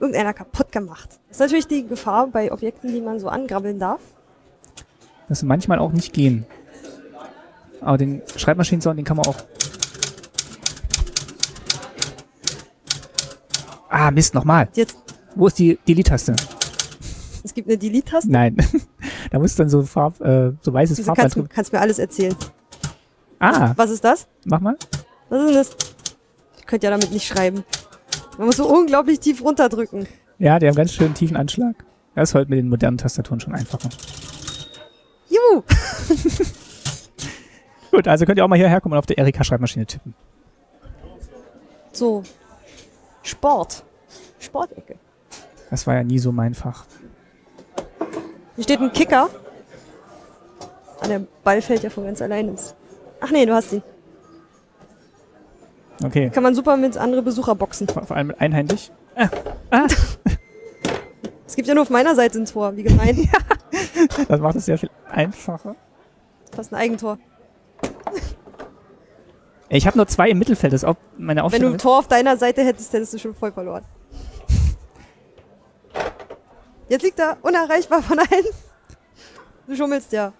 Speaker 1: irgendeiner kaputt gemacht. Das ist natürlich die Gefahr bei Objekten, die man so angrabbeln darf.
Speaker 2: dass sie manchmal auch nicht gehen. Aber den Schreibmaschinensound, den kann man auch. Ah, Mist, nochmal.
Speaker 1: Jetzt,
Speaker 2: Wo ist die Delete-Taste?
Speaker 1: es gibt eine Delete-Taste.
Speaker 2: Nein. da muss dann so, Farb, äh, so weißes
Speaker 1: Wieso
Speaker 2: Farbband
Speaker 1: kannst du
Speaker 2: drin.
Speaker 1: kannst mir alles erzählen?
Speaker 2: Ah,
Speaker 1: Was ist das?
Speaker 2: mach mal.
Speaker 1: Was ist denn das? Ich könnte ja damit nicht schreiben. Man muss so unglaublich tief runterdrücken.
Speaker 2: Ja, die haben ganz schön tiefen Anschlag. Das ist heute mit den modernen Tastaturen schon einfacher.
Speaker 1: Juhu!
Speaker 2: Gut, also könnt ihr auch mal hierher kommen und auf der Erika-Schreibmaschine tippen.
Speaker 1: So. Sport. Sportecke.
Speaker 2: Das war ja nie so mein Fach.
Speaker 1: Hier steht ein Kicker. Ah, der Ball fällt ja von ganz allein ins. Ach nee, du hast ihn.
Speaker 2: Okay,
Speaker 1: Kann man super mit andere Besucher boxen.
Speaker 2: vor vor allem mit einhändig.
Speaker 1: Es gibt ja nur auf meiner Seite ein Tor, wie gemein.
Speaker 2: Das macht es sehr viel einfacher.
Speaker 1: Fast ein Eigentor.
Speaker 2: Ich habe nur zwei im Mittelfeld. Das ist auch meine
Speaker 1: Wenn du
Speaker 2: Aufstellung.
Speaker 1: ein Tor auf deiner Seite hättest, hättest du schon voll verloren. Jetzt liegt er unerreichbar von allen. Du schummelst ja.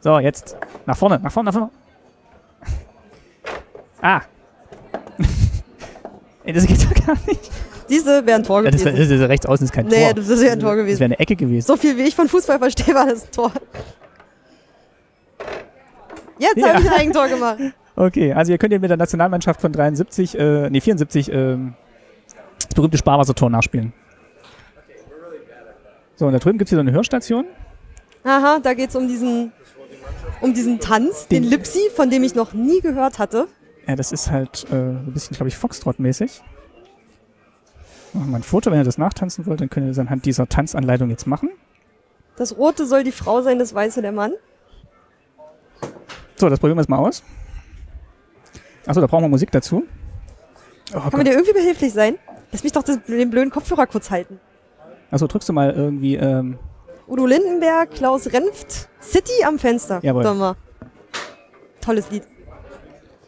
Speaker 2: so, jetzt nach vorne, nach vorne, nach vorne. Ah. Ey, das geht doch gar nicht.
Speaker 1: Diese wären Tor
Speaker 2: Ja, das, wär,
Speaker 1: gewesen.
Speaker 2: das ist rechts außen ist kein
Speaker 1: Nee,
Speaker 2: Tor.
Speaker 1: das ist ja ein Tor
Speaker 2: Das
Speaker 1: gewesen.
Speaker 2: wäre eine Ecke gewesen.
Speaker 1: So viel wie ich von Fußball verstehe, war das ein Tor. Jetzt
Speaker 2: Ja.
Speaker 1: habe ich ein Eigentor gemacht.
Speaker 2: Okay, also ihr könnt ihr mit der Nationalmannschaft von 73, äh, nee 74, ähm, das berühmte Sparwassertor nachspielen. So, und da drüben gibt's hier so eine Hörstation.
Speaker 1: Aha, da geht's um diesen, um diesen Tanz, den
Speaker 2: Den-
Speaker 1: Lipsi, von dem ich noch nie gehört hatte.
Speaker 2: Ja, das ist halt äh, ein bisschen, glaube ich, Foxtrot-mäßig. Machen wir mal ein Foto, wenn ihr das nachtanzen wollt, dann könnt ihr das anhand dieser Tanzanleitung jetzt machen.
Speaker 1: Das Rote soll die Frau sein, das Weiße der Mann.
Speaker 2: So, das probieren wir jetzt mal aus. Achso, da brauchen wir Musik dazu. Oh
Speaker 1: Kann man dir irgendwie behilflich sein? Lass mich doch das, den blöden Kopfhörer kurz halten.
Speaker 2: Achso, drückst du mal irgendwie, ähm,
Speaker 1: Udo Lindenberg, Klaus Renft, City am Fenster.
Speaker 2: Jawohl.
Speaker 1: Doch mal. Tolles Lied.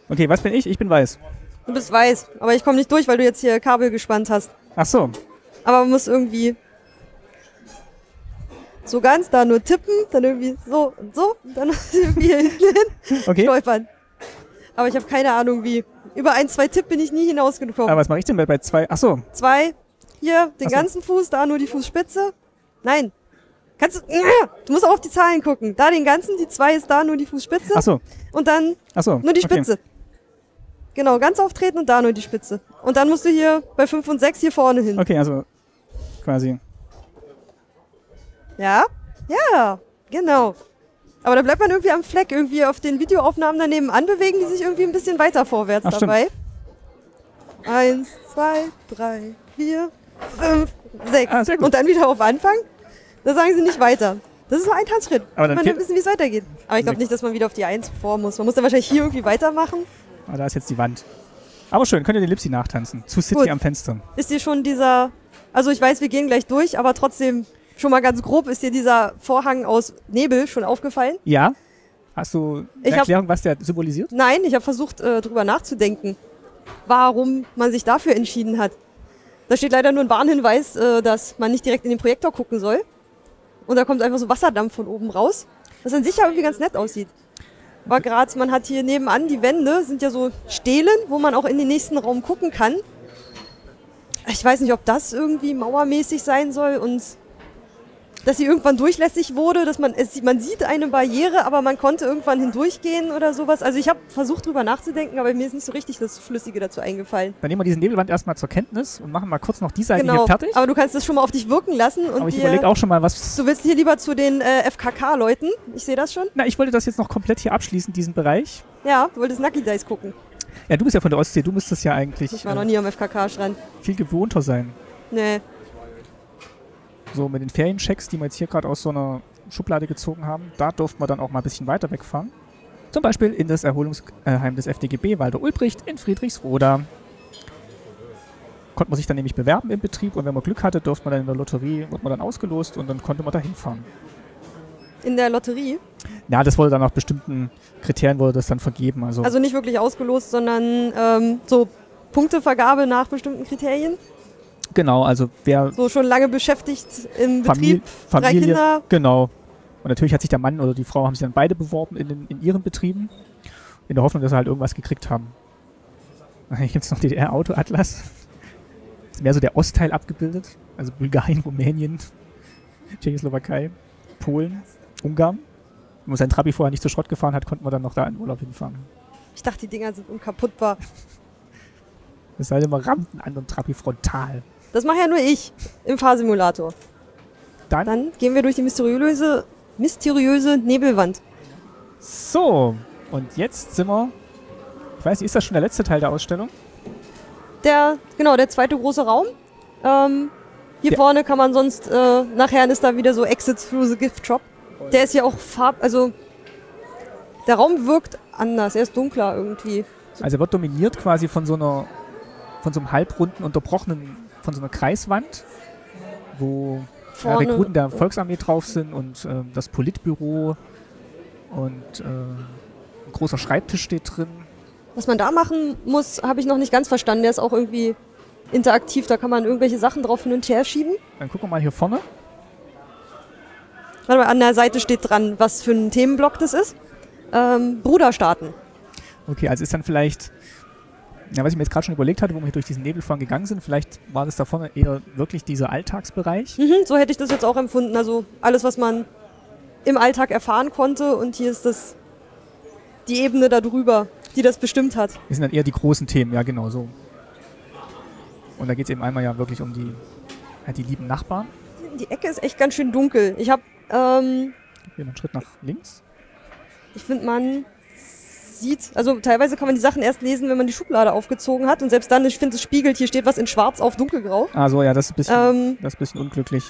Speaker 2: okay, was bin ich? Ich bin weiß.
Speaker 1: Du bist weiß, aber ich komme nicht durch, weil du jetzt hier Kabel gespannt hast.
Speaker 2: Achso,
Speaker 1: Aber man muss irgendwie so ganz da nur tippen, dann irgendwie so und so und dann irgendwie hin
Speaker 2: okay.
Speaker 1: stolpern. Aber ich habe keine Ahnung wie. Über ein, zwei Tipp bin ich nie hinausgekommen.
Speaker 2: Aber was mache ich denn bei- bei zwei? Achso,
Speaker 1: zwei, hier den
Speaker 2: Ach so.
Speaker 1: ganzen Fuß, da nur die Fußspitze. Nein. Kannst du, du musst auch auf die Zahlen gucken. Da den ganzen, die zwei ist da nur die Fußspitze
Speaker 2: achso,
Speaker 1: und dann
Speaker 2: achso.
Speaker 1: nur die
Speaker 2: okay.
Speaker 1: Spitze. Genau, ganz auftreten und da nur die Spitze. Und dann musst du hier bei fünf und sechs hier vorne hin.
Speaker 2: Okay, also quasi.
Speaker 1: Ja, ja, genau. Aber da bleibt man irgendwie am Fleck, irgendwie auf den Videoaufnahmen daneben anbewegen, die sich irgendwie ein bisschen weiter vorwärts
Speaker 2: Ach, stimmt.
Speaker 1: dabei. Eins, zwei, drei, vier, fünf, sechs.
Speaker 2: Ah, sehr gut.
Speaker 1: Und dann wieder auf Anfang. Da sagen sie nicht weiter. Das ist nur ein Tanzschritt.
Speaker 2: Aber dann
Speaker 1: man
Speaker 2: fehlt-
Speaker 1: will wissen, wie es weitergeht. Aber ich glaube nicht, dass man wieder auf die Eins vor muss. Man muss dann wahrscheinlich hier irgendwie weitermachen.
Speaker 2: Ah, da ist jetzt die Wand. Aber schön, könnt ihr den Lipsi nachtanzen. Zu City
Speaker 1: Gut.
Speaker 2: am Fenster.
Speaker 1: Ist dir schon dieser, also ich weiß, wir gehen gleich durch, aber trotzdem schon mal ganz grob, ist dir dieser Vorhang aus Nebel schon aufgefallen?
Speaker 2: Ja? Hast du
Speaker 1: Ich
Speaker 2: eine
Speaker 1: hab-
Speaker 2: Erklärung, was der symbolisiert?
Speaker 1: Nein, ich habe versucht, äh, drüber nachzudenken, warum man sich dafür entschieden hat. Da steht leider nur ein Warnhinweis, äh, dass man nicht direkt in den Projektor gucken soll. Und da kommt einfach so Wasserdampf von oben raus, was an sich ja irgendwie ganz nett aussieht. Aber gerade, man hat hier nebenan die Wände, sind ja so Stelen, wo man auch in den nächsten Raum gucken kann. Ich weiß nicht, ob das irgendwie mauermäßig sein soll und dass sie irgendwann durchlässig wurde, dass man es sieht, man sieht eine Barriere, aber man konnte irgendwann hindurchgehen oder sowas. Also ich habe versucht drüber nachzudenken, aber mir ist nicht so richtig das Schlüssige dazu eingefallen.
Speaker 2: Dann nehmen wir diesen Nebelwand erstmal zur Kenntnis und machen mal kurz noch die Seite
Speaker 1: Genau.
Speaker 2: hier fertig.
Speaker 1: Aber du kannst das schon mal auf dich wirken lassen und
Speaker 2: Aber ich
Speaker 1: dir,
Speaker 2: überlege auch schon mal, was.
Speaker 1: du willst hier lieber zu den äh, FKK-Leuten. Ich sehe das schon.
Speaker 2: Na, ich wollte das jetzt noch komplett hier abschließen, diesen Bereich.
Speaker 1: Ja, du wolltest Nucky Dice gucken.
Speaker 2: Ja, du bist ja von der Ostsee, du müsstest ja eigentlich
Speaker 1: Ich war noch
Speaker 2: äh,
Speaker 1: nie am FKK-Strand.
Speaker 2: viel gewohnter sein.
Speaker 1: Nee.
Speaker 2: So mit den Ferienchecks, die wir jetzt hier gerade aus so einer Schublade gezogen haben, da durften wir dann auch mal ein bisschen weiter wegfahren. Zum Beispiel in das Erholungsheim des FDGB Walter Ulbricht in Friedrichsroda. Konnte man sich dann nämlich bewerben im Betrieb und wenn man Glück hatte, durfte man dann in der Lotterie, wurde man dann ausgelost und dann konnte man da hinfahren.
Speaker 1: In der Lotterie.
Speaker 2: Ja, das wurde dann nach bestimmten Kriterien wurde das dann vergeben. Also,
Speaker 1: Also nicht wirklich ausgelost, sondern ähm, so Punktevergabe nach bestimmten Kriterien.
Speaker 2: genau, also wer
Speaker 1: So schon lange beschäftigt im
Speaker 2: Famil-
Speaker 1: Betrieb. drei Kinder.
Speaker 2: Genau. Und natürlich hat sich der Mann oder die Frau haben sich dann beide beworben in, den, in ihren Betrieben, in der Hoffnung, dass sie halt irgendwas gekriegt haben. Hier gibt es noch DDR-Autoatlas. Ist mehr so der Ostteil abgebildet. Also Bulgarien, Rumänien, Tschechoslowakei, Polen, Ungarn. Wenn man sein Trabi vorher nicht zu Schrott gefahren hat, konnten wir dann noch da in Urlaub hinfahren.
Speaker 1: Ich dachte, die Dinger sind unkaputtbar.
Speaker 2: Es sei denn, man rammt einen anderen Trabi frontal.
Speaker 1: Das mache ja nur ich im Fahrsimulator.
Speaker 2: Dann,
Speaker 1: Dann gehen wir durch die mysteriöse, mysteriöse Nebelwand.
Speaker 2: so. Und jetzt sind wir. Ich weiß nicht, ist das schon der letzte Teil der Ausstellung?
Speaker 1: Der, genau, der zweite große Raum. Ähm, hier
Speaker 2: Ja.
Speaker 1: vorne kann man sonst, äh, nachher ist da wieder so Exit through the Gift Shop. Der ist ja auch farb, also der Raum wirkt anders, er ist dunkler irgendwie.
Speaker 2: Also er wird dominiert quasi von so einer, von so einem halbrunden, unterbrochenen, von so einer Kreiswand, wo ja,
Speaker 1: Vorne-
Speaker 2: Rekruten der Volksarmee drauf sind und ähm, das Politbüro und ähm, ein großer Schreibtisch steht drin.
Speaker 1: Was man da machen muss, habe ich noch nicht ganz verstanden. Der ist auch irgendwie interaktiv, da kann man irgendwelche Sachen drauf hin und her schieben.
Speaker 2: Dann gucken wir mal hier vorne.
Speaker 1: Warte mal, an der Seite steht dran, was für ein Themenblock das ist. Ähm, Bruderstaaten.
Speaker 2: Okay, also ist dann vielleicht, ja, was ich mir jetzt gerade schon überlegt hatte, wo wir hier durch diesen Nebel vorhin gegangen sind, vielleicht war das da vorne eher wirklich dieser Alltagsbereich.
Speaker 1: Mhm, so hätte ich das jetzt auch empfunden. Also alles, was man im Alltag erfahren konnte und hier ist das die Ebene darüber, die das bestimmt hat.
Speaker 2: Das sind dann eher die großen Themen, ja genau so. Und da geht es eben einmal ja wirklich um die, ja, die lieben Nachbarn.
Speaker 1: Die Ecke ist echt ganz schön dunkel. Ich habe, ähm,
Speaker 2: Hier noch einen Schritt nach links.
Speaker 1: ich finde, man sieht, also teilweise kann man die Sachen erst lesen, wenn man die Schublade aufgezogen hat und selbst dann, ich finde, es spiegelt, hier steht was in Schwarz auf dunkelgrau.
Speaker 2: Ah, so, ja, das ist ein bisschen,
Speaker 1: Ähm.
Speaker 2: das ist ein bisschen unglücklich.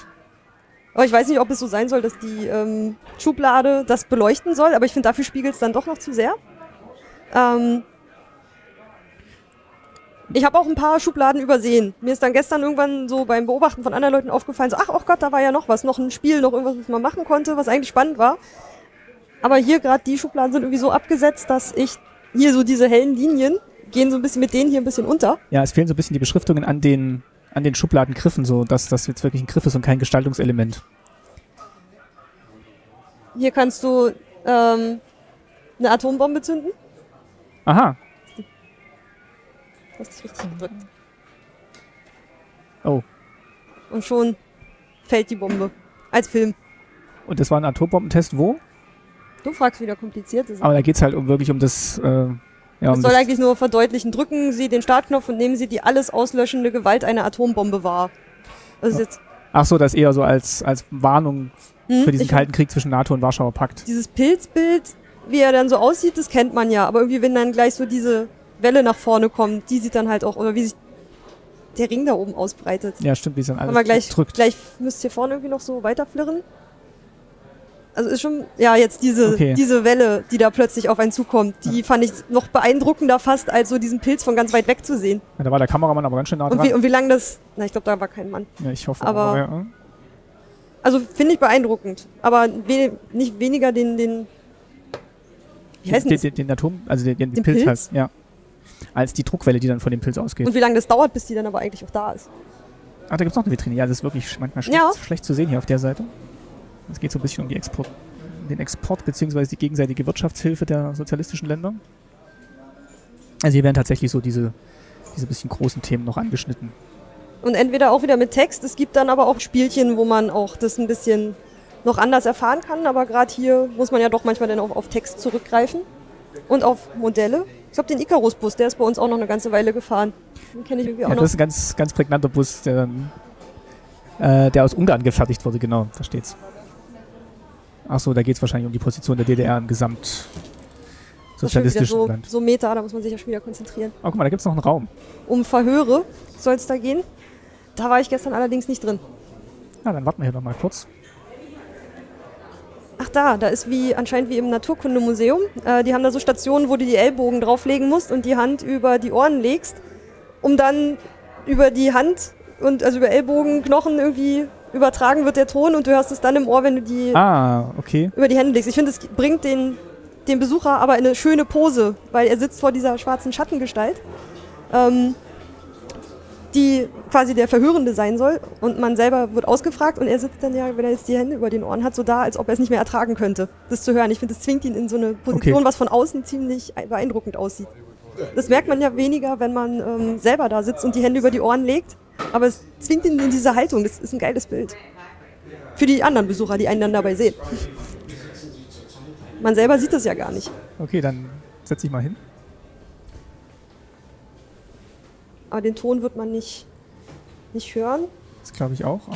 Speaker 1: Aber ich weiß nicht, ob es so sein soll, dass die ähm, Schublade das beleuchten soll, aber ich finde, dafür spiegelt es dann doch noch zu sehr. Ähm, ich habe auch ein paar Schubladen übersehen. Mir ist dann gestern irgendwann so beim Beobachten von anderen Leuten aufgefallen, so, ach, oh Gott, da war ja noch was, noch ein Spiel, noch irgendwas, was man machen konnte, was eigentlich spannend war. Aber hier gerade die Schubladen sind irgendwie so abgesetzt, dass ich hier so diese hellen Linien gehen so ein bisschen mit denen hier ein bisschen unter.
Speaker 2: Ja, es fehlen so ein bisschen die Beschriftungen an den, an den Schubladengriffen, so dass das jetzt wirklich ein Griff ist und kein Gestaltungselement.
Speaker 1: Hier kannst du ähm, eine Atombombe zünden.
Speaker 2: Aha.
Speaker 1: Du hast dich richtig gedrückt.
Speaker 2: Mhm. Oh.
Speaker 1: Und schon fällt die Bombe. Als Film.
Speaker 2: Und das war ein Atombombentest wo?
Speaker 1: Du fragst wieder komplizierte Sachen.
Speaker 2: Aber da geht es halt um wirklich um das, äh, ja, um
Speaker 1: Es soll eigentlich nur verdeutlichen, drücken Sie den Startknopf und nehmen Sie die alles auslöschende Gewalt einer Atombombe wahr. Das ist jetzt
Speaker 2: Ach so, das eher so als, als Warnung
Speaker 1: hm,
Speaker 2: für diesen
Speaker 1: ich-
Speaker 2: Kalten Krieg zwischen NATO und Warschauer Pakt.
Speaker 1: dieses Pilzbild, wie er dann so aussieht, das kennt man ja. Aber irgendwie, wenn dann gleich so diese Welle nach vorne kommt, die sieht dann halt auch, oder wie sich der Ring da oben ausbreitet.
Speaker 2: Ja, stimmt, wie es dann
Speaker 1: Wenn wir
Speaker 2: alles
Speaker 1: gleich,
Speaker 2: drückt.
Speaker 1: gleich müsst ihr vorne irgendwie noch so weiterflirren. Also ist schon, ja, jetzt diese,
Speaker 2: Okay.
Speaker 1: diese Welle, die da plötzlich auf einen zukommt, die fand ich noch beeindruckender fast, als so diesen Pilz von ganz weit weg zu sehen.
Speaker 2: Ja, da war der Kameramann aber ganz schön nah
Speaker 1: Und wie,
Speaker 2: dran.
Speaker 1: und wie lang das, na, ich glaube, da war kein Mann.
Speaker 2: Ja, ich hoffe,
Speaker 1: aber-
Speaker 2: ja.
Speaker 1: Also finde ich beeindruckend, aber we nicht weniger den, den, wie heißt denn
Speaker 2: den,
Speaker 1: das?
Speaker 2: den, den Atom, also den, den,
Speaker 1: Den
Speaker 2: Pilz,
Speaker 1: Pilz?
Speaker 2: halt, ja. Als die Druckwelle, die dann von dem Pilz ausgeht.
Speaker 1: Und wie lange das dauert, bis die dann aber eigentlich auch da ist.
Speaker 2: Ach, Ah, da gibt es noch eine Vitrine. Ja, das ist wirklich sch- manchmal schlecht,
Speaker 1: Ja.
Speaker 2: schlecht zu sehen hier auf der Seite. Es geht so ein bisschen um die Export, den Export bzw. die gegenseitige Wirtschaftshilfe der sozialistischen Länder. Also hier werden tatsächlich so diese, diese bisschen großen Themen noch angeschnitten.
Speaker 1: Und entweder auch wieder mit Text, es gibt dann aber auch Spielchen, wo man auch das ein bisschen noch anders erfahren kann, aber gerade hier muss man ja doch manchmal dann auch auf Text zurückgreifen und auf Modelle. Ich glaube, den Icarus-Bus, der ist bei uns auch noch eine ganze Weile gefahren. Den kenne ich irgendwie auch
Speaker 2: Ja,
Speaker 1: noch.
Speaker 2: das ist ein ganz, ganz prägnanter Bus, der, dann, äh, der aus Ungarn gefertigt wurde, genau, da steht's. Achso, da geht es wahrscheinlich um die Position der DDR im gesamt
Speaker 1: Das ist schon wieder
Speaker 2: sozialistischen
Speaker 1: so,
Speaker 2: Land.
Speaker 1: so Meta, da muss man sich ja schon wieder konzentrieren.
Speaker 2: Oh, guck mal, da gibt es noch einen Raum.
Speaker 1: Um Verhöre soll es da gehen. Da war ich gestern allerdings nicht drin.
Speaker 2: Ja, dann warten wir hier nochmal kurz.
Speaker 1: Ach da, da ist wie anscheinend wie im Naturkundemuseum. Äh, die haben da so Stationen, wo du die Ellbogen drauflegen musst und die Hand über die Ohren legst, um dann über die Hand und also über Ellbogen, Knochen irgendwie übertragen wird der Ton und du hörst es dann im Ohr, wenn du die
Speaker 2: Ah, okay.
Speaker 1: über die Hände legst. Ich finde, es bringt den, den Besucher aber in eine schöne Pose, weil er sitzt vor dieser schwarzen Schattengestalt, ähm, die quasi der Verhörende sein soll und man selber wird ausgefragt und er sitzt dann ja, wenn er jetzt die Hände über den Ohren hat, so da, als ob er es nicht mehr ertragen könnte, das zu hören. Ich finde, das zwingt ihn in so eine Position,
Speaker 2: Okay.
Speaker 1: was von außen ziemlich beeindruckend aussieht. Das merkt man ja weniger, wenn man ähm, selber da sitzt und die Hände über die Ohren legt, aber es zwingt ihn in diese Haltung. Das ist ein geiles Bild. Für die anderen Besucher, die einen dann dabei sehen. Man selber sieht das ja gar nicht.
Speaker 2: Okay, dann setz dich mal hin.
Speaker 1: Aber den Ton wird man nicht, nicht hören.
Speaker 2: Das glaube ich auch. Aber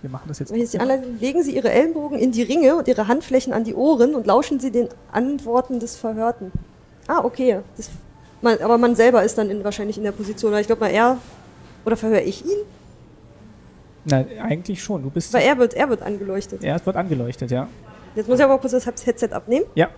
Speaker 2: Wir machen das jetzt.
Speaker 1: Wenn jetzt die Anleitung, legen Sie Ihre Ellenbogen in die Ringe und Ihre Handflächen an die Ohren und lauschen Sie den Antworten des Verhörten. Ah, okay. Das, man, aber man selber ist dann in, wahrscheinlich in der Position. Oder ich glaube mal, er, oder verhöre ich ihn?
Speaker 2: Nein, eigentlich schon. Du bist.
Speaker 1: Weil er wird, er wird angeleuchtet.
Speaker 2: Er wird angeleuchtet, ja.
Speaker 1: Jetzt muss ich aber kurz das Headset abnehmen.
Speaker 2: Ja.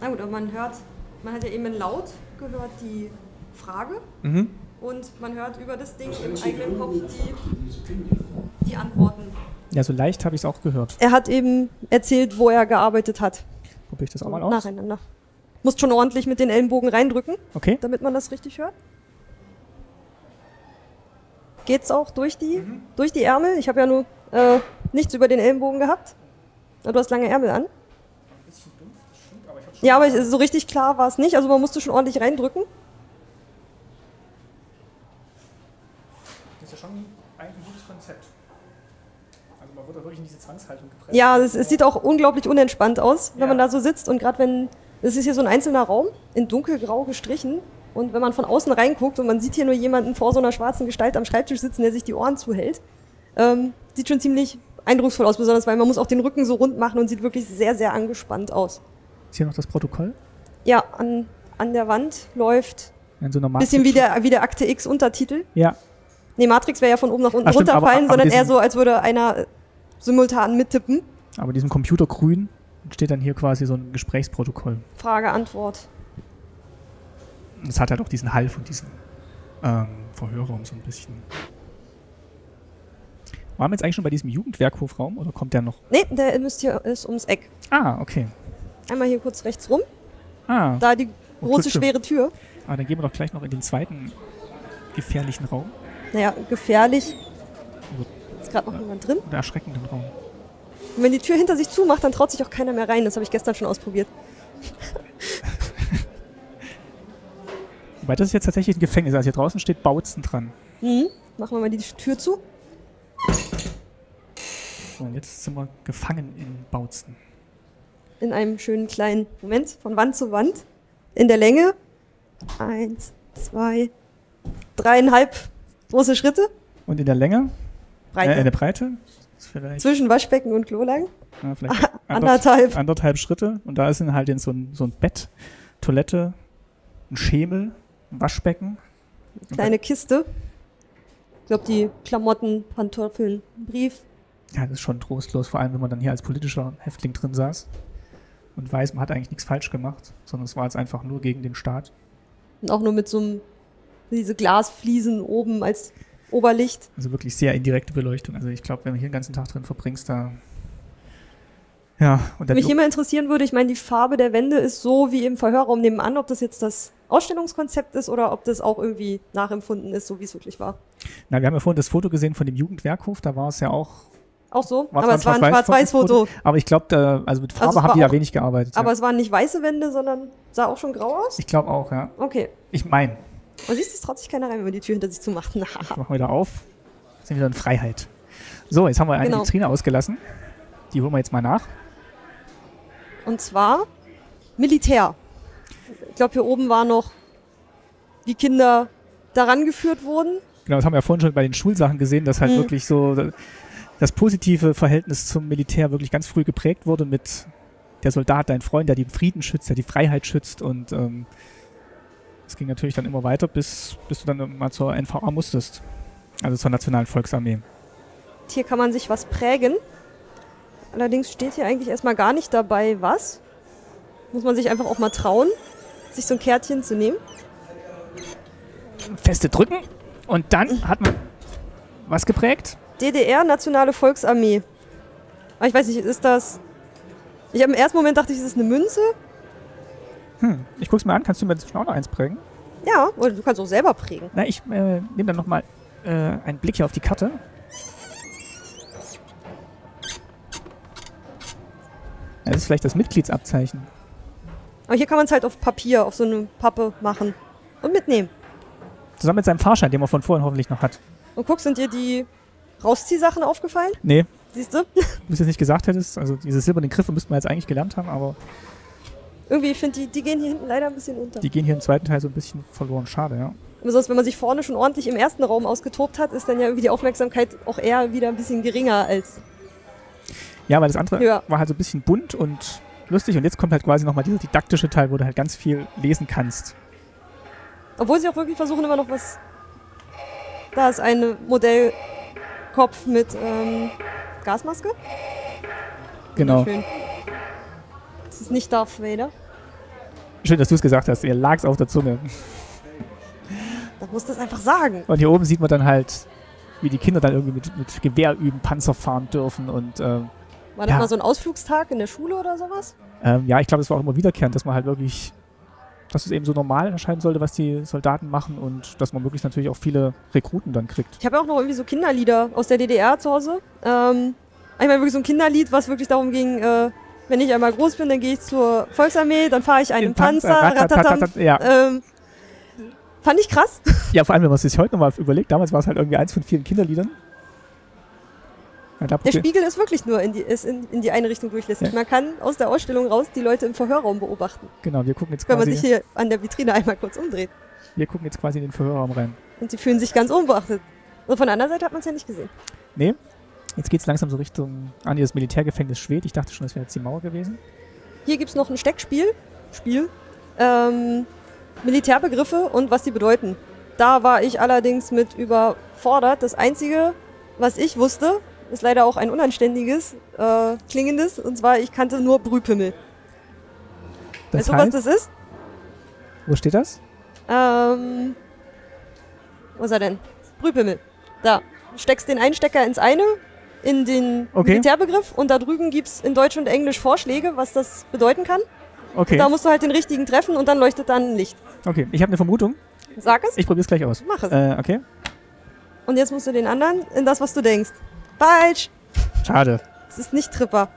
Speaker 1: Na gut, aber man hört, man hat ja eben laut gehört die Frage
Speaker 2: Mhm.
Speaker 1: und man hört über das Ding im eigenen Kopf die, die Antworten.
Speaker 2: Ja, so leicht habe ich es auch gehört.
Speaker 1: Er hat eben erzählt, wo er gearbeitet hat.
Speaker 2: Probiere ich das auch mal aus.
Speaker 1: Nacheinander. Musst schon ordentlich mit den Ellenbogen reindrücken,
Speaker 2: Okay.
Speaker 1: damit man das richtig hört. Geht's auch durch die, durch die Ärmel? Ich habe ja nur äh, nichts über den Ellenbogen gehabt. Na, Du hast lange Ärmel an. Ja, aber ich- so richtig klar war es nicht. Also man musste schon ordentlich reindrücken.
Speaker 4: Das ist ja schon eigentlich ein gutes Konzept. Also man wird da wirklich in diese Zwangshaltung gepresst.
Speaker 1: Ja, es, es sieht auch unglaublich unentspannt aus, wenn
Speaker 4: Ja.
Speaker 1: man da so sitzt. Und gerade wenn, es ist hier so ein einzelner Raum, in dunkelgrau gestrichen. Und wenn man von außen reinguckt und man sieht hier nur jemanden vor so einer schwarzen Gestalt am Schreibtisch sitzen, der sich die Ohren zuhält, ähm, sieht schon ziemlich eindrucksvoll aus, besonders weil man muss auch den Rücken so rund machen und sieht wirklich sehr, sehr angespannt aus.
Speaker 2: Ist hier noch das Protokoll?
Speaker 1: Ja, an, an der Wand läuft
Speaker 2: Ein so normal.
Speaker 1: bisschen wie der, wie der Akte X Untertitel.
Speaker 2: Ja.
Speaker 1: Nee, Matrix wäre ja von oben nach unten
Speaker 2: Ah, stimmt, aber-
Speaker 1: runterfallen,
Speaker 2: aber
Speaker 1: sondern eher
Speaker 2: diesen-
Speaker 1: so, als würde einer äh, simultan mittippen.
Speaker 2: Aber diesem Computer grün steht dann hier quasi so ein Gesprächsprotokoll.
Speaker 1: Frage, Antwort.
Speaker 2: Und Es hat halt auch diesen Hall von diesem ähm, Verhörraum so ein bisschen. Waren wir jetzt eigentlich schon bei diesem Jugendwerkhofraum oder kommt der noch?
Speaker 1: Nee, der müsst hier ist ums Eck.
Speaker 2: Ah, okay.
Speaker 1: Einmal hier kurz rechts rum,
Speaker 2: Ah,
Speaker 1: da die
Speaker 2: Oh,
Speaker 1: große
Speaker 2: stimmt.
Speaker 1: schwere Tür.
Speaker 2: aber dann gehen wir doch gleich noch in den zweiten gefährlichen Raum
Speaker 1: Naja, gefährlich. Ist gerade noch jemand drin.
Speaker 2: oder erschreckenden Raum.
Speaker 1: Und wenn die Tür hinter sich zumacht, dann traut sich auch keiner mehr rein. Das habe ich gestern schon ausprobiert.
Speaker 2: Wobei das ist jetzt tatsächlich ein Gefängnis. Also hier draußen steht Bautzen dran.
Speaker 1: Mhm. Machen wir mal die Tür zu.
Speaker 2: So, und jetzt sind wir gefangen in Bautzen.
Speaker 1: In einem schönen kleinen Moment, von Wand zu Wand. In der Länge. Eins, zwei, dreieinhalb große Schritte.
Speaker 2: Und in der Länge, äh, in
Speaker 1: Breite.
Speaker 2: der Breite, ist vielleicht,
Speaker 1: Zwischen Waschbecken und Klo lang.
Speaker 2: ja, vielleicht
Speaker 1: Anderthalb.
Speaker 2: anderthalb Schritte und da ist dann halt in so, ein, so ein Bett, Toilette, ein Schemel, ein Waschbecken.
Speaker 1: Kleine Kiste. Ich glaube, die Klamotten, Pantoffeln, Brief,
Speaker 2: Ja, das ist schon trostlos, vor allem wenn man dann hier als politischer Häftling drin saß und weiß, man hat eigentlich nichts falsch gemacht, sondern es war jetzt einfach nur gegen den Staat.
Speaker 1: Und auch nur mit so einem, diese Glasfliesen oben als Oberlicht.
Speaker 2: Also wirklich sehr indirekte Beleuchtung. Also ich glaube, wenn du hier den ganzen Tag drin verbringst, da. Ja, und dann.
Speaker 1: Mich immer interessieren würde, ich meine, die Farbe der Wände ist so wie im Verhörraum nebenan, ob das jetzt das Ausstellungskonzept ist oder ob das auch irgendwie nachempfunden ist, so wie es wirklich war.
Speaker 2: Na, wir haben ja vorhin das Foto gesehen von dem Jugendwerkhof, da war es ja auch.
Speaker 1: Auch so,
Speaker 2: war
Speaker 1: aber es
Speaker 2: zwar
Speaker 1: war ein Schwarz-Weiß-Foto.
Speaker 2: Aber ich glaube, da- also mit Farbe
Speaker 1: Also es
Speaker 2: haben
Speaker 1: war
Speaker 2: die ja
Speaker 1: auch-
Speaker 2: wenig gearbeitet.
Speaker 1: Aber
Speaker 2: ja.
Speaker 1: es waren nicht weiße Wände, sondern sah auch schon grau aus.
Speaker 2: Ich glaube auch, ja.
Speaker 1: Okay.
Speaker 2: Ich meine,
Speaker 1: Man siehst, es traut sich keiner rein, wenn man die Tür hinter sich zumacht. Na.
Speaker 2: machen wir wieder auf. Sind wieder in Freiheit. So, jetzt haben wir eine
Speaker 1: Genau.
Speaker 2: Vitrine ausgelassen. Die holen wir jetzt mal nach.
Speaker 1: Und zwar Militär. Ich glaube, hier oben war noch, wie Kinder daran geführt wurden.
Speaker 2: Genau, das haben wir ja vorhin schon bei den Schulsachen gesehen, dass halt
Speaker 1: Mhm.
Speaker 2: wirklich so da- das positive Verhältnis zum Militär wirklich ganz früh geprägt wurde mit der Soldat, dein Freund, der den Frieden schützt, der die Freiheit schützt und ähm, es ging natürlich dann immer weiter, bis, bis du dann mal zur NVA musstest. Also zur Nationalen Volksarmee.
Speaker 1: Hier kann man sich was prägen. Allerdings steht hier eigentlich erstmal gar nicht dabei, was. Muss man sich einfach auch mal trauen, sich so ein Kärtchen zu nehmen.
Speaker 2: Feste drücken und dann hat man was geprägt?
Speaker 1: DDR, Nationale Volksarmee. Aber ich weiß nicht, ist das. Ich habe im ersten Moment dachte ich, ist das eine Münze?
Speaker 2: Hm, ich guck's mir an, kannst du mir inzwischen auch noch eins prägen?
Speaker 1: Ja, oder du kannst auch selber prägen.
Speaker 2: Na, ich äh, nehme dann nochmal äh, einen Blick hier auf die Karte. Ja, Das ist vielleicht das Mitgliedsabzeichen.
Speaker 1: Aber hier kann man es halt auf Papier, auf so eine Pappe machen und mitnehmen.
Speaker 2: Zusammen mit seinem Fahrschein, den man von vorhin hoffentlich noch hat.
Speaker 1: Und guck, sind dir die Rausziehsachen aufgefallen?
Speaker 2: Nee,
Speaker 1: Siehst du?
Speaker 2: Du es jetzt nicht gesagt hättest, also diese silbernen Griffe müssten wir jetzt eigentlich gelernt haben, aber
Speaker 1: Irgendwie, ich finde, die, die gehen hier hinten leider ein bisschen unter.
Speaker 2: die gehen hier im zweiten Teil so ein bisschen verloren. Schade, ja.
Speaker 1: Aber sonst, wenn man sich vorne schon ordentlich im ersten Raum ausgetobt hat, ist dann ja irgendwie die Aufmerksamkeit auch eher wieder ein bisschen geringer als.
Speaker 2: Ja, weil das andere
Speaker 1: Ja.
Speaker 2: war halt so ein bisschen bunt und lustig und jetzt kommt halt quasi nochmal dieser didaktische Teil, wo du halt ganz viel lesen kannst.
Speaker 1: Obwohl sie auch wirklich versuchen, immer noch was. Da ist ein Modellkopf mit ähm, Gasmaske.
Speaker 2: Genau. Schön,
Speaker 1: Schön. Das ist nicht Darth Vader.
Speaker 2: dass du es gesagt hast. Ihr lag's auf der Zunge.
Speaker 1: Da muss das einfach sagen.
Speaker 2: Und hier oben sieht man dann halt, wie die Kinder dann irgendwie mit, mit Gewehr üben, Panzer fahren dürfen und ähm,
Speaker 1: War das
Speaker 2: Ja.
Speaker 1: mal so ein Ausflugstag in der Schule oder sowas?
Speaker 2: ähm, ja, ich glaube, das war auch immer wiederkehrend, dass man halt wirklich, dass es eben so normal erscheinen sollte, was die Soldaten machen und dass man möglichst natürlich auch viele Rekruten dann kriegt.
Speaker 1: Ich habe ja auch noch irgendwie so Kinderlieder aus der DDR zu Hause. Ähm, ich meine wirklich so ein Kinderlied, was wirklich darum ging, äh, wenn ich einmal groß bin, dann gehe ich zur Volksarmee, dann fahre ich einen
Speaker 2: Im
Speaker 1: Panzer,
Speaker 2: ratatatat,
Speaker 1: ratatatam.
Speaker 2: ja.
Speaker 1: Ähm, fand ich krass.
Speaker 2: ja, vor allem, wenn man sich heute nochmal überlegt, damals war es halt irgendwie eins von vielen Kinderliedern. Ja, da
Speaker 1: Der
Speaker 2: probier-
Speaker 1: Spiegel ist wirklich nur in die, ist in, in die eine Richtung durchlässig.
Speaker 2: Ja.
Speaker 1: Man kann aus der Ausstellung raus die Leute im Verhörraum beobachten,
Speaker 2: genau, wir gucken jetzt
Speaker 1: wenn man sich
Speaker 2: quasi,
Speaker 1: hier an der Vitrine einmal kurz umdreht.
Speaker 2: wir gucken jetzt quasi in den Verhörraum rein.
Speaker 1: Und sie fühlen sich ganz unbeachtet. Also von der anderen Seite hat man es ja nicht gesehen.
Speaker 2: Nee, jetzt geht's langsam so Richtung an das Militärgefängnis Schwed. Ich dachte schon, das wäre jetzt die Mauer gewesen.
Speaker 1: Hier gibt es noch ein Steckspiel. Spiel. Ähm, Militärbegriffe und was die bedeuten. Da war ich allerdings mit überfordert. Das Einzige, was ich wusste, ist leider auch ein unanständiges, äh, klingendes. Und zwar, ich kannte nur Brühpimmel.
Speaker 2: Das
Speaker 1: weißt du, was
Speaker 2: heißt,
Speaker 1: das ist?
Speaker 2: wo steht das?
Speaker 1: Ähm, wo ist er denn? Brühpimmel. Da. Steckst den einen Stecker ins eine, in den
Speaker 2: Okay.
Speaker 1: Militärbegriff und da drüben gibt's in Deutsch und Englisch Vorschläge, was das bedeuten kann.
Speaker 2: Okay,
Speaker 1: Da musst du halt den richtigen treffen und dann leuchtet dann ein Licht.
Speaker 2: okay. Ich habe eine Vermutung.
Speaker 1: Sag es,
Speaker 2: Ich probiere es gleich aus.
Speaker 1: mach es.
Speaker 2: Äh, okay.
Speaker 1: Und jetzt musst du den anderen in das, was du denkst. Falsch!
Speaker 2: Schade.
Speaker 1: Es ist nicht Tripper.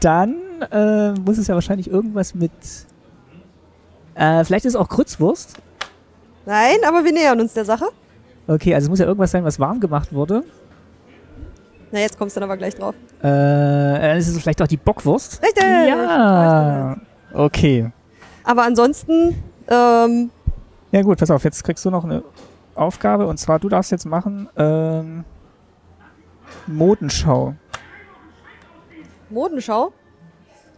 Speaker 2: Dann äh, muss es ja wahrscheinlich irgendwas mit. Äh, vielleicht ist es auch Grützwurst.
Speaker 1: Nein, aber wir nähern uns der Sache.
Speaker 2: Okay, also es muss ja irgendwas sein, was warm gemacht wurde.
Speaker 1: Na, jetzt kommst du dann aber gleich drauf.
Speaker 2: Äh, dann ist es vielleicht auch die Bockwurst.
Speaker 1: Richtig!
Speaker 2: Ja. Okay.
Speaker 1: Aber ansonsten, ähm,
Speaker 2: Ja gut, pass auf, jetzt kriegst du noch eine Aufgabe und zwar, du darfst jetzt machen ähm, Modenschau.
Speaker 1: Modenschau?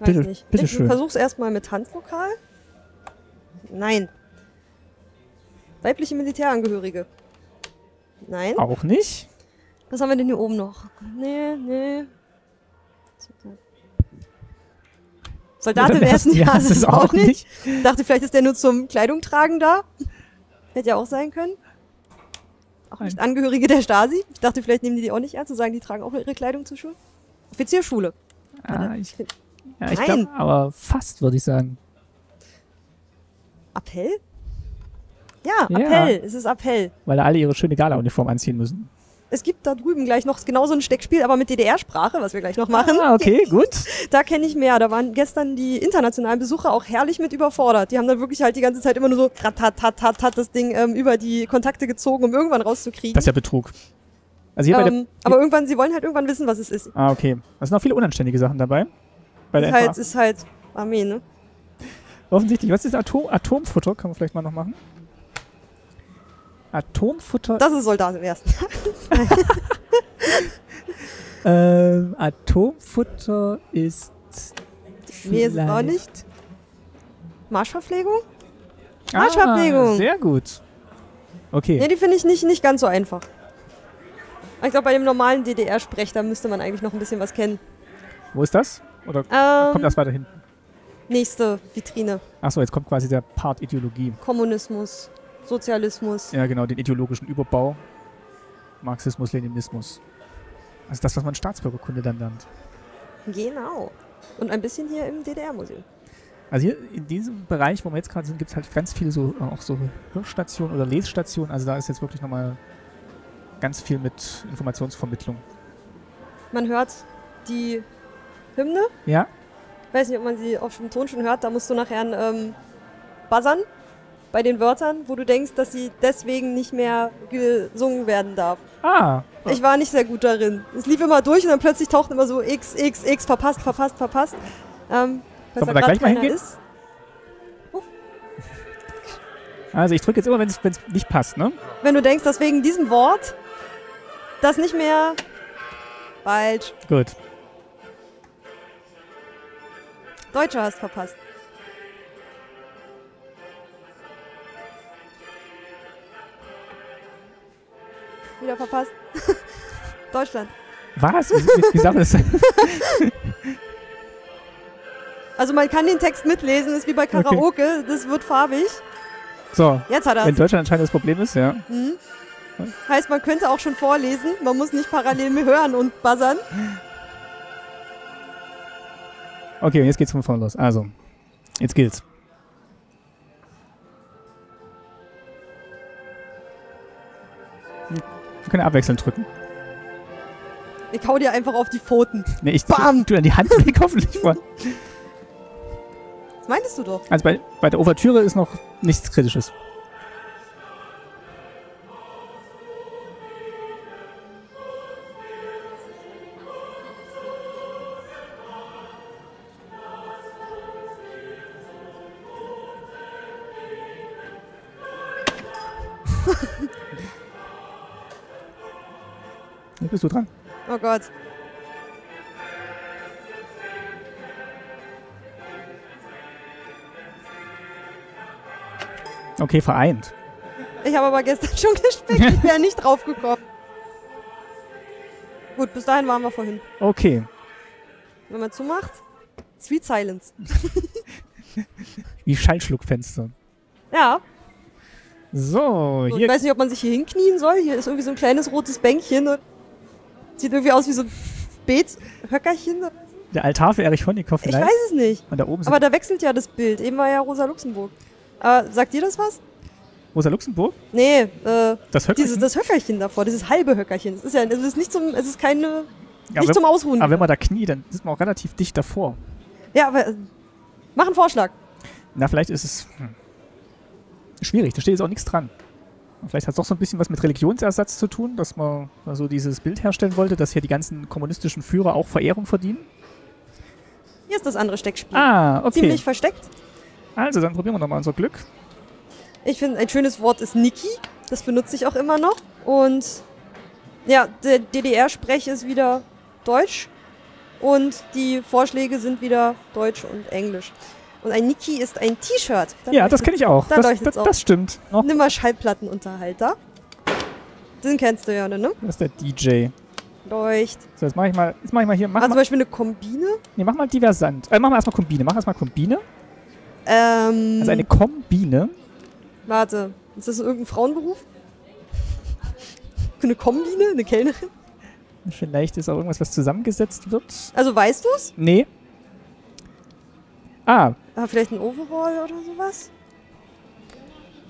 Speaker 1: Weiß
Speaker 2: Bitte-
Speaker 1: nicht.
Speaker 2: bitte
Speaker 1: ich
Speaker 2: schön.
Speaker 1: versuch's erstmal mit Tanzlokal. Nein. Weibliche Militärangehörige. Nein.
Speaker 2: Auch nicht.
Speaker 1: Was haben wir denn hier oben noch? Nee, nee. Soldat im ersten Jahr ist es auch nicht. Dachte, vielleicht ist der nur zum Kleidung tragen da. Hätte ja auch sein können. Auch nicht Angehörige der Stasi. Ich dachte, vielleicht nehmen die die auch nicht ernst und sagen, die tragen auch ihre Kleidung zur Schule. Offizierschule.
Speaker 2: Ah, ich ja, ich
Speaker 1: Nein.
Speaker 2: glaube, aber fast würde ich sagen.
Speaker 1: Appell? Ja,
Speaker 2: Ja.
Speaker 1: Appell. Es ist Appell.
Speaker 2: Weil alle ihre schöne Gala-Uniform anziehen müssen.
Speaker 1: Es gibt da drüben gleich noch genau so ein Steckspiel, aber mit DDR-Sprache, was wir gleich noch machen.
Speaker 2: Ah, okay, gut.
Speaker 1: Da kenne ich mehr. Da waren gestern die internationalen Besucher auch herrlich mit überfordert. Die haben dann wirklich halt die ganze Zeit immer nur so ratatatatat das Ding ähm, über die Kontakte gezogen, um irgendwann rauszukriegen.
Speaker 2: Das ist ja Betrug. Also hier bei der,
Speaker 1: ähm, aber irgendwann, sie wollen halt irgendwann wissen, was es ist.
Speaker 2: Ah, okay. Da sind auch viele unanständige Sachen dabei. Bei der
Speaker 1: ist halt,
Speaker 2: NVA.
Speaker 1: ist halt Armee, ne?
Speaker 2: Offensichtlich. Was ist Atom Atomfutter? Kann man vielleicht mal noch machen. Atomfutter
Speaker 1: Das ist Soldat im ersten.
Speaker 2: Ähm, Atomfutter ist.
Speaker 1: Nee, ist es auch
Speaker 2: vielleicht-
Speaker 1: nicht. Marschverpflegung?
Speaker 2: Ah,
Speaker 1: Arschverpflegung.
Speaker 2: sehr gut.
Speaker 1: Nee,
Speaker 2: Okay.
Speaker 1: die finde ich nicht, nicht ganz so einfach. Aber Ich glaube, bei dem normalen DDR-Sprech, da müsste man eigentlich noch ein bisschen was kennen.
Speaker 2: Wo ist das? Oder
Speaker 1: Ähm,
Speaker 2: kommt das weiter hinten?
Speaker 1: Nächste Vitrine.
Speaker 2: Achso, jetzt kommt quasi der Part Ideologie.
Speaker 1: Kommunismus, Sozialismus.
Speaker 2: Ja, genau, den ideologischen Überbau. Marxismus, Leninismus. Also das, was man Staatsbürgerkunde dann nennt.
Speaker 1: Genau. Und ein bisschen hier im DDR-Museum.
Speaker 2: Also hier in diesem Bereich, wo wir jetzt gerade sind, gibt es halt ganz viele so, auch so Hörstationen oder Lesstationen. Also da ist jetzt wirklich nochmal ganz viel mit Informationsvermittlung.
Speaker 1: Man hört die Hymne.
Speaker 2: Ja,
Speaker 1: Ich weiß nicht, ob man sie auf dem Ton schon hört. Da musst du nachher ähm, buzzern. bei den Wörtern, wo du denkst, dass sie deswegen nicht mehr gesungen werden darf.
Speaker 2: Ah,
Speaker 1: Ich war nicht sehr gut darin. Es lief immer durch und dann plötzlich tauchten immer so X, X, X, verpasst, verpasst, verpasst. Ähm, weil
Speaker 2: Sollen wir da
Speaker 1: grad
Speaker 2: gleich mal
Speaker 1: keiner
Speaker 2: hingehen?
Speaker 1: Ist.
Speaker 2: also ich drücke jetzt immer, wenn es nicht passt, ne?
Speaker 1: Wenn du denkst, dass wegen diesem Wort das nicht mehr falsch.
Speaker 2: Gut.
Speaker 1: Deutsche hast verpasst. Wieder verpasst. Deutschland.
Speaker 2: Was? Wie, wie, wie sagt man das?
Speaker 1: Also man kann den Text mitlesen, ist wie bei Karaoke, das wird farbig.
Speaker 2: So,
Speaker 1: Jetzt hat er
Speaker 2: wenn Deutschland anscheinend das Problem ist, ja.
Speaker 1: Heißt, man könnte auch schon vorlesen, man muss nicht parallel hören und buzzern.
Speaker 2: Okay, jetzt geht's von vorne los. Also, jetzt gilt's. Wir können abwechselnd drücken.
Speaker 1: Ich hau dir einfach auf die Pfoten.
Speaker 2: Nee, ich
Speaker 1: Bam!
Speaker 2: tu dann die Hand weg, hoffentlich vor.
Speaker 1: Das meintest du doch.
Speaker 2: Also bei, bei der Ouvertüre ist noch nichts Kritisches. Jetzt bist du dran.
Speaker 1: Oh Gott.
Speaker 2: Okay, vereint.
Speaker 1: Ich habe aber gestern schon gespickt, ich wäre nicht draufgekommen. Gut, bis dahin waren wir vorhin.
Speaker 2: Okay.
Speaker 1: Wenn man zumacht, Sweet Silence.
Speaker 2: Wie Schallschluckfenster.
Speaker 1: Ja,
Speaker 2: So,
Speaker 1: so, ich
Speaker 2: hier
Speaker 1: weiß nicht, ob man sich hier hinknien soll. Hier ist irgendwie so ein kleines rotes Bänkchen. Und sieht irgendwie aus wie so ein Beethöckerchen.
Speaker 2: der Altar für Erich Honeckhoff.
Speaker 1: Ich
Speaker 2: live.
Speaker 1: weiß es nicht.
Speaker 2: Und da oben sind
Speaker 1: Aber da wechselt ja das Bild. Eben war ja Rosa Luxemburg. Äh, sagt dir das was?
Speaker 2: Rosa Luxemburg.
Speaker 1: Nee, äh,
Speaker 2: Das hört
Speaker 1: dieses, das Höckerchen davor, dieses halbe Höckerchen. Es ist ja, es ist nicht zum, es ist keine,
Speaker 2: Ja,
Speaker 1: nicht
Speaker 2: wenn-
Speaker 1: zum Ausruhen.
Speaker 2: Aber wenn man da kniet, dann ist man auch relativ dicht davor.
Speaker 1: ja, aber, äh, mach einen Vorschlag.
Speaker 2: Na, vielleicht ist es hm, schwierig, da steht jetzt auch nichts dran. Und Vielleicht hat es doch so ein bisschen was mit Religionsersatz zu tun, dass man mal so dieses Bild herstellen wollte, dass hier die ganzen kommunistischen Führer auch Verehrung verdienen.
Speaker 1: Hier ist das andere Steckspiel.
Speaker 2: Ah, okay.
Speaker 1: Ziemlich versteckt.
Speaker 2: Also, dann probieren wir nochmal unser Glück.
Speaker 1: Ich finde, ein schönes Wort ist Niki. Das benutze ich auch immer noch. Und ja, der DDR-Sprech ist wieder Deutsch. Und die Vorschläge sind wieder Deutsch und Englisch. Und ein Niki ist ein T-Shirt. Da
Speaker 2: ja, das
Speaker 1: leuchtet's.
Speaker 2: kenne ich auch.
Speaker 1: da
Speaker 2: Das,
Speaker 1: leuchtet's
Speaker 2: das,
Speaker 1: auf.
Speaker 2: das stimmt. Oh, Noch,
Speaker 1: Nimm mal Schallplattenunterhalter. Den kennst du ja, ne?
Speaker 2: das ist der DJ.
Speaker 1: Leucht.
Speaker 2: So, jetzt mache ich mal, jetzt mach ich mal hier, mach,
Speaker 1: Also zum
Speaker 2: mal,
Speaker 1: Beispiel eine Kombine.
Speaker 2: nee, mach mal Diversant. Äh, mach mal erstmal Kombine, mach erstmal Kombine.
Speaker 1: Ähm,
Speaker 2: Also eine Kombine.
Speaker 1: warte, ist das irgendein Frauenberuf? Eine Kombine? Eine Kellnerin?
Speaker 2: Vielleicht ist auch irgendwas, was zusammengesetzt wird.
Speaker 1: Also weißt du's?
Speaker 2: Nee. Ah,
Speaker 1: Ah, vielleicht ein Overall oder sowas?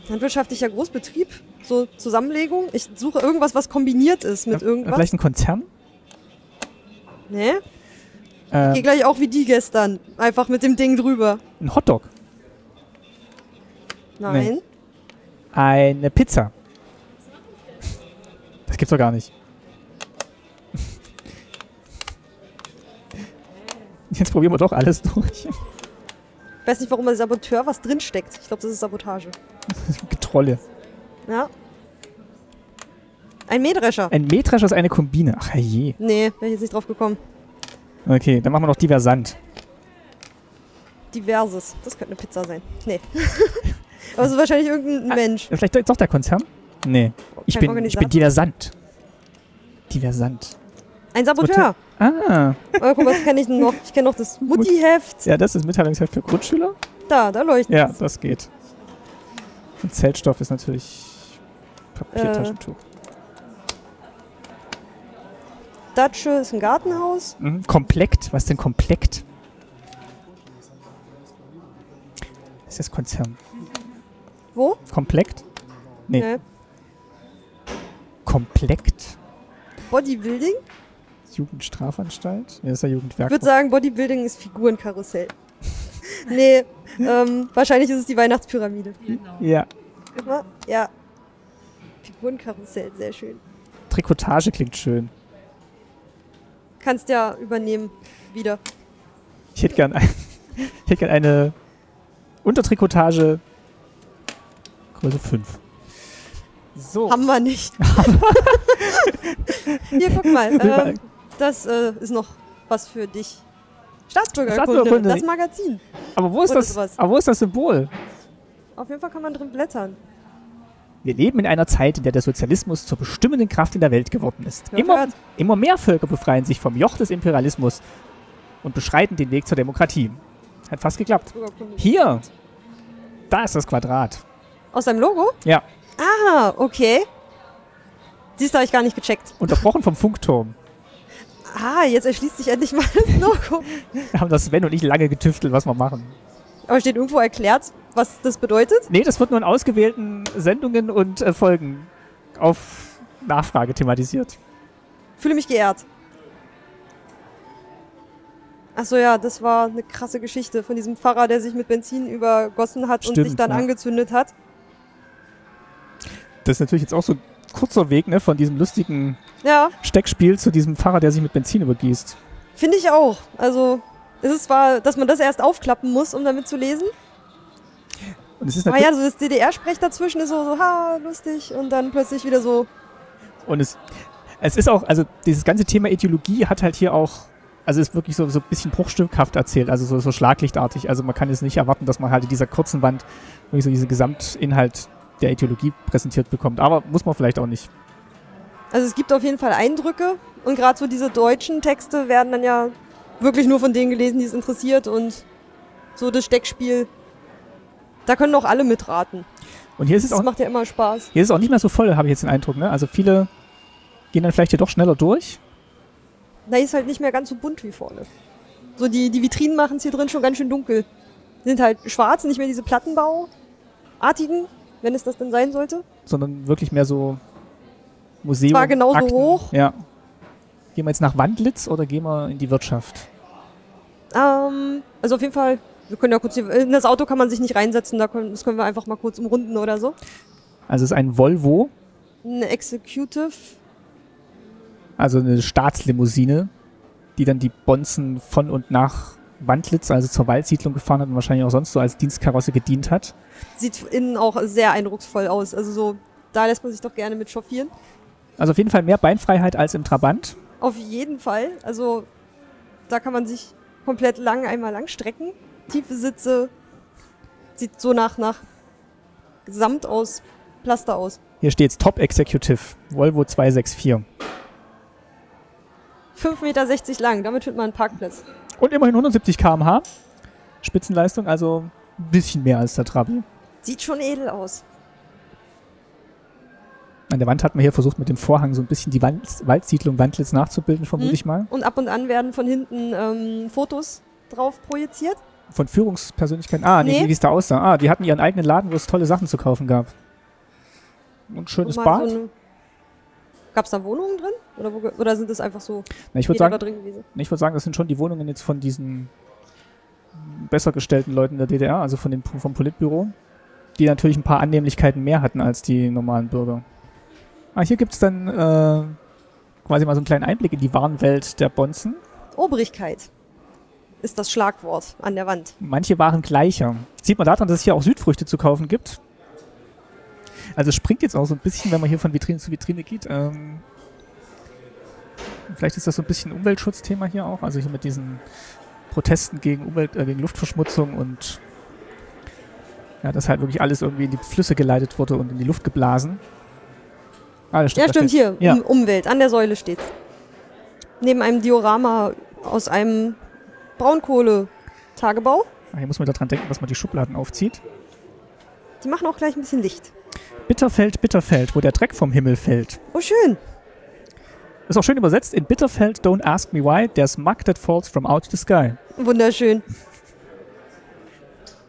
Speaker 1: Landwirtschaftlicher Großbetrieb? So Zusammenlegung? Ich suche irgendwas, was kombiniert ist mit
Speaker 2: Ja,
Speaker 1: irgendwas.
Speaker 2: äh, Vielleicht ein Konzern?
Speaker 1: Nee? Geh
Speaker 2: Äh,
Speaker 1: gleich auch wie die gestern. Einfach mit dem Ding drüber.
Speaker 2: ein Hotdog.
Speaker 1: Nein.
Speaker 2: Eine Pizza. Das gibt's doch gar nicht. Jetzt probieren wir doch alles durch.
Speaker 1: Ich weiß nicht, warum bei Saboteur was drinsteckt. Ich glaube, das ist Sabotage.
Speaker 2: Getrolle.
Speaker 1: Ja. Ein Mähdrescher.
Speaker 2: Ein Mähdrescher ist eine Kombine. Ach je.
Speaker 1: Nee, wäre ich jetzt nicht drauf gekommen.
Speaker 2: Okay, dann machen wir noch Diversant.
Speaker 1: Diverses. Das könnte eine Pizza sein. Nee. Aber es ist wahrscheinlich irgendein Mensch.
Speaker 2: Ja, Äh, Vielleicht doch der Konzern? Nee. Ah, Ich
Speaker 1: Kein
Speaker 2: bin, ich
Speaker 1: Organisator?
Speaker 2: bin Diversant. Diversant.
Speaker 1: Ein Saboteur.
Speaker 2: Ah,
Speaker 1: Oh, guck mal, das kenne ich noch. Ich kenne noch das Muttiheft.
Speaker 2: ja, das ist Mitteilungsheft für Grundschüler.
Speaker 1: Da, da leuchtet
Speaker 2: Ja, das geht. Und Zeltstoff ist natürlich Papiertaschentuch.
Speaker 1: Äh. Datsche ist ein Gartenhaus.
Speaker 2: Mhm. Komplekt? Was denn Komplekt? Das ist das Konzern.
Speaker 1: Wo? Ne?
Speaker 2: Komplekt? Nee.
Speaker 1: Nee.
Speaker 2: Komplekt?
Speaker 1: Bodybuilding?
Speaker 2: Jugendstrafanstalt? Ja, das ist ja
Speaker 1: Ich würde
Speaker 2: Jugendwerk.
Speaker 1: sagen, Bodybuilding ist Figurenkarussell. Nee, ähm, wahrscheinlich ist es die Weihnachtspyramide.
Speaker 7: Genau.
Speaker 2: Ja.
Speaker 1: Ja, Ja. Figurenkarussell, sehr schön.
Speaker 2: Trikotage klingt schön.
Speaker 1: Kannst ja übernehmen. Wieder.
Speaker 2: Ich hätte gern, ein, ich hätte gern eine Untertrikotage Größe 5. So.
Speaker 1: Haben wir nicht. Hier, guck mal. Ähm, das äh, ist noch was für dich. Staatsbürgerkunde,
Speaker 2: Staatsbürgerkunde.
Speaker 1: das Magazin.
Speaker 2: aber, wo ist
Speaker 1: oder
Speaker 2: das,
Speaker 1: sowas.
Speaker 2: aber wo ist das Symbol?
Speaker 1: Auf jeden Fall kann man drin blättern.
Speaker 2: Wir leben in einer Zeit, in der der Sozialismus zur bestimmenden Kraft in der Welt geworden ist.
Speaker 1: Ja,
Speaker 2: Immer,
Speaker 1: klar.
Speaker 2: immer mehr Völker befreien sich vom Joch des Imperialismus und beschreiten den Weg zur Demokratie. Hat fast geklappt.
Speaker 1: Bürgerkunde.
Speaker 2: Hier, da ist das Quadrat.
Speaker 1: Aus deinem Logo?
Speaker 2: Ja,
Speaker 1: Ah, okay. Siehst du, habe ich gar nicht gecheckt.
Speaker 2: unterbrochen vom Funkturm.
Speaker 1: Ah, jetzt erschließt sich endlich mal das Logo.
Speaker 2: Da haben das Sven und ich lange getüftelt, was wir machen.
Speaker 1: Aber steht irgendwo erklärt, was das bedeutet?
Speaker 2: Nee, das wird nur in ausgewählten Sendungen und äh, Folgen auf Nachfrage thematisiert.
Speaker 1: Fühle mich geehrt. Achso, ja, das war eine krasse Geschichte von diesem Pfarrer, der sich mit Benzin übergossen hat und
Speaker 2: Stimmt,
Speaker 1: sich dann
Speaker 2: ja.
Speaker 1: angezündet hat.
Speaker 2: Das ist natürlich jetzt auch so ein kurzer Weg, ne, von diesem lustigen
Speaker 1: Ja,
Speaker 2: Steckspiel zu diesem Fahrer, der sich mit Benzin übergießt.
Speaker 1: finde ich auch. Also, es ist zwar, dass man das erst aufklappen muss, um damit zu lesen.
Speaker 2: Und es ist
Speaker 1: Aber
Speaker 2: natürlich,
Speaker 1: ja, so das DDR-Sprech dazwischen ist so, so, ha, lustig. Und dann plötzlich wieder so,
Speaker 2: und es, es ist auch, also dieses ganze Thema Ideologie hat halt hier auch, also ist wirklich so, so ein bisschen bruchstückhaft erzählt, also so, so schlaglichtartig. Also man kann jetzt nicht erwarten, dass man halt in dieser kurzen Wand wirklich so diesen Gesamtinhalt der Ideologie präsentiert bekommt. Aber muss man vielleicht auch nicht.
Speaker 1: Also es gibt auf jeden Fall Eindrücke und gerade so diese deutschen Texte werden dann ja wirklich nur von denen gelesen, die es interessiert und so das Steckspiel. Da können auch alle mitraten.
Speaker 2: Und hier ist es auch
Speaker 1: Das macht ja immer Spaß.
Speaker 2: Hier ist es auch nicht mehr so voll, habe ich jetzt den Eindruck. Ne? Also viele gehen dann vielleicht hier doch schneller durch.
Speaker 1: Na, hier ist halt nicht mehr ganz so bunt wie vorne. So die, die Vitrinen machen es hier drin schon ganz schön dunkel. Die sind halt schwarz, nicht mehr diese Plattenbauartigen, wenn es das denn sein sollte.
Speaker 2: sondern wirklich mehr so Museum.
Speaker 1: Zwar genauso
Speaker 2: Akten.
Speaker 1: hoch.
Speaker 2: Ja. Gehen wir jetzt nach Wandlitz oder gehen wir in die Wirtschaft?
Speaker 1: Ähm, also auf jeden Fall, wir können ja kurz hier, in das Auto kann man sich nicht reinsetzen, da können, das können wir einfach mal kurz umrunden oder so.
Speaker 2: Also es ist ein Volvo,
Speaker 1: Ein Executive
Speaker 2: also eine Staatslimousine, die dann die Bonzen von und nach Wandlitz, also zur Waldsiedlung gefahren hat und wahrscheinlich auch sonst so als Dienstkarosse gedient hat.
Speaker 1: sieht innen auch sehr eindrucksvoll aus. Also so, da lässt man sich doch gerne mit chauffieren.
Speaker 2: Also auf jeden Fall mehr Beinfreiheit als im Trabant.
Speaker 1: Auf jeden Fall. Also da kann man sich komplett lang einmal lang strecken. Tiefe Sitze. Sieht so nach, nach Samt aus, Plaster aus.
Speaker 2: Hier steht es Top Executive, Volvo 264.
Speaker 1: 5,60 Meter lang, damit findet man einen Parkplatz.
Speaker 2: Und immerhin 170 km/h. Spitzenleistung, also ein bisschen mehr als der Trabi.
Speaker 1: Sieht schon edel aus.
Speaker 2: An der Wand hat man hier versucht, mit dem Vorhang so ein bisschen die Wand, Waldsiedlung Wandlitz nachzubilden, vermute
Speaker 1: Hm.
Speaker 2: ich mal.
Speaker 1: Und ab und an werden von hinten ähm, Fotos drauf projiziert.
Speaker 2: Von Führungspersönlichkeiten. Ah, nee,
Speaker 1: Nee.
Speaker 2: wie es da aussah. Ah, die hatten ihren eigenen Laden, wo es tolle Sachen zu kaufen gab. Und schönes
Speaker 1: Mal
Speaker 2: Bad.
Speaker 1: So eine, gab's da Wohnungen drin? Oder, wo, ge- oder sind das einfach so
Speaker 2: Na, ich würde
Speaker 1: jeder
Speaker 2: sagen,
Speaker 1: da drin gewesen?
Speaker 2: ich würd sagen, das sind schon die Wohnungen jetzt von diesen besser gestellten Leuten der DDR, also von dem, vom Politbüro, die natürlich ein paar Annehmlichkeiten mehr hatten als die normalen Bürger. Ah, hier gibt es dann äh, quasi mal so einen kleinen Einblick in die Warenwelt der Bonzen.
Speaker 1: Obrigkeit ist das Schlagwort an der Wand.
Speaker 2: Manche waren gleicher. Sieht man daran, dass es hier auch Südfrüchte zu kaufen gibt. Also es springt jetzt auch so ein bisschen, wenn man hier von Vitrine zu Vitrine geht. Ähm, vielleicht ist das so ein bisschen Umweltschutzthema hier auch. Also hier mit diesen Protesten gegen Umwelt, äh, gegen Luftverschmutzung und ja, dass halt wirklich alles irgendwie in die Flüsse geleitet wurde und in die Luft geblasen. Ah, das
Speaker 1: Ja,
Speaker 2: da
Speaker 1: stimmt, hier,
Speaker 2: steht's. Ja.
Speaker 1: um, Umwelt, an der Säule steht. Neben einem Diorama aus einem Braunkohletagebau.
Speaker 2: Ah, Hier muss man daran denken, dass man die Schubladen aufzieht.
Speaker 1: Die machen auch gleich ein bisschen Licht.
Speaker 2: Bitterfeld, Bitterfeld, wo der Dreck vom Himmel fällt.
Speaker 1: Oh, schön.
Speaker 2: Ist auch schön übersetzt in Bitterfeld, Don't Ask Me Why, There's Mug That Falls From Out the Sky.
Speaker 1: Wunderschön.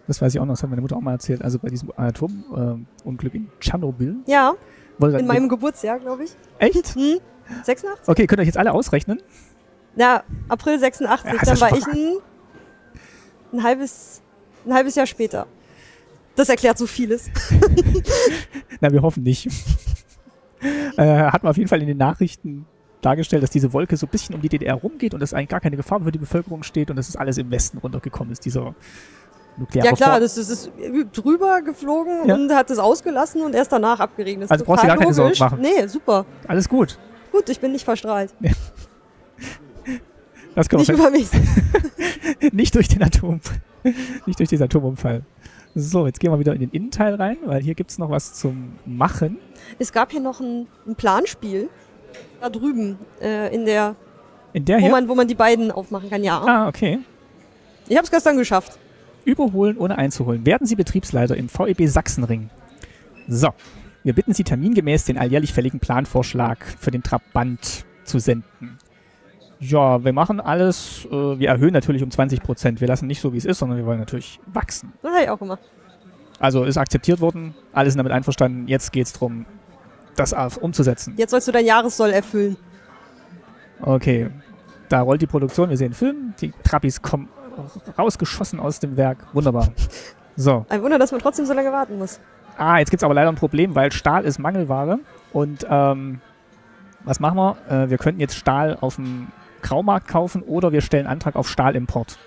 Speaker 2: Das weiß ich auch noch, das hat meine Mutter auch mal erzählt. Also bei diesem Atomunglück in Tschernobyl.
Speaker 1: Ja,
Speaker 2: Wurde dann
Speaker 1: in meinem Geburtsjahr, glaube ich.
Speaker 2: Echt?
Speaker 1: Hm? 86?
Speaker 2: Okay, könnt ihr euch jetzt alle ausrechnen?
Speaker 1: Na, April 86,
Speaker 2: Ja, ist
Speaker 1: dann
Speaker 2: das
Speaker 1: war
Speaker 2: schon
Speaker 1: ich ein, ein halbes Ein halbes Jahr später. Das erklärt so vieles.
Speaker 2: Na, wir hoffen nicht. äh, hat man auf jeden Fall in den Nachrichten dargestellt, dass diese Wolke so ein bisschen um die DDR rumgeht und dass eigentlich gar keine Gefahr für die Bevölkerung steht und dass es alles im Westen runtergekommen ist, dieser nukleare
Speaker 1: Ja, klar, also
Speaker 2: Vor-
Speaker 1: das, das ist drüber geflogen
Speaker 2: Ja.
Speaker 1: und hat es ausgelassen und erst danach abgeregnet.
Speaker 2: Also brauchst du
Speaker 1: total
Speaker 2: dir gar keine
Speaker 1: logisch.
Speaker 2: Sorgen
Speaker 1: Nee, super.
Speaker 2: Alles gut.
Speaker 1: Gut, ich bin nicht verstrahlt.
Speaker 2: Das können
Speaker 1: Nicht
Speaker 2: wir
Speaker 1: über mich.
Speaker 2: nicht durch den Atom, nicht durch diesen Atomunfall. So, jetzt gehen wir wieder in den Innenteil rein, weil hier gibt es noch was zum Machen.
Speaker 1: Es gab hier noch ein, ein Planspiel da drüben äh, in der,
Speaker 2: In der
Speaker 1: wo
Speaker 2: hier.
Speaker 1: man, wo man die beiden aufmachen kann. Ja,
Speaker 2: ah, okay.
Speaker 1: ich habe es gestern geschafft.
Speaker 2: Überholen ohne einzuholen. Werden Sie Betriebsleiter im VEB Sachsenring. So, wir bitten Sie termingemäß den alljährlich fälligen Planvorschlag für den Trabant zu senden. Ja, wir machen alles. Äh, wir erhöhen natürlich um 20 Prozent. Wir lassen nicht so, wie es ist, sondern wir wollen natürlich wachsen.
Speaker 1: Das habe ich auch gemacht.
Speaker 2: Also ist akzeptiert worden. Alle sind damit einverstanden. Jetzt geht es darum, das auf- umzusetzen.
Speaker 1: Jetzt sollst du dein Jahressoll erfüllen.
Speaker 2: Okay, da rollt die Produktion, wir sehen Film, die Trappis kommen rausgeschossen aus dem Werk. Wunderbar. So.
Speaker 1: Ein Wunder, dass man trotzdem so lange warten muss.
Speaker 2: Ah, jetzt gibt es aber leider ein Problem, weil Stahl ist Mangelware. Und ähm, was machen wir? Äh, wir könnten jetzt Stahl auf dem Graumarkt kaufen oder wir stellen Antrag auf Stahlimport.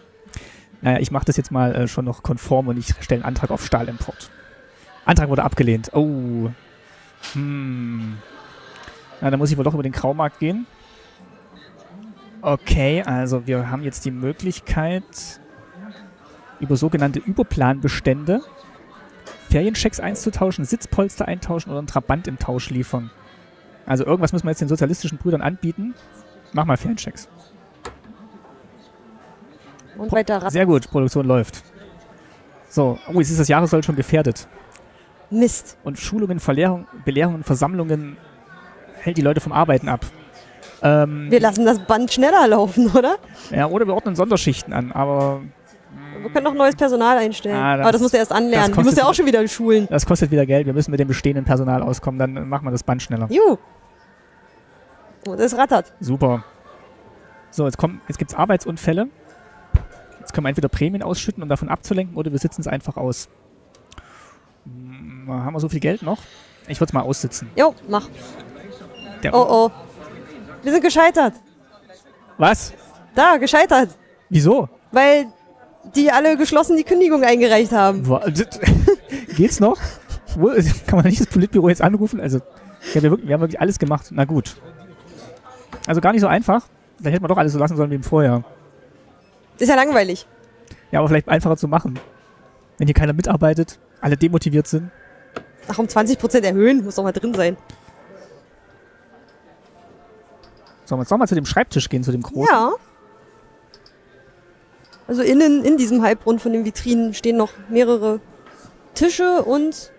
Speaker 2: Naja, ich mache das jetzt mal äh, schon noch konform und ich stelle einen Antrag auf Stahlimport. Antrag wurde abgelehnt. Oh. Hm. Na, dann muss ich wohl doch über den Graumarkt gehen. Okay, also wir haben jetzt die Möglichkeit, über sogenannte Überplanbestände Ferienchecks einzutauschen, Sitzpolster eintauschen oder einen Trabant im Tausch liefern. Also irgendwas müssen wir jetzt den sozialistischen Brüdern anbieten. Mach mal Ferienchecks.
Speaker 1: Und weiter ran.
Speaker 2: Sehr gut, Produktion läuft. So, oh, jetzt ist das Jahressoll schon gefährdet.
Speaker 1: Mist.
Speaker 2: Und Schulungen, Verlehrung, Belehrungen, Versammlungen hält die Leute vom Arbeiten ab. Ähm,
Speaker 1: Wir lassen das Band schneller laufen, oder?
Speaker 2: ja, oder wir ordnen Sonderschichten an, aber
Speaker 1: Wir können noch neues Personal einstellen.
Speaker 2: Ah, das-
Speaker 1: Aber das musst du erst anlernen. Du
Speaker 2: kostet-
Speaker 1: musst ja auch schon wieder in Schulen.
Speaker 2: das kostet wieder Geld. Wir müssen mit dem bestehenden Personal auskommen, dann machen wir das Band schneller.
Speaker 1: Juhu. Und es rattert.
Speaker 2: Super. So, jetzt, kommen, jetzt gibt es Arbeitsunfälle. Jetzt können wir entweder Prämien ausschütten, um davon abzulenken, oder wir sitzen es einfach aus. Hm, haben wir so viel Geld noch? Ich würde es mal aussitzen.
Speaker 1: Jo, mach.
Speaker 2: Der
Speaker 1: Oh oh. Wir sind gescheitert.
Speaker 2: Was?
Speaker 1: Da, gescheitert.
Speaker 2: Wieso?
Speaker 1: Weil die alle geschlossen die Kündigung eingereicht haben.
Speaker 2: Wa- Geht's noch? Wo- Kann man nicht das Politbüro jetzt anrufen? Also, ich hab ja wirklich, wir haben wirklich alles gemacht. Na gut. Also gar nicht so einfach. Vielleicht hätte man doch alles so lassen sollen wie im Vorjahr.
Speaker 1: Ist ja langweilig.
Speaker 2: Ja, aber vielleicht einfacher zu machen. Wenn hier keiner mitarbeitet, alle demotiviert sind.
Speaker 1: Ach, um 20% erhöhen, muss doch mal drin sein.
Speaker 2: Sollen wir jetzt nochmal zu dem Schreibtisch gehen, zu dem großen?
Speaker 1: Ja. Also innen in diesem Halbrund von den Vitrinen stehen noch mehrere Tische und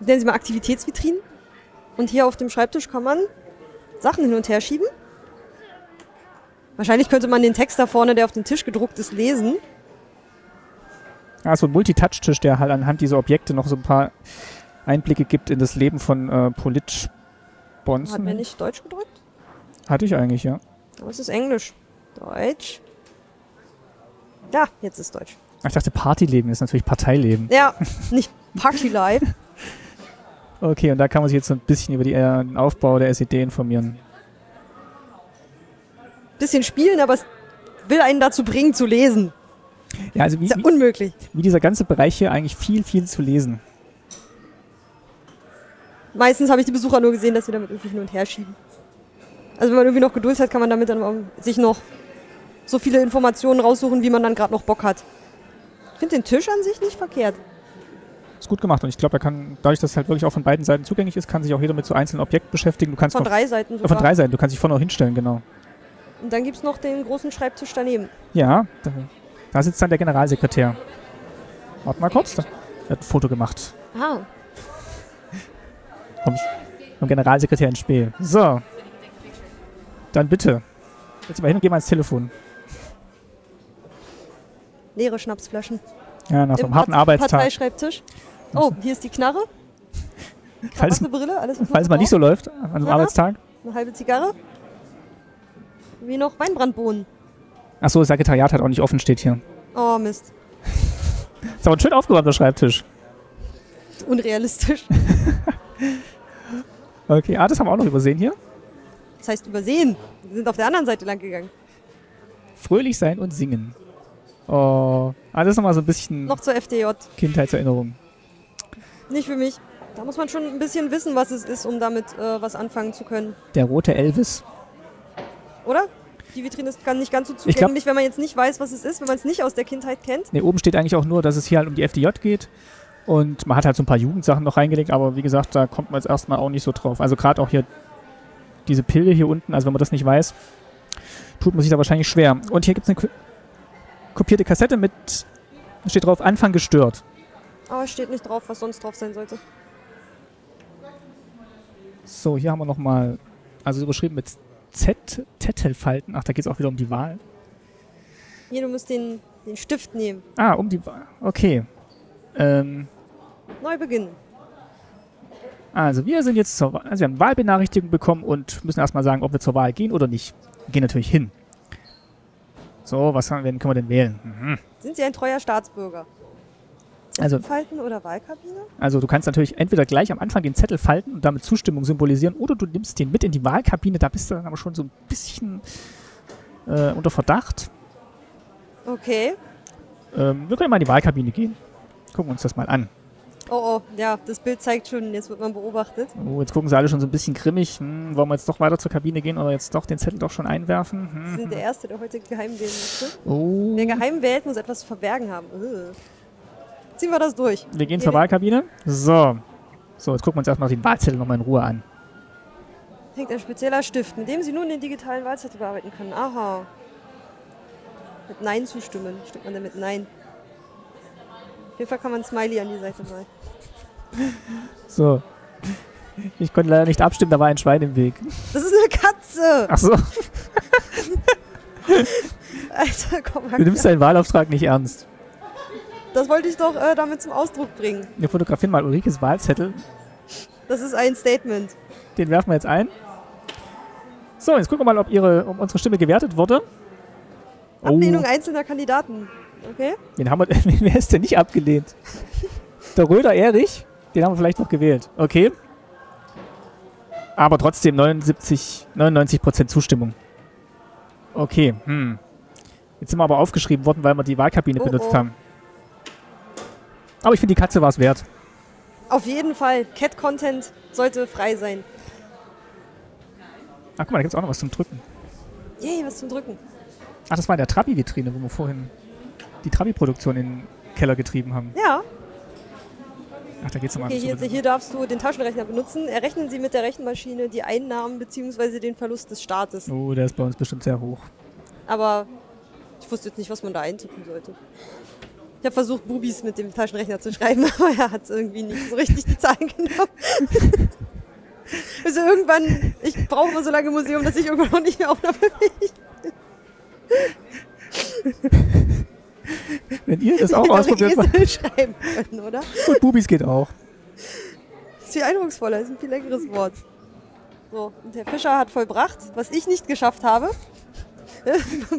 Speaker 1: nennen sie mal Aktivitätsvitrinen. Und hier auf dem Schreibtisch kann man Sachen hin und her schieben. Wahrscheinlich könnte man den Text da vorne, der auf dem Tisch gedruckt ist, lesen.
Speaker 2: Ah, so ein Multitouch-Tisch, der halt anhand dieser Objekte noch so ein paar Einblicke gibt in das Leben von äh, Polit
Speaker 1: Hat mir
Speaker 2: Bonzen.
Speaker 1: nicht Deutsch gedrückt,
Speaker 2: Hatte ich eigentlich, ja.
Speaker 1: aber es ist Englisch. Deutsch. Ja, jetzt ist Deutsch.
Speaker 2: Ah, Ich dachte, Partyleben ist natürlich Parteileben.
Speaker 1: Ja, nicht Party Live.
Speaker 2: Okay, und da kann man sich jetzt so ein bisschen über die, äh, den Aufbau der SED informieren.
Speaker 1: Bisschen spielen, aber es will einen dazu bringen zu lesen.
Speaker 2: Ja, also wie,
Speaker 1: Ist ja
Speaker 2: wie,
Speaker 1: unmöglich.
Speaker 2: wie dieser ganze Bereich hier eigentlich viel, viel zu lesen.
Speaker 1: Meistens habe ich die Besucher nur gesehen, dass sie damit irgendwie hin und her schieben. Also wenn man irgendwie noch Geduld hat, kann man damit dann auch sich noch so viele Informationen raussuchen, wie man dann gerade noch Bock hat. Ich finde den Tisch an sich nicht verkehrt.
Speaker 2: Ist gut gemacht und ich glaube, da kann, dadurch, dass es halt wirklich auch von beiden Seiten zugänglich ist, kann sich auch jeder mit so einzelnen Objekten beschäftigen. Du kannst
Speaker 1: Von
Speaker 2: noch,
Speaker 1: drei Seiten
Speaker 2: äh,
Speaker 1: sogar.
Speaker 2: von drei Seiten, du kannst dich vorne auch hinstellen, genau.
Speaker 1: Und dann gibt es noch den großen Schreibtisch daneben.
Speaker 2: Ja, da, da sitzt dann der Generalsekretär. Warte mal kurz, da wird ein Foto gemacht.
Speaker 1: Ah,
Speaker 2: Vom, vom Generalsekretär ins Spiel. So. Dann bitte. Jetzt mal hin und geh mal ins Telefon.
Speaker 1: leere Schnapsflaschen.
Speaker 2: Ja, nach so
Speaker 1: Im
Speaker 2: einem harten
Speaker 1: Part-
Speaker 2: Arbeitstag.
Speaker 1: Parteischreibtisch. Oh, hier ist die Knarre.
Speaker 2: Falls-
Speaker 1: Krawatte, Brille, alles was man
Speaker 2: Falls mal nicht
Speaker 1: braucht.
Speaker 2: so läuft, an so einem
Speaker 1: Aha.
Speaker 2: Arbeitstag.
Speaker 1: Eine halbe Zigarre. Wie noch Weinbrandbohnen.
Speaker 2: Achso, das Sekretariat hat auch nicht offen, steht hier.
Speaker 1: Oh, Mist.
Speaker 2: Ist aber ein schön aufgeräumter Schreibtisch.
Speaker 1: Unrealistisch.
Speaker 2: Okay, ah, das haben wir auch noch übersehen hier.
Speaker 1: Das heißt übersehen. Wir sind auf der anderen Seite lang gegangen.
Speaker 2: Fröhlich sein und singen. Oh, ah, das ist nochmal so ein bisschen
Speaker 1: Noch zur FDJ.
Speaker 2: Kindheitserinnerung.
Speaker 1: Nicht für mich. Da muss man schon ein bisschen wissen, was es ist, um damit äh, was anfangen zu können.
Speaker 2: Der rote Elvis.
Speaker 1: Oder? Die Vitrine ist kann nicht ganz so
Speaker 2: glaub-
Speaker 1: zugänglich, wenn man jetzt nicht weiß, was es ist, wenn man es nicht aus der Kindheit kennt.
Speaker 2: Ne, oben steht eigentlich auch nur, dass es hier halt um die FDJ geht. Und man hat halt so ein paar Jugendsachen noch reingelegt, aber wie gesagt, da kommt man jetzt erstmal auch nicht so drauf. Also gerade auch hier diese Pille hier unten, also wenn man das nicht weiß, tut man sich da wahrscheinlich schwer. Und hier gibt es eine ko- kopierte Kassette mit, steht drauf, Anfang gestört.
Speaker 1: Aber es steht nicht drauf, was sonst drauf sein sollte.
Speaker 2: So, hier haben wir nochmal, also überschrieben mit Z, Tettelfalten. Ach, da geht es auch wieder um die Wahl.
Speaker 1: Hier, du musst den, den Stift nehmen.
Speaker 2: Ah, um die Wahl. Okay. Ähm,
Speaker 1: Neu beginnen.
Speaker 2: Also wir sind jetzt zur Wahl, also wir haben Wahlbenachrichtigung bekommen und müssen erstmal sagen, ob wir zur Wahl gehen oder nicht. Wir gehen natürlich hin. So, was haben wir denn, können wir denn wählen? Mhm.
Speaker 1: Sind Sie ein treuer Staatsbürger?
Speaker 2: Also,
Speaker 1: Falten oder Wahlkabine?
Speaker 2: also du kannst natürlich entweder gleich am Anfang den Zettel falten und damit Zustimmung symbolisieren oder du nimmst den mit in die Wahlkabine, da bist du dann aber schon so ein bisschen äh, unter Verdacht.
Speaker 1: Okay.
Speaker 2: Ähm, wir können mal in die Wahlkabine gehen. Gucken uns das mal an.
Speaker 1: Oh, oh, ja, das Bild zeigt schon, jetzt wird man beobachtet.
Speaker 2: Oh, jetzt gucken sie alle schon so ein bisschen grimmig. Hm, wollen wir jetzt doch weiter zur Kabine gehen oder jetzt doch den Zettel doch schon einwerfen? Hm.
Speaker 1: Sie sind der Erste, der heute geheim wählen musste.
Speaker 2: Oh.
Speaker 1: Wer geheim wählt, muss etwas zu verbergen haben. Ugh. Ziehen wir das durch.
Speaker 2: Wir gehen zur
Speaker 1: Hier
Speaker 2: Wahlkabine. So. So, jetzt gucken wir uns erstmal den Wahlzettel nochmal in Ruhe an.
Speaker 1: Hängt ein spezieller Stift, mit dem Sie nun den digitalen Wahlzettel bearbeiten können. Aha. Mit Nein zustimmen. Stimmt man damit Nein? Auf jeden Fall kann man ein Smiley an die Seite malen.
Speaker 2: So. Ich konnte leider nicht abstimmen, da war ein Schwein im Weg.
Speaker 1: Das ist eine Katze!
Speaker 2: Ach so,
Speaker 1: Alter, komm
Speaker 2: du
Speaker 1: mal.
Speaker 2: nimmst deinen Wahlauftrag nicht ernst.
Speaker 1: Das wollte ich doch äh, damit zum Ausdruck bringen.
Speaker 2: Wir fotografieren mal Ulrikes Wahlzettel.
Speaker 1: Das ist ein Statement.
Speaker 2: Den werfen wir jetzt ein. So, jetzt gucken wir mal, ob, ihre, ob unsere Stimme gewertet wurde.
Speaker 1: Ablehnung
Speaker 2: Oh.
Speaker 1: einzelner Kandidaten. Okay?
Speaker 2: Wen haben wir, wer ist denn nicht abgelehnt? Der Röder Erich, den haben wir vielleicht noch gewählt. Okay. Aber trotzdem 79, 99% Zustimmung. Okay, hm. Jetzt sind wir aber aufgeschrieben worden, weil wir die Wahlkabine
Speaker 1: Oh,
Speaker 2: benutzt
Speaker 1: oh.
Speaker 2: haben. Aber ich finde, die Katze war es wert.
Speaker 1: Auf jeden Fall. Cat-Content sollte frei sein.
Speaker 2: Ach, Ah, guck mal, da gibt es auch noch was zum Drücken.
Speaker 1: Yay, was zum Drücken.
Speaker 2: Ach, das war in der Trabi-Vitrine, wo wir vorhin die Trabi-Produktion in den Keller getrieben haben.
Speaker 1: Ja,
Speaker 2: Ach, da geht es nochmal
Speaker 1: okay, hier, hier darfst du den Taschenrechner benutzen. Errechnen Sie mit der Rechenmaschine die Einnahmen bzw. den Verlust des Staates.
Speaker 2: Oh, der ist bei uns bestimmt sehr hoch.
Speaker 1: Aber ich wusste jetzt nicht, was man da eintippen sollte. Ich habe versucht, Bubis mit dem Taschenrechner zu schreiben, aber er hat irgendwie nicht so richtig die Zahlen genommen. also irgendwann, ich brauche immer so lange im Museum, dass ich irgendwann noch nicht mehr aufnahme.
Speaker 2: Wenn ihr das auch
Speaker 1: Ich habe
Speaker 2: ausprobiert
Speaker 1: Esel schreiben können, oder?
Speaker 2: und Bubis geht auch.
Speaker 1: Ist viel eindrucksvoller, ist ein viel längeres Wort. So, und Herr Fischer hat vollbracht, was ich nicht geschafft habe.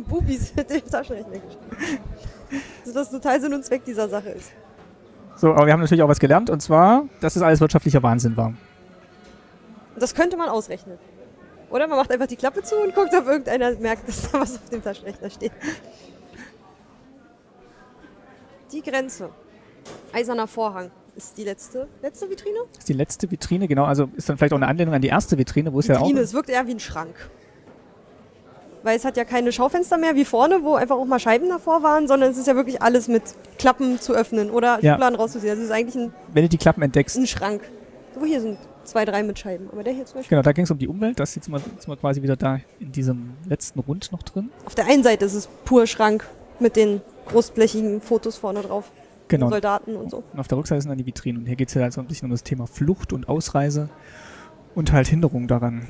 Speaker 1: Bubis mit dem Taschenrechner geschrieben. Sodass Also, total Sinn und Zweck dieser Sache ist.
Speaker 2: So, aber wir haben natürlich auch was gelernt und zwar, dass das alles wirtschaftlicher Wahnsinn war.
Speaker 1: Und Das könnte man ausrechnen. Oder man macht einfach die Klappe zu und guckt, ob irgendeiner merkt, dass da was auf dem Taschenrechner steht. Die Grenze. Eiserner Vorhang ist die letzte. Letzte Vitrine?
Speaker 2: Das ist die letzte Vitrine, genau, also ist dann vielleicht auch eine Anlehnung an die erste Vitrine, wo es ja auch.
Speaker 1: Vitrine, es wirkt eher wie ein Schrank. Weil es hat ja keine Schaufenster mehr wie vorne, wo einfach auch mal Scheiben davor waren, sondern es ist ja wirklich alles mit Klappen zu öffnen oder
Speaker 2: Ja.
Speaker 1: Schubladen rauszuziehen. Also es ist eigentlich ein,
Speaker 2: Wenn du die Klappen entdeckst.
Speaker 1: ein Schrank. So, hier sind zwei, drei mit Scheiben. Aber der hier zum Beispiel.
Speaker 2: Genau, da ging es um die Umwelt, das jetzt mal, jetzt mal quasi wieder da in diesem letzten Rund noch drin.
Speaker 1: Auf der einen Seite ist es pur Schrank mit den großblechigen Fotos vorne drauf.
Speaker 2: Genau.
Speaker 1: Von Soldaten und so.
Speaker 2: Und auf der Rückseite sind dann die Vitrinen. Und hier geht es ja halt so ein bisschen um das Thema Flucht und Ausreise und halt Hinderung daran.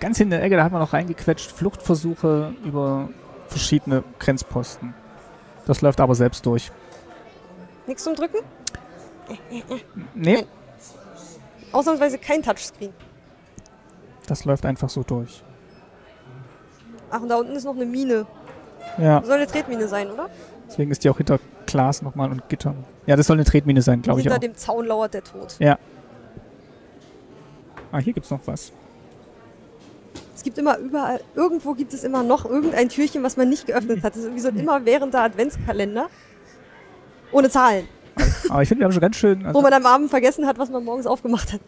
Speaker 2: Ganz hinten in der Ecke, da hat man noch reingequetscht, Fluchtversuche über verschiedene Grenzposten. Das läuft aber selbst durch.
Speaker 1: Nichts zum Drücken?
Speaker 2: Nee,
Speaker 1: Ausnahmsweise kein Touchscreen.
Speaker 2: das läuft einfach so durch.
Speaker 1: Ach, und da unten ist noch eine Mine.
Speaker 2: Ja.
Speaker 1: Soll eine Tretmine sein, oder?
Speaker 2: Deswegen ist die auch hinter Glas nochmal und Gittern. Ja, das soll eine Tretmine sein, glaube ich
Speaker 1: Hinter
Speaker 2: auch.
Speaker 1: dem Zaun lauert der Tod.
Speaker 2: Ah, hier gibt's noch was.
Speaker 1: Es gibt immer überall, irgendwo gibt es immer noch irgendein Türchen, was man nicht geöffnet hat. Das ist irgendwie so ein immerwährender Adventskalender. Ohne Zahlen.
Speaker 2: Aber ich finde, wir haben schon ganz schön.
Speaker 1: Wo
Speaker 2: Also,
Speaker 1: man am Abend vergessen hat, was man morgens aufgemacht hat.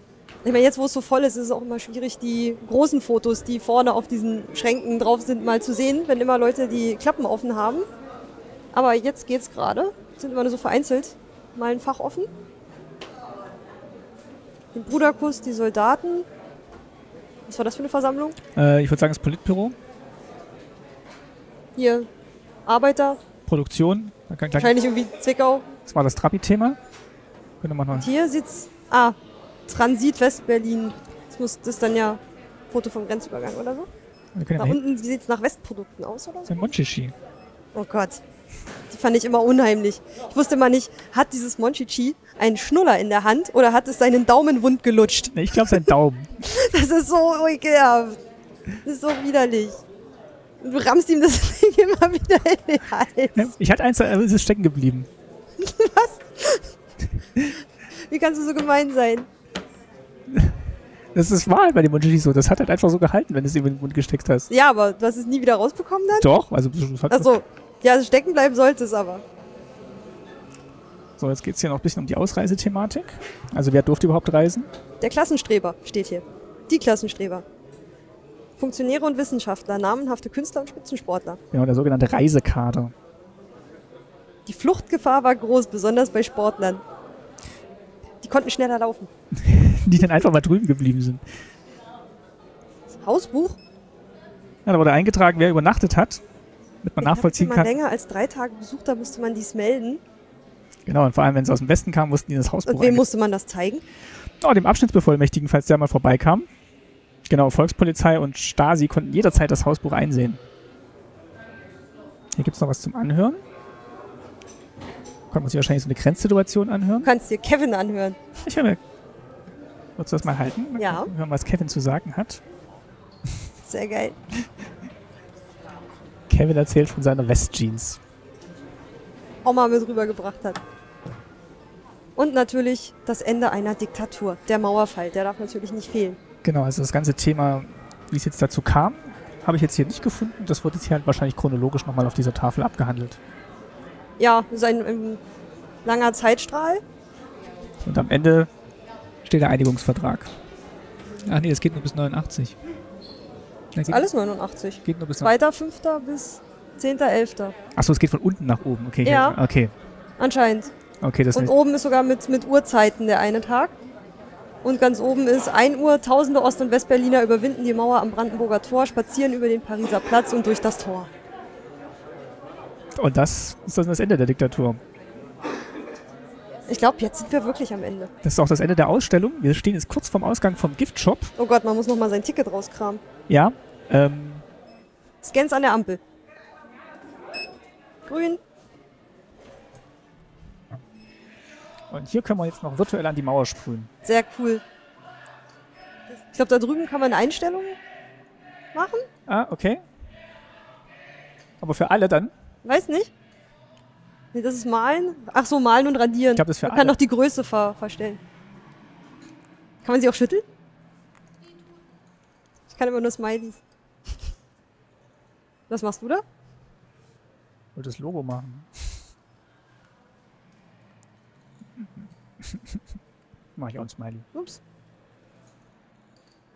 Speaker 1: Ich meine, jetzt wo es so voll ist, ist es auch immer schwierig, die großen Fotos, die vorne auf diesen Schränken drauf sind, mal zu sehen, wenn immer Leute die Klappen offen haben. Aber jetzt geht's gerade. Sind immer nur so vereinzelt. Mal ein Fach offen. Den Bruderkuss, die Soldaten. Was war das für eine Versammlung?
Speaker 2: äh, ich würde sagen, das Politbüro,
Speaker 1: Hier, Arbeiter,
Speaker 2: Produktion. Da kann, gleich-
Speaker 1: wahrscheinlich irgendwie Zwickau.
Speaker 2: das war das Trabi-Thema. Könnte man noch.
Speaker 1: Hier sitzt. Ah, Transit West-Berlin. Das muss das ist dann ja Foto vom Grenzübergang oder so.
Speaker 2: Wir können
Speaker 1: Da
Speaker 2: ja mal hin.
Speaker 1: unten sieht es nach Westprodukten aus oder so.
Speaker 2: Sein Monchichi.
Speaker 1: Oh Gott. Die fand ich immer unheimlich. Ich wusste mal nicht, hat dieses Monchichi einen Schnuller in der Hand oder hat es seinen Daumen wund gelutscht?
Speaker 2: Nee, ich glaube, sein Daumen.
Speaker 1: Das ist so ekelhaft. Das ist so widerlich. Du rammst ihm das Ding immer wieder in den
Speaker 2: Ja,
Speaker 1: Hals.
Speaker 2: Ne, ich hatte eins, aber es ist stecken geblieben.
Speaker 1: Wie kannst du so gemein sein?
Speaker 2: Das ist wahr halt bei dem Monchichi so. Das hat halt einfach so gehalten, wenn du es ihm in den Mund gesteckt hast.
Speaker 1: Ja, aber du hast es nie wieder rausbekommen dann?
Speaker 2: Doch, also das hat
Speaker 1: Also, ja, also stecken bleiben sollte es aber.
Speaker 2: So, jetzt geht's hier noch ein bisschen um die Ausreisethematik. Also wer durfte überhaupt reisen?
Speaker 1: Der Klassenstreber steht hier. Die Klassenstreber. Funktionäre und Wissenschaftler, namenhafte Künstler und Spitzensportler.
Speaker 2: Genau, der sogenannte Reisekader.
Speaker 1: Die Fluchtgefahr war groß, besonders bei Sportlern. Die konnten schneller laufen.
Speaker 2: Die dann einfach mal drüben geblieben sind.
Speaker 1: Hausbuch?
Speaker 2: Ja, da wurde eingetragen, wer übernachtet hat, damit man
Speaker 1: Ich glaub,
Speaker 2: nachvollziehen
Speaker 1: Wenn man
Speaker 2: kann.
Speaker 1: länger als drei Tage besucht hat, musste man dies melden.
Speaker 2: Genau, und vor allem, wenn sie aus dem Westen kamen, mussten die in das Hausbuch
Speaker 1: Und wem
Speaker 2: einge-
Speaker 1: musste man das zeigen?
Speaker 2: Oh, dem Abschnittsbevollmächtigen, falls der mal vorbeikam. Genau, Volkspolizei und Stasi konnten jederzeit das Hausbuch einsehen. Hier gibt's noch was zum Anhören. Konnte man sich wahrscheinlich so eine Grenzsituation anhören.
Speaker 1: Du kannst dir Kevin anhören.
Speaker 2: Ich höre mir. Wolltest du das mal halten? Dann
Speaker 1: Ja.
Speaker 2: können wir Hören, was Kevin zu sagen hat.
Speaker 1: Sehr geil.
Speaker 2: Kevin erzählt von seiner Westjeans.
Speaker 1: Oma mit rübergebracht hat. Und natürlich das Ende einer Diktatur. Der Mauerfall, der darf natürlich nicht fehlen.
Speaker 2: Genau, also das ganze Thema, wie es jetzt dazu kam, habe ich jetzt hier nicht gefunden. Das wird jetzt hier halt wahrscheinlich chronologisch nochmal auf dieser Tafel abgehandelt.
Speaker 1: Ja, das ist ein, ein langer Zeitstrahl.
Speaker 2: Hm. Und am Ende steht der Einigungsvertrag. Ach nee, das geht nur bis 89. Ja, geht,
Speaker 1: Alles 89.
Speaker 2: geht nur bis 89.
Speaker 1: 2.5. bis 10.11.
Speaker 2: Achso, es geht von unten nach oben. Okay, ich
Speaker 1: Ja.
Speaker 2: hab- okay,
Speaker 1: Anscheinend.
Speaker 2: okay, das
Speaker 1: Und
Speaker 2: ist
Speaker 1: oben ist sogar mit, mit Uhrzeiten der eine Tag. Und ganz oben ist 1 Uhr, tausende Ost- und Westberliner überwinden die Mauer am Brandenburger Tor, spazieren über den Pariser Platz und durch das Tor.
Speaker 2: und das ist dann das Ende der Diktatur.
Speaker 1: Ich glaube, jetzt sind wir wirklich am Ende.
Speaker 2: Das ist auch das Ende der Ausstellung. Wir stehen jetzt kurz vorm Ausgang vom Giftshop.
Speaker 1: Oh Gott, man muss noch mal sein Ticket rauskramen.
Speaker 2: Ja, ähm,
Speaker 1: Scans an der Ampel. Grün.
Speaker 2: und hier können wir jetzt noch virtuell an die Mauer sprühen.
Speaker 1: Sehr cool. Ich glaube, da drüben kann man Einstellungen machen.
Speaker 2: Ah, okay. Aber für alle dann?
Speaker 1: Weiß nicht. Nee, das ist Malen. Ach so, Malen und Radieren.
Speaker 2: Ich glaub, das ist für
Speaker 1: man kann
Speaker 2: alle.
Speaker 1: doch die Größe ver verstellen. Kann man sie auch schütteln? Ich kann immer nur Smileys. Was machst du da?
Speaker 2: Wollte das Logo machen. Mach ich auch ein Smiley.
Speaker 1: Ups.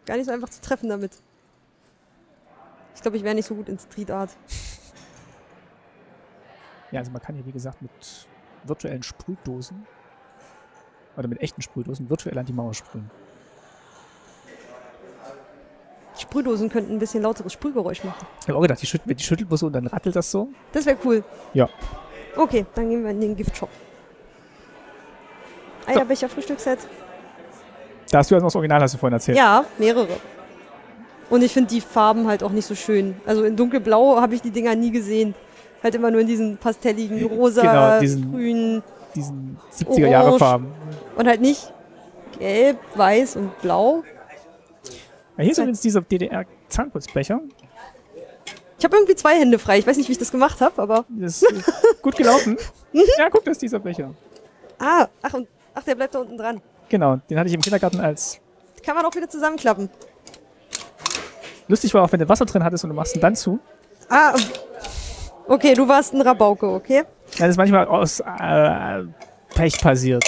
Speaker 1: Gar nicht so einfach zu treffen damit. Ich glaube, ich wäre nicht so gut in Street Art.
Speaker 2: Ja, also man kann hier, wie gesagt, mit virtuellen Sprühdosen oder mit echten Sprühdosen virtuell an die Mauer sprühen.
Speaker 1: Sprühdosen könnten ein bisschen lauteres Sprühgeräusch machen.
Speaker 2: Ich habe auch gedacht, die schütteln, wenn die schüttelt man so und dann rattelt das so.
Speaker 1: Das wäre cool.
Speaker 2: Ja.
Speaker 1: Okay, dann gehen wir in den Giftshop. Eierbecher Frühstücksset.
Speaker 2: Da hast du ja noch das Original, hast du vorhin erzählt.
Speaker 1: Ja, mehrere. Und ich finde die Farben halt auch nicht so schön. Also in dunkelblau habe ich die Dinger nie gesehen. Halt immer nur in diesen pastelligen, rosa,
Speaker 2: Genau, diesen-
Speaker 1: grünen
Speaker 2: Diesen 70er-Jahre-Farben.
Speaker 1: und halt nicht gelb, weiß und blau.
Speaker 2: Ja, hier ist übrigens dieser DDR-Zahnputzbecher.
Speaker 1: Ich habe irgendwie zwei Hände frei. Ich weiß nicht, wie ich das gemacht habe, aber.
Speaker 2: Das ist gut gelaufen.
Speaker 1: Mhm.
Speaker 2: ja, guck, das ist dieser Becher.
Speaker 1: Ah, ach, und, ach, der bleibt da unten dran.
Speaker 2: Genau, den hatte ich im Kindergarten als
Speaker 1: Kann man auch wieder zusammenklappen.
Speaker 2: lustig war, auch wenn du Wasser drin hattest und du machst ihn dann zu.
Speaker 1: Ah. Okay, du warst ein Rabauke, okay?
Speaker 2: Ja, das ist manchmal aus äh, Pech passiert.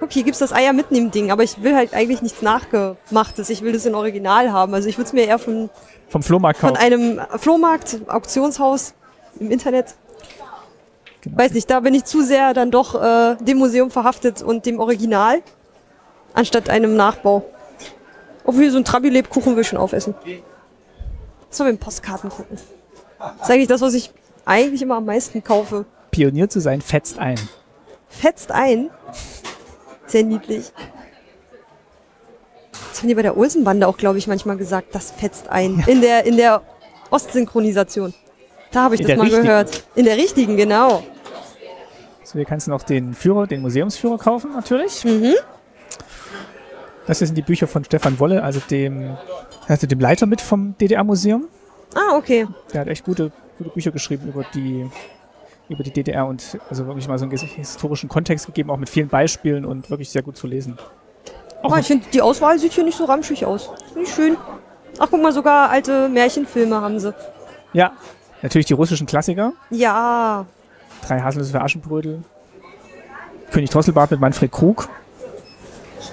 Speaker 1: Guck, hier gibt's das Eier mitnehmen Ding, aber ich will halt eigentlich nichts nachgemachtes. Ich will das in Original haben. Also ich würde es mir eher von,
Speaker 2: Vom Flohmarkt
Speaker 1: von
Speaker 2: kaufen.
Speaker 1: einem Flohmarkt, Auktionshaus im Internet.
Speaker 2: Genau.
Speaker 1: Weiß nicht, da bin ich zu sehr dann doch äh, dem Museum verhaftet und dem Original, anstatt einem Nachbau. Obwohl so ein Trabi-Lebkuchen will ich schon aufessen. Sollen wir in Postkarten gucken? Das ist eigentlich das, was ich eigentlich immer am meisten kaufe.
Speaker 2: Pionier zu sein, fetzt ein.
Speaker 1: fetzt ein. Sehr niedlich. Das haben die bei der Olsenbande auch, glaube ich, manchmal gesagt, das fetzt ein. In der, in der Ostsynchronisation. Da habe ich
Speaker 2: In
Speaker 1: das
Speaker 2: der
Speaker 1: mal
Speaker 2: richtigen.
Speaker 1: gehört. In der richtigen, genau.
Speaker 2: So, hier kannst du noch den Führer, den Museumsführer kaufen, natürlich. Das hier sind die Bücher von Stefan Wolle, also dem, also dem Leiter mit vom DDR-Museum.
Speaker 1: Ah, okay.
Speaker 2: Der hat echt gute, gute Bücher geschrieben über die, über die DDR und also wirklich mal so einen ges- historischen Kontext gegeben, auch mit vielen Beispielen und wirklich sehr gut zu lesen.
Speaker 1: Ah, ich finde, die Auswahl sieht hier nicht so ramschig aus. Finde ich schön. Ach, guck mal, sogar alte Märchenfilme haben sie.
Speaker 2: Ja, natürlich die russischen Klassiker.
Speaker 1: Ja.
Speaker 2: Drei Haselnüsse für Aschenbrödel. König Drosselbart mit Manfred Krug.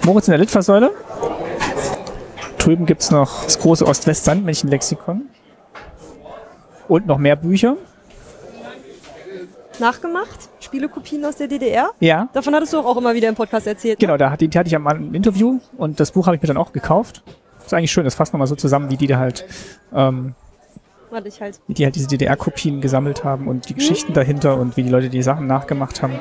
Speaker 2: Moritz in der Litfaßsäule. Drüben gibt's noch das große Ost-West-Sandmännchen-Lexikon. Und noch mehr Bücher.
Speaker 1: Nachgemacht. Spielekopien aus der DDR.
Speaker 2: Ja,
Speaker 1: Davon hattest du doch auch immer wieder im Podcast erzählt. ne?
Speaker 2: genau, da hatte, die hatte ich am Anfang ein Interview und das Buch habe ich mir dann auch gekauft. Ist eigentlich schön, das fasst nochmal so zusammen, wie die da halt, ähm,
Speaker 1: Hatte ich halt.
Speaker 2: wie die halt diese DDR-Kopien gesammelt haben und die Geschichten dahinter und wie die Leute die Sachen nachgemacht haben.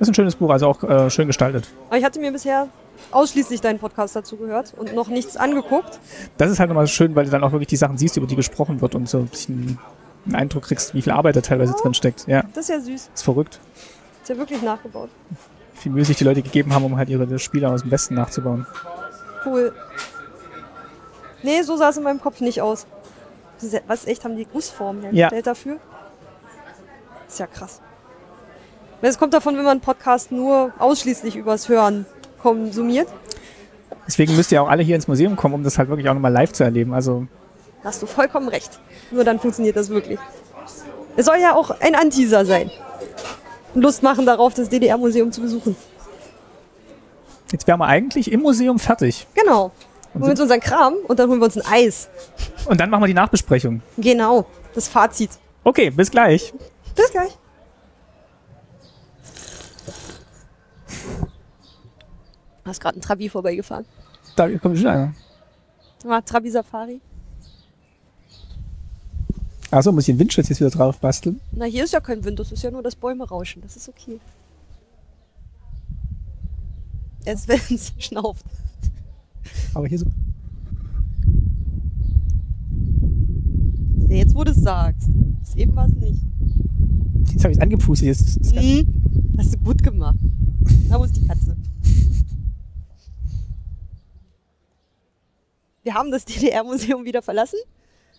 Speaker 2: Das ist ein schönes Buch, also auch äh, schön gestaltet.
Speaker 1: Aber ich hatte mir bisher ausschließlich deinen Podcast dazu gehört und noch nichts angeguckt.
Speaker 2: Das ist halt nochmal schön, weil du dann auch wirklich die Sachen siehst, über die gesprochen wird und so ein bisschen einen Eindruck kriegst, wie viel Arbeit da teilweise drin steckt. Ja,
Speaker 1: Das ist ja süß.
Speaker 2: ist verrückt.
Speaker 1: Ist ja wirklich nachgebaut.
Speaker 2: Wie viel Mühe sich die Leute gegeben haben, um halt ihre Spiele aus dem Westen nachzubauen.
Speaker 1: Cool. Nee, so sah es in meinem Kopf nicht aus. Das ist ja- Was echt haben die Gussformen hergestellt dafür? Ist ja krass. Es kommt davon, wenn man einen Podcast nur ausschließlich übers Hören konsumiert.
Speaker 2: Deswegen müsst ihr auch alle hier ins Museum kommen, um das halt wirklich auch nochmal live zu erleben. Also,
Speaker 1: Da hast du vollkommen recht. Nur dann funktioniert das wirklich. Es soll ja auch ein Anteaser sein. Lust machen darauf, das DDR-Museum zu besuchen.
Speaker 2: jetzt wären wir eigentlich im Museum fertig.
Speaker 1: Genau. Holen wir uns unseren Kram und dann holen wir uns ein Eis.
Speaker 2: Und dann machen wir die Nachbesprechung.
Speaker 1: Genau. Das Fazit.
Speaker 2: Okay, bis gleich.
Speaker 1: Bis gleich. Da ist gerade ein Trabi vorbeigefahren.
Speaker 2: Da kommt schon einer.
Speaker 1: War Trabi Safari.
Speaker 2: Achso, muss ich den Windschutz jetzt wieder drauf basteln?
Speaker 1: Na, hier ist ja kein Wind, das ist ja nur das Bäume rauschen. Das ist okay. Erst wenn es schnauft.
Speaker 2: Aber hier so.
Speaker 1: Ja, Jetzt, wo du es sagst. Bis eben war es nicht.
Speaker 2: Jetzt habe ich es angepustet. Jetzt ist- ist-
Speaker 1: Mhm. Hast du gut gemacht. Da muss die Katze. Wir haben das DDR-Museum wieder verlassen.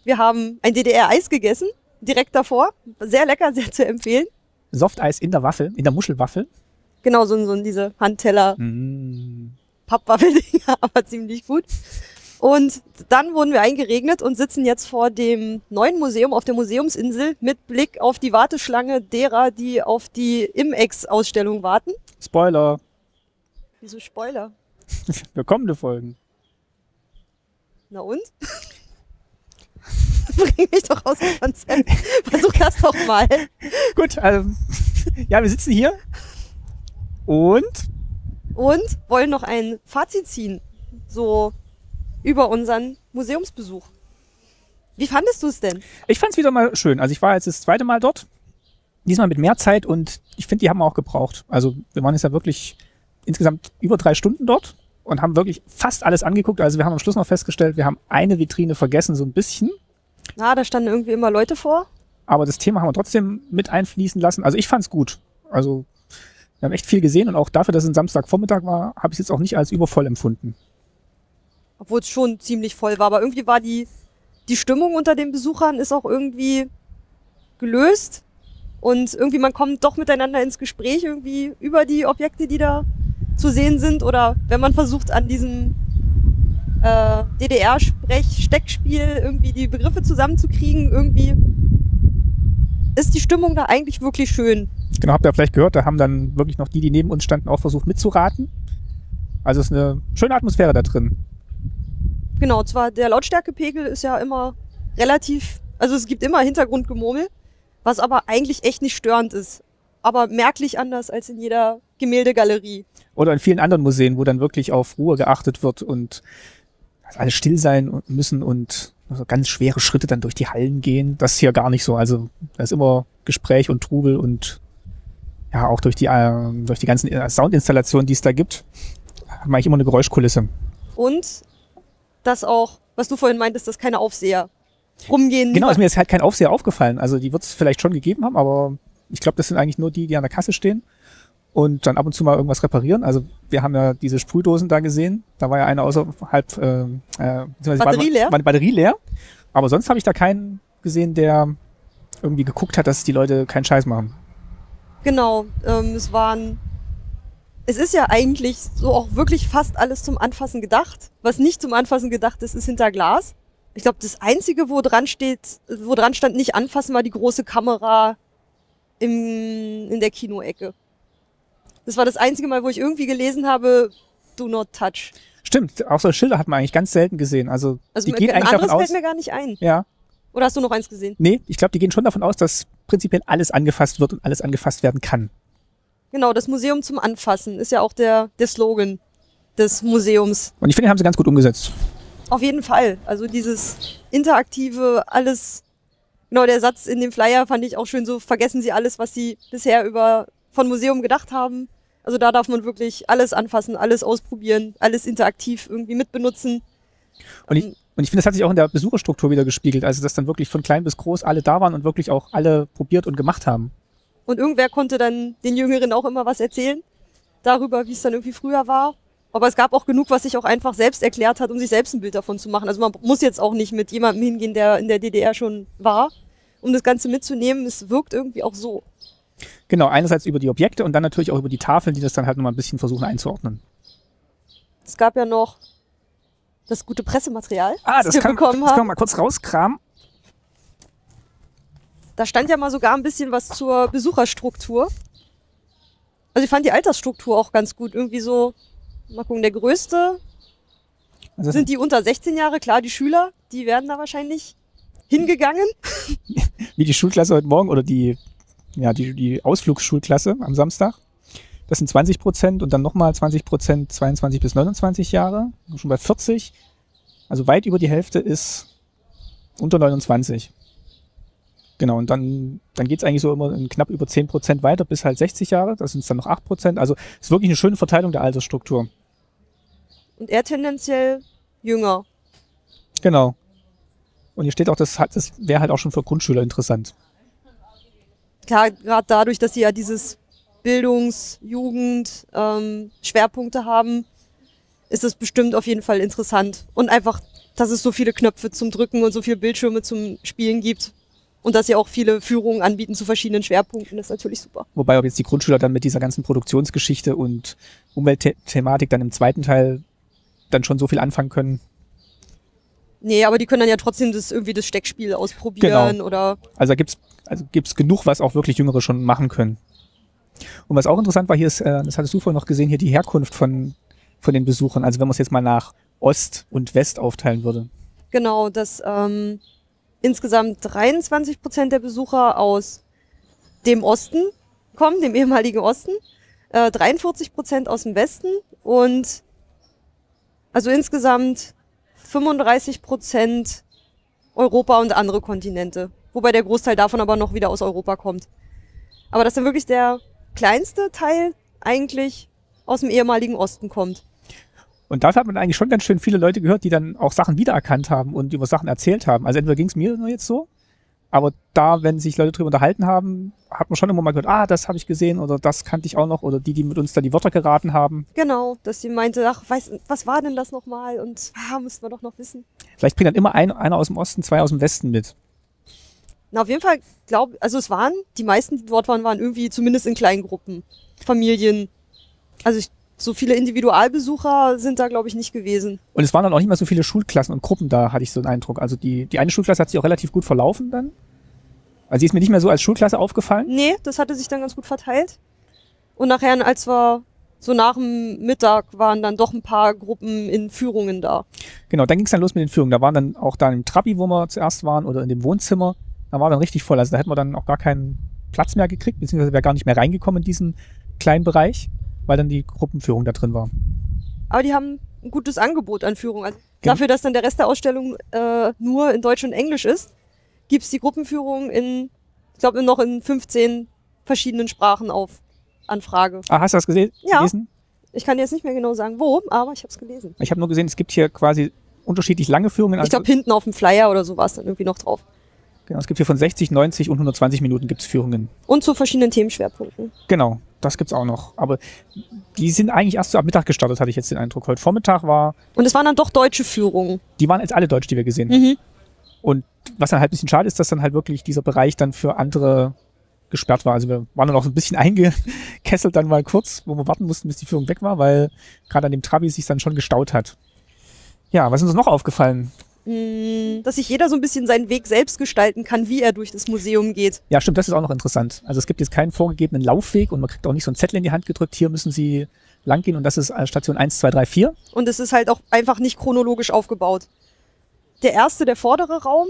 Speaker 1: Wir haben ein DDR-Eis gegessen, direkt davor. Sehr lecker, sehr zu empfehlen.
Speaker 2: Softeis in der Waffel, in der Muschelwaffel.
Speaker 1: Genau, so, ein- so ein- diese Handteller,
Speaker 2: Mhm.
Speaker 1: Pappwaffeldinger, aber ziemlich gut. Und dann wurden wir eingeregnet und sitzen jetzt vor dem neuen Museum auf der Museumsinsel mit Blick auf die Warteschlange derer, die auf die Imex-Ausstellung warten.
Speaker 2: Spoiler
Speaker 1: Wieso Spoiler?
Speaker 2: für kommende Folgen.
Speaker 1: Na und? Bring mich doch aus dem Konzept. Versuch das doch mal.
Speaker 2: Gut, also, ja, wir sitzen hier und
Speaker 1: Und wollen noch ein Fazit ziehen. So über unseren Museumsbesuch. Wie fandest du es denn?
Speaker 2: ich fand es wieder mal schön. Also ich war jetzt das zweite Mal dort, diesmal mit mehr Zeit und ich finde, die haben wir auch gebraucht. Also wir waren jetzt ja wirklich insgesamt über drei Stunden dort und haben wirklich fast alles angeguckt. Also wir haben am Schluss noch festgestellt, wir haben eine Vitrine vergessen, so ein bisschen.
Speaker 1: Na, da standen irgendwie immer Leute vor.
Speaker 2: Aber das Thema haben wir trotzdem mit einfließen lassen. Also ich fand's gut. Also wir haben echt viel gesehen und auch dafür, dass es ein Samstagvormittag war, habe ich es jetzt auch nicht als übervoll empfunden.
Speaker 1: Obwohl es schon ziemlich voll war, aber irgendwie war die die Stimmung unter den Besuchern ist auch irgendwie gelöst und irgendwie man kommt doch miteinander ins Gespräch irgendwie über die Objekte, die da zu sehen sind oder wenn man versucht an diesem äh, DDR-Sprech-Steckspiel irgendwie die Begriffe zusammenzukriegen, irgendwie ist die Stimmung da eigentlich wirklich schön.
Speaker 2: Genau, habt ihr vielleicht gehört, da haben dann wirklich noch die, die neben uns standen, auch versucht mitzuraten. Also es ist eine schöne Atmosphäre da drin.
Speaker 1: Genau, zwar der Lautstärkepegel ist ja immer relativ, also es gibt immer Hintergrundgemurmel, was aber eigentlich echt nicht störend ist. Aber merklich anders als in jeder Gemäldegalerie.
Speaker 2: Oder in vielen anderen Museen, wo dann wirklich auf Ruhe geachtet wird und also alle still sein müssen und so ganz schwere Schritte dann durch die Hallen gehen. Das ist hier gar nicht so. Also da ist immer Gespräch und Trubel und ja, auch durch die, äh, durch die ganzen äh, Soundinstallationen, die es da gibt, haben wir eigentlich immer eine Geräuschkulisse.
Speaker 1: Und dass auch, was du vorhin meintest, dass keine Aufseher rumgehen.
Speaker 2: Genau, ist mir jetzt halt kein Aufseher aufgefallen. Also die wird es vielleicht schon gegeben haben, aber ich glaube, das sind eigentlich nur die, die an der Kasse stehen und dann ab und zu mal irgendwas reparieren. Also wir haben ja diese Sprühdosen da gesehen. Da war ja eine außerhalb äh, äh, beziehungsweise
Speaker 1: Batterie
Speaker 2: war,
Speaker 1: leer?
Speaker 2: war die Batterie leer. Aber sonst habe ich da keinen gesehen, der irgendwie geguckt hat, dass die Leute keinen Scheiß machen.
Speaker 1: Genau, ähm, es waren. Es ist ja eigentlich so auch wirklich fast alles zum Anfassen gedacht. Was nicht zum Anfassen gedacht ist, ist hinter Glas. Ich glaube, das einzige, wo dran steht, wo dran stand, nicht anfassen, war die große Kamera im, in der Kinoecke. Das war das einzige Mal, wo ich irgendwie gelesen habe, do not touch.
Speaker 2: Stimmt, auch so Schilder hat man eigentlich ganz selten gesehen. Also,
Speaker 1: Also
Speaker 2: die
Speaker 1: mir-
Speaker 2: gehen
Speaker 1: ein
Speaker 2: eigentlich davon
Speaker 1: anderes fällt mir
Speaker 2: aus.
Speaker 1: gar nicht ein.
Speaker 2: Ja,
Speaker 1: Oder hast du noch eins gesehen?
Speaker 2: nee, ich glaube, die gehen schon davon aus, dass prinzipiell alles angefasst wird und alles angefasst werden kann.
Speaker 1: Genau, das Museum zum Anfassen ist ja auch der, der Slogan des Museums.
Speaker 2: Und ich finde, den haben sie ganz gut umgesetzt.
Speaker 1: Auf jeden Fall. Also dieses interaktive, alles. Genau, der Satz in dem Flyer fand ich auch schön so, vergessen Sie alles, was Sie bisher über von Museum gedacht haben. Also da darf man wirklich alles anfassen, alles ausprobieren, alles interaktiv irgendwie mitbenutzen.
Speaker 2: Und ich, und ich finde, das hat sich auch in der Besucherstruktur wieder gespiegelt. Also, dass dann wirklich von klein bis groß alle da waren und wirklich auch alle probiert und gemacht haben.
Speaker 1: Und irgendwer konnte dann den Jüngeren auch immer was erzählen darüber, wie es dann irgendwie früher war. Aber es gab auch genug, was sich auch einfach selbst erklärt hat, um sich selbst ein Bild davon zu machen. Also man muss jetzt auch nicht mit jemandem hingehen, der in der DDR schon war, um das Ganze mitzunehmen. Es wirkt irgendwie auch so.
Speaker 2: Genau, einerseits über die Objekte und dann natürlich auch über die Tafeln, die das dann halt nochmal ein bisschen versuchen einzuordnen.
Speaker 1: Es gab ja noch das gute Pressematerial,
Speaker 2: Ah,
Speaker 1: das wir bekommen haben.
Speaker 2: das kann man mal kurz rauskramen.
Speaker 1: Da stand ja mal sogar ein bisschen was zur Besucherstruktur. Also ich fand die Altersstruktur auch ganz gut. Irgendwie so, mal gucken, der größte
Speaker 2: Also das
Speaker 1: sind die unter 16 Jahre, klar, die Schüler, die werden da wahrscheinlich hingegangen.
Speaker 2: wie die Schulklasse heute Morgen oder die, ja, die, die Ausflugsschulklasse am Samstag. Das sind 20 Prozent und dann nochmal 20 Prozent 22 bis 29 Jahre, schon bei 40. Also weit über die Hälfte ist unter 29. Genau, und dann, dann geht's eigentlich so immer in knapp über 10 Prozent weiter bis halt 60 Jahre. Das sind dann noch 8 Prozent. Also ist wirklich eine schöne Verteilung der Altersstruktur.
Speaker 1: Und er tendenziell jünger.
Speaker 2: Genau. Und hier steht auch, das, hat- das wäre halt auch schon für Grundschüler interessant.
Speaker 1: Klar, gerade dadurch, dass sie ja dieses Bildungs-, Jugend-, ähm, Schwerpunkte haben, ist das bestimmt auf jeden Fall interessant. Und einfach, dass es so viele Knöpfe zum Drücken und so viele Bildschirme zum Spielen gibt. Und dass sie auch viele Führungen anbieten zu verschiedenen Schwerpunkten, das ist natürlich super.
Speaker 2: Wobei, ob jetzt die Grundschüler dann mit dieser ganzen Produktionsgeschichte und Umweltthematik dann im zweiten Teil dann schon so viel anfangen können.
Speaker 1: Nee, aber die können dann ja trotzdem das irgendwie das Steckspiel ausprobieren oder
Speaker 2: Also da gibt's also gibt's genug, was auch wirklich Jüngere schon machen können. Und was auch interessant war, hier ist, äh, das hattest du vorhin noch gesehen, hier die Herkunft von, von den Besuchern. Also wenn man es jetzt mal nach Ost und West aufteilen würde.
Speaker 1: Genau, dass ähm, insgesamt 23 Prozent der Besucher aus dem Osten kommen, dem ehemaligen Osten, äh, 43 Prozent aus dem Westen und also insgesamt 35 Prozent Europa und andere Kontinente. Wobei der Großteil davon aber noch wieder aus Europa kommt. Aber dass dann wirklich der kleinste Teil eigentlich aus dem ehemaligen Osten kommt.
Speaker 2: Und dafür hat man eigentlich schon ganz schön viele Leute gehört, die dann auch Sachen wiedererkannt haben und über Sachen erzählt haben. Also entweder ging's mir nur jetzt so, Aber da, wenn sich Leute drüber unterhalten haben, hat man schon immer mal gehört, ah, das habe ich gesehen oder das kannte ich auch noch oder die, die mit uns da die Wörter geraten haben.
Speaker 1: Genau, dass sie meinte, ach, weiß, was war denn das nochmal? Und ah, müssten wir doch noch wissen.
Speaker 2: Vielleicht bringt dann immer ein, einer aus dem Osten, zwei aus dem Westen mit.
Speaker 1: Na, auf jeden Fall, glaube also es waren, die meisten, die dort waren, waren irgendwie zumindest in kleinen Gruppen. Familien. Also ich, so viele Individualbesucher sind da, glaube ich, nicht gewesen.
Speaker 2: Und es waren dann auch nicht mehr so viele Schulklassen und Gruppen da, hatte ich so einen Eindruck. Also die, die eine Schulklasse hat sich auch relativ gut verlaufen dann. Also die ist mir nicht mehr so als Schulklasse aufgefallen.
Speaker 1: Nee, das hatte sich dann ganz gut verteilt. Und nachher, als wir so nach dem Mittag waren dann doch ein paar Gruppen in Führungen da.
Speaker 2: Genau, dann ging es dann los mit den Führungen. Da waren dann auch da im Trabi, wo wir zuerst waren, oder in dem Wohnzimmer. Da war dann richtig voll. Also da hätten wir dann auch gar keinen Platz mehr gekriegt, beziehungsweise wäre gar nicht mehr reingekommen in diesen kleinen Bereich, weil dann die Gruppenführung da drin war.
Speaker 1: Aber die haben ein gutes Angebot an Führung. Also Dafür, dass dann der Rest der Ausstellung äh, nur in Deutsch und Englisch ist, gibt es die Gruppenführung in, ich glaube, noch in 15 verschiedenen Sprachen auf Anfrage.
Speaker 2: Ah, hast du das gesehen?
Speaker 1: Ja.
Speaker 2: Gelesen?
Speaker 1: Ich kann jetzt nicht mehr genau sagen, wo, aber ich habe es gelesen.
Speaker 2: Ich habe nur gesehen, es gibt hier quasi unterschiedlich lange Führungen. Also,
Speaker 1: Ich glaube, hinten auf dem Flyer oder so war es dann irgendwie noch drauf.
Speaker 2: genau, es gibt hier von 60, 90 und 120 Minuten gibt's Führungen.
Speaker 1: Und zu verschiedenen Themenschwerpunkten.
Speaker 2: Genau, das gibt's auch noch. Aber die sind eigentlich erst so ab Mittag gestartet, hatte ich jetzt den Eindruck. Heute Vormittag war,
Speaker 1: Und es waren dann doch deutsche Führungen.
Speaker 2: die waren jetzt alle deutsch, die wir gesehen haben.
Speaker 1: Mhm.
Speaker 2: Und was dann halt ein bisschen schade ist, dass dann halt wirklich dieser Bereich dann für andere gesperrt war. Also wir waren dann auch so ein bisschen eingekesselt dann mal kurz, wo wir warten mussten, bis die Führung weg war, weil gerade an dem Trabi sich dann schon gestaut hat. Ja, was ist uns noch aufgefallen?
Speaker 1: Mm, Dass sich jeder so ein bisschen seinen Weg selbst gestalten kann, wie er durch das Museum geht.
Speaker 2: Ja, stimmt, das ist auch noch interessant. Also es gibt jetzt keinen vorgegebenen Laufweg und man kriegt auch nicht so einen Zettel in die Hand gedrückt, hier müssen Sie lang gehen und das ist äh, Station 1, 2, 3, 4.
Speaker 1: Und es ist halt auch einfach nicht chronologisch aufgebaut. Der erste, der vordere Raum,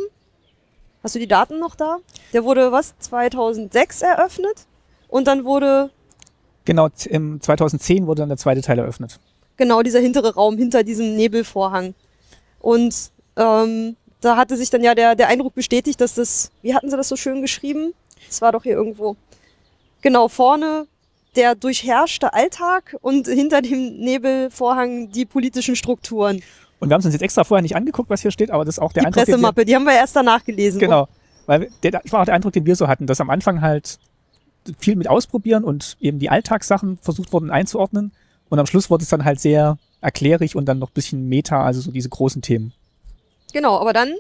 Speaker 1: hast du die Daten noch da? Der wurde, was, 2006 eröffnet? Und dann wurde
Speaker 2: Genau, z- im 2010 wurde dann der zweite Teil eröffnet.
Speaker 1: genau dieser hintere Raum hinter diesem Nebelvorhang. Und ähm, da hatte sich dann ja der, der Eindruck bestätigt, dass das, wie hatten sie das so schön geschrieben? Das war doch hier irgendwo. Genau, vorne der durchherrschte Alltag und hinter dem Nebelvorhang die politischen Strukturen.
Speaker 2: Und wir haben es uns jetzt extra vorher nicht angeguckt, was hier steht, aber das ist auch der
Speaker 1: die
Speaker 2: Eindruck, den wir-
Speaker 1: Pressemappe, die haben wir erst danach gelesen.
Speaker 2: Genau. Weil der, das war auch der Eindruck, den wir so hatten, dass am Anfang halt viel mit ausprobieren und eben die Alltagssachen versucht wurden einzuordnen. Und am Schluss wurde es dann halt sehr erklärig und dann noch ein bisschen Meta, also so diese großen Themen.
Speaker 1: Genau, aber dann,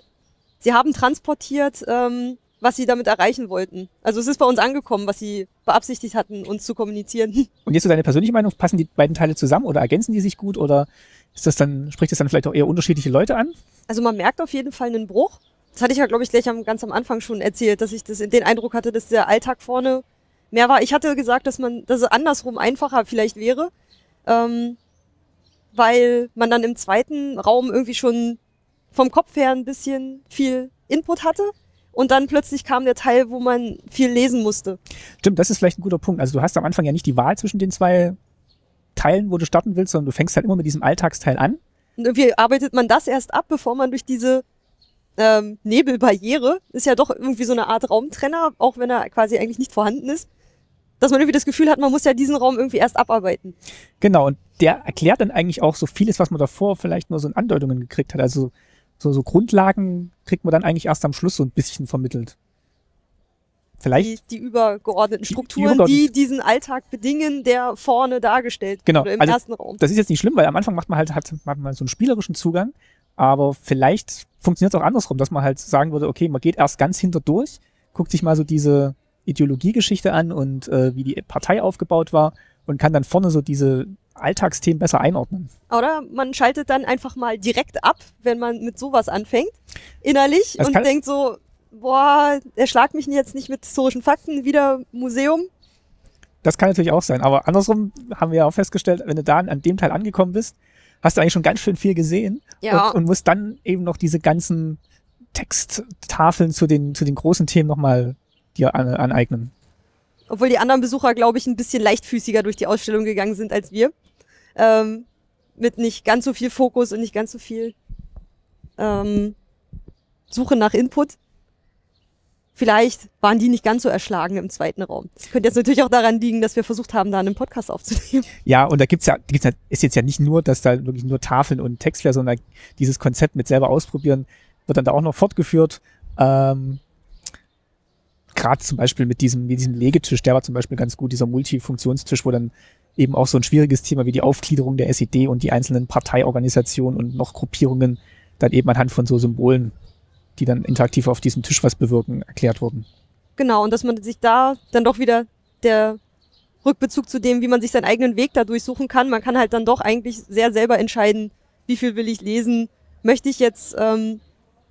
Speaker 1: sie haben transportiert, ähm, was sie damit erreichen wollten. Also es ist bei uns angekommen, was sie beabsichtigt hatten, uns zu kommunizieren.
Speaker 2: Und jetzt so deine persönliche Meinung, passen die beiden Teile zusammen oder ergänzen die sich gut oder ist das dann, spricht das dann vielleicht auch eher unterschiedliche Leute an?
Speaker 1: Also man merkt auf jeden Fall einen Bruch. Das hatte ich ja, glaube ich, gleich am, ganz am Anfang schon erzählt, dass ich das, den Eindruck hatte, dass der Alltag vorne mehr war. Ich hatte gesagt, dass man, dass es andersrum einfacher vielleicht wäre, ähm, weil man dann im zweiten Raum irgendwie schon vom Kopf her ein bisschen viel Input hatte. Und dann plötzlich kam der Teil, wo man viel lesen musste.
Speaker 2: Stimmt, das ist vielleicht ein guter Punkt. Also du hast am Anfang ja nicht die Wahl zwischen den zwei Teilen, wo du starten willst, sondern du fängst halt immer mit diesem Alltagsteil an.
Speaker 1: Und irgendwie arbeitet man das erst ab, bevor man durch diese ähm, Nebelbarriere, ist ja doch irgendwie so eine Art Raumtrenner, auch wenn er quasi eigentlich nicht vorhanden ist, dass man irgendwie das Gefühl hat, man muss ja diesen Raum irgendwie erst abarbeiten.
Speaker 2: Genau, und der erklärt dann eigentlich auch so vieles, was man davor vielleicht nur so in Andeutungen gekriegt hat. Also so, so Grundlagen kriegt man dann eigentlich erst am Schluss so ein bisschen vermittelt. Vielleicht,
Speaker 1: Die, die übergeordneten
Speaker 2: Die- die
Speaker 1: Strukturen, die,
Speaker 2: übergeordneten-
Speaker 1: diesen Alltag bedingen, der vorne dargestellt
Speaker 2: Genau,
Speaker 1: wurde im
Speaker 2: also-
Speaker 1: ersten Raum.
Speaker 2: das ist jetzt nicht schlimm, weil am Anfang macht man halt, hat, hat man so einen spielerischen Zugang, aber vielleicht funktioniert es auch andersrum, dass man halt sagen würde, okay, man geht erst ganz hinter durch, guckt sich mal so diese Ideologiegeschichte an und äh, wie die Partei aufgebaut war und kann dann vorne so diese Alltagsthemen besser einordnen.
Speaker 1: Oder man schaltet dann einfach mal direkt ab, wenn man mit sowas anfängt, innerlich
Speaker 2: Das
Speaker 1: und
Speaker 2: kann-
Speaker 1: denkt so, boah, erschlag mich jetzt nicht mit historischen Fakten, wieder Museum.
Speaker 2: Das kann natürlich auch sein. Aber andersrum haben wir ja auch festgestellt, wenn du da an dem Teil angekommen bist, hast du eigentlich schon ganz schön viel gesehen
Speaker 1: Ja,
Speaker 2: und, und musst dann eben noch diese ganzen Texttafeln zu den, zu den großen Themen nochmal dir an, aneignen.
Speaker 1: obwohl die anderen Besucher, glaube ich, ein bisschen leichtfüßiger durch die Ausstellung gegangen sind als wir. Ähm, mit nicht ganz so viel Fokus und nicht ganz so viel ähm, Suche nach Input. Vielleicht waren die nicht ganz so erschlagen im zweiten Raum. Das könnte jetzt natürlich auch daran liegen, dass wir versucht haben, da einen Podcast aufzunehmen.
Speaker 2: Ja, und da gibt's ja, gibt's ja, ist jetzt ja nicht nur, dass da wirklich nur Tafeln und Text wäre, sondern dieses Konzept mit selber ausprobieren wird dann da auch noch fortgeführt. Ähm, gerade zum Beispiel mit diesem, mit diesem Legetisch, der war zum Beispiel ganz gut, dieser Multifunktionstisch, wo dann eben auch so ein schwieriges Thema wie die Aufgliederung der SED und die einzelnen Parteiorganisationen und noch Gruppierungen dann eben anhand von so Symbolen, die dann interaktiv auf diesem Tisch was bewirken, erklärt wurden.
Speaker 1: Genau, und dass man sich da dann doch wieder der Rückbezug zu dem, wie man sich seinen eigenen Weg dadurch suchen kann. Man kann halt dann doch eigentlich sehr selber entscheiden, wie viel will ich lesen. Möchte ich jetzt ähm,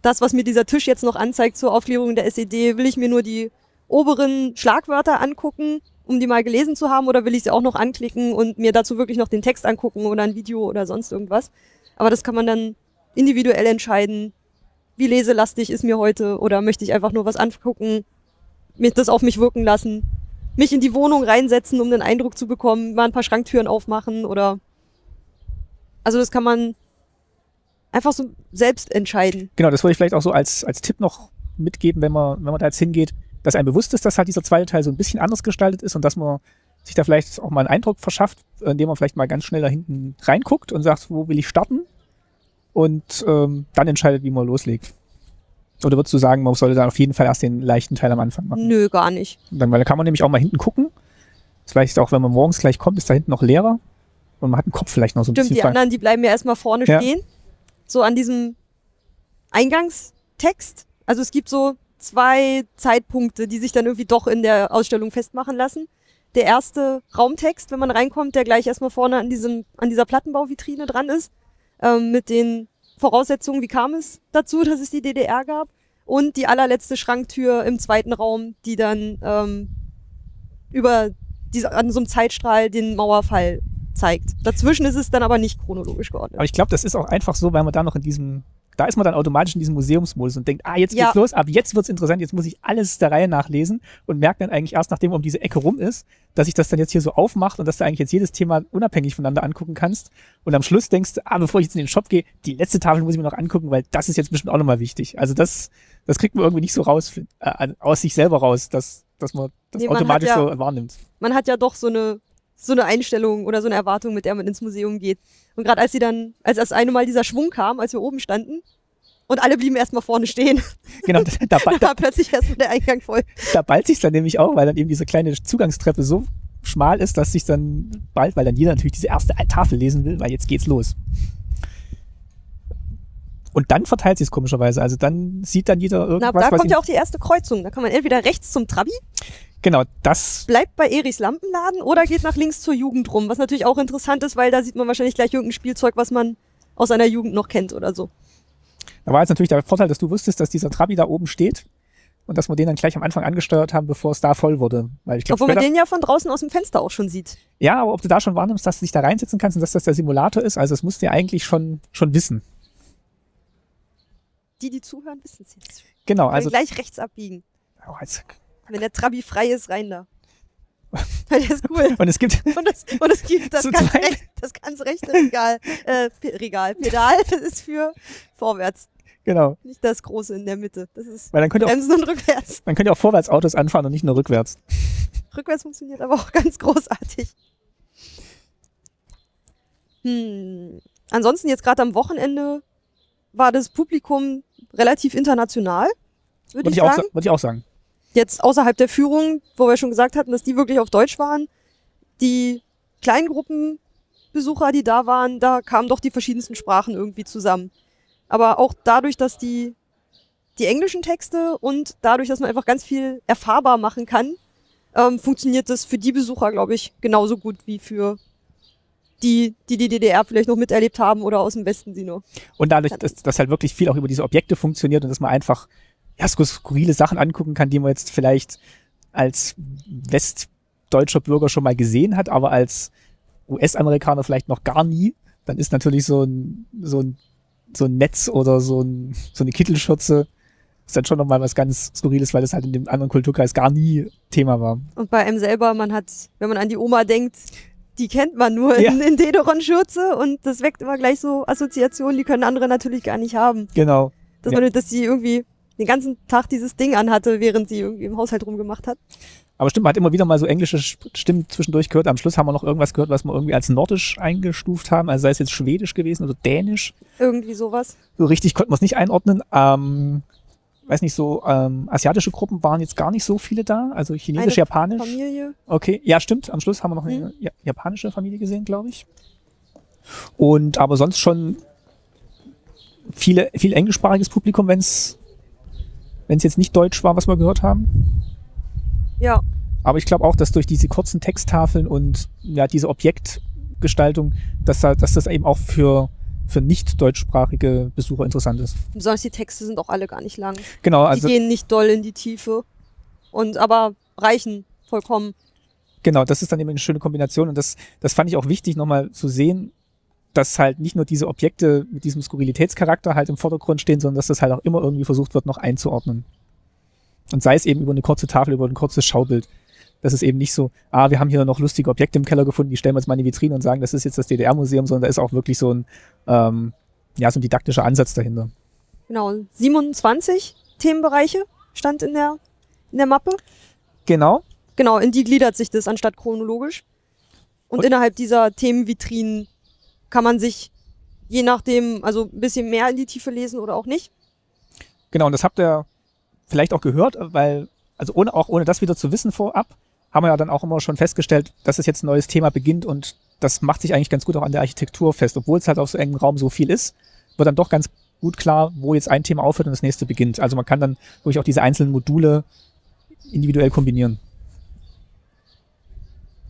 Speaker 1: das, was mir dieser Tisch jetzt noch anzeigt zur Aufklärung der SED, will ich mir nur die oberen Schlagwörter angucken, um die mal gelesen zu haben, oder will ich sie auch noch anklicken und mir dazu wirklich noch den Text angucken oder ein Video oder sonst irgendwas. Aber das kann man dann individuell entscheiden, wie leselastig ist mir heute oder möchte ich einfach nur was angucken, mich das auf mich wirken lassen, mich in die Wohnung reinsetzen, um den Eindruck zu bekommen, mal ein paar Schranktüren aufmachen oder also das kann man einfach so selbst entscheiden.
Speaker 2: Genau, das wollte ich vielleicht auch so als, als Tipp noch mitgeben, wenn man, wenn man da jetzt hingeht, dass einem bewusst ist, dass halt dieser zweite Teil so ein bisschen anders gestaltet ist und dass man sich da vielleicht auch mal einen Eindruck verschafft, indem man vielleicht mal ganz schnell da hinten reinguckt und sagt, wo will ich starten? Und ähm, dann entscheidet, wie man loslegt. Oder würdest du sagen, man sollte da auf jeden Fall erst den leichten Teil am Anfang machen?
Speaker 1: Nö, gar nicht.
Speaker 2: Dann, weil da kann man nämlich auch mal hinten gucken. Vielleicht auch, wenn man morgens gleich kommt, ist da hinten noch leerer und man hat den Kopf vielleicht noch so ein
Speaker 1: Stimmt,
Speaker 2: bisschen
Speaker 1: die
Speaker 2: frei.
Speaker 1: anderen, die bleiben ja erstmal vorne
Speaker 2: Ja.
Speaker 1: stehen. So an diesem Eingangstext. Also es gibt so zwei Zeitpunkte, die sich dann irgendwie doch in der Ausstellung festmachen lassen. Der erste Raumtext, wenn man reinkommt, der gleich erstmal vorne an, diesem, an dieser Plattenbauvitrine dran ist, ähm, mit den Voraussetzungen, wie kam es dazu, dass es die DDR gab. Und die allerletzte Schranktür im zweiten Raum, die dann ähm, über diese, an so einem Zeitstrahl den Mauerfall zeigt. Dazwischen ist es dann aber nicht chronologisch geordnet.
Speaker 2: Aber ich glaube, das ist auch einfach so, weil man da noch in diesem, da ist man dann automatisch in diesem Museumsmodus und denkt, ah, jetzt
Speaker 1: Ja.
Speaker 2: geht's los, ab jetzt wird's interessant, jetzt muss ich alles der Reihe nachlesen und merkt dann eigentlich erst, nachdem man um diese Ecke rum ist, dass sich das dann jetzt hier so aufmacht und dass du eigentlich jetzt jedes Thema unabhängig voneinander angucken kannst. Und am Schluss denkst du, ah, bevor ich jetzt in den Shop gehe, die letzte Tafel muss ich mir noch angucken, weil das ist jetzt bestimmt auch nochmal wichtig. Also das, das kriegt man irgendwie nicht so raus, find- äh, aus sich selber raus, dass, dass man das
Speaker 1: Nee, man hat
Speaker 2: automatisch
Speaker 1: ja-
Speaker 2: so wahrnimmt.
Speaker 1: Man hat ja doch so eine, so eine Einstellung oder so eine Erwartung, mit der man ins Museum geht. Und gerade als sie dann, als das eine Mal dieser Schwung kam, als wir oben standen, und alle blieben erstmal vorne stehen,
Speaker 2: Genau, da, da,
Speaker 1: da war plötzlich erstmal der Eingang voll.
Speaker 2: da ballt sich's dann nämlich auch, weil dann eben diese kleine Zugangstreppe so schmal ist, dass sich dann bald, weil dann jeder natürlich diese erste Tafel lesen will, weil jetzt geht's los. Und dann verteilt sich's komischerweise. Also dann sieht dann jeder
Speaker 1: Na,
Speaker 2: irgendwas,
Speaker 1: da
Speaker 2: was
Speaker 1: kommt
Speaker 2: ihn,
Speaker 1: ja auch die erste Kreuzung. Da kann man entweder rechts zum Trabi,
Speaker 2: genau das.
Speaker 1: bleibt bei Erichs Lampenladen oder geht nach links zur Jugend rum, was natürlich auch interessant ist, weil da sieht man wahrscheinlich gleich irgendein Spielzeug, was man aus einer Jugend noch kennt oder so.
Speaker 2: Da war jetzt natürlich der Vorteil, dass du wusstest, dass dieser Trabi da oben steht und dass wir den dann gleich am Anfang angesteuert haben, bevor es da voll wurde. Weil ich glaube,
Speaker 1: Obwohl man
Speaker 2: später,
Speaker 1: den ja von draußen aus dem Fenster auch schon sieht.
Speaker 2: ja, aber ob du da schon wahrnimmst, dass du dich da reinsetzen kannst und dass das der Simulator ist, also das musst du ja eigentlich schon schon wissen.
Speaker 1: Die, die zuhören, wissen es jetzt.
Speaker 2: Genau,
Speaker 1: Also
Speaker 2: also
Speaker 1: gleich rechts abbiegen.
Speaker 2: oh, jetzt,
Speaker 1: Wenn der Trabi frei ist, rein da. Weil der ist cool.
Speaker 2: und es gibt
Speaker 1: Und es, und es gibt das
Speaker 2: Zu
Speaker 1: ganz,
Speaker 2: zweit.
Speaker 1: recht, das ganz rechte Regal, äh, Pe- Regal, Pedal, das ist für vorwärts.
Speaker 2: genau,
Speaker 1: Nicht das große in der Mitte. Das ist
Speaker 2: weil dann könnte auch
Speaker 1: Bremsen und rückwärts.
Speaker 2: Man könnte auch vorwärts Autos anfahren und nicht nur rückwärts.
Speaker 1: Rückwärts funktioniert aber auch ganz großartig. Hm. Ansonsten jetzt gerade am Wochenende war das Publikum relativ international, würde
Speaker 2: Würde
Speaker 1: ich
Speaker 2: ich, auch
Speaker 1: sagen.
Speaker 2: sa- würde ich auch sagen.
Speaker 1: jetzt außerhalb der Führung, wo wir schon gesagt hatten, dass die wirklich auf Deutsch waren, die Kleingruppenbesucher, die da waren, da kamen doch die verschiedensten Sprachen irgendwie zusammen. Aber auch dadurch, dass die, die englischen Texte und dadurch, dass man einfach ganz viel erfahrbar machen kann, ähm, funktioniert das für die Besucher, glaube ich, genauso gut wie für die, die die DDR vielleicht noch miterlebt haben oder aus dem Westen sie noch.
Speaker 2: Und dadurch, dass, dass halt wirklich viel auch über diese Objekte funktioniert und dass man einfach ja, skur- skurrile Sachen angucken kann, die man jetzt vielleicht als westdeutscher Bürger schon mal gesehen hat, aber als US-Amerikaner vielleicht noch gar nie, dann ist natürlich so ein, so ein, so ein Netz oder so, ein, so eine Kittelschürze ist dann schon nochmal was ganz Skurriles, weil das halt in dem anderen Kulturkreis gar nie Thema war.
Speaker 1: Und bei einem selber, man hat, wenn man an die Oma denkt, die kennt man nur in, in Dederon-Schürze und das weckt immer gleich so Assoziationen, die können andere natürlich gar nicht haben.
Speaker 2: Genau.
Speaker 1: Dass
Speaker 2: Ja.
Speaker 1: man, dass sie irgendwie den ganzen Tag dieses Ding anhatte, während sie irgendwie im Haushalt rumgemacht hat.
Speaker 2: Aber stimmt, man hat immer wieder mal so englische Sp- Stimmen zwischendurch gehört. Am Schluss haben wir noch irgendwas gehört, was wir irgendwie als nordisch eingestuft haben. Also sei es jetzt schwedisch gewesen oder dänisch.
Speaker 1: Irgendwie sowas.
Speaker 2: So richtig konnten wir es nicht einordnen. Ähm, weiß nicht, so ähm, asiatische Gruppen waren jetzt gar nicht so viele da, also chinesisch,
Speaker 1: Eine
Speaker 2: japanisch.
Speaker 1: Familie. Mhm.
Speaker 2: Okay, ja, stimmt. Am Schluss haben wir noch eine ja- japanische Familie gesehen, glaube ich. Und aber sonst schon viele, viel englischsprachiges Publikum, wenn es jetzt nicht Deutsch war, was wir gehört haben.
Speaker 1: Ja,
Speaker 2: Aber ich glaube auch, dass durch diese kurzen Texttafeln und ja, diese Objektgestaltung, dass, da- dass das eben auch für, für nicht deutschsprachige Besucher interessant ist.
Speaker 1: besonders die Texte sind auch alle gar nicht lang.
Speaker 2: Genau,
Speaker 1: die
Speaker 2: also
Speaker 1: gehen nicht doll in die Tiefe. Und aber reichen vollkommen.
Speaker 2: Genau, das ist dann eben eine schöne Kombination und das, das fand ich auch wichtig, nochmal zu sehen, dass halt nicht nur diese Objekte mit diesem Skurrilitätscharakter halt im Vordergrund stehen, sondern dass das halt auch immer irgendwie versucht wird, noch einzuordnen. Und sei es eben über eine kurze Tafel, über ein kurzes Schaubild. Das ist eben nicht so, ah, wir haben hier noch lustige Objekte im Keller gefunden, die stellen wir jetzt mal in die Vitrine und sagen, das ist jetzt das DDR-Museum, sondern da ist auch wirklich so ein, ähm, ja, so ein didaktischer Ansatz dahinter.
Speaker 1: Genau, 27 Themenbereiche stand in der, in der Mappe.
Speaker 2: Genau.
Speaker 1: Genau, in die gliedert sich das anstatt chronologisch. Und,
Speaker 2: Und-
Speaker 1: innerhalb dieser Themenvitrinen kann man sich je nachdem, also ein bisschen mehr in die Tiefe lesen oder auch nicht.
Speaker 2: Genau, und das habt ihr vielleicht auch gehört, weil, also ohne, auch ohne das wieder zu wissen vorab, haben wir ja dann auch immer schon festgestellt, dass es jetzt ein neues Thema beginnt und das macht sich eigentlich ganz gut auch an der Architektur fest. Obwohl es halt auf so engem Raum so viel ist, wird dann doch ganz gut klar, wo jetzt ein Thema aufhört und das nächste beginnt. Also man kann dann wirklich auch diese einzelnen Module individuell kombinieren.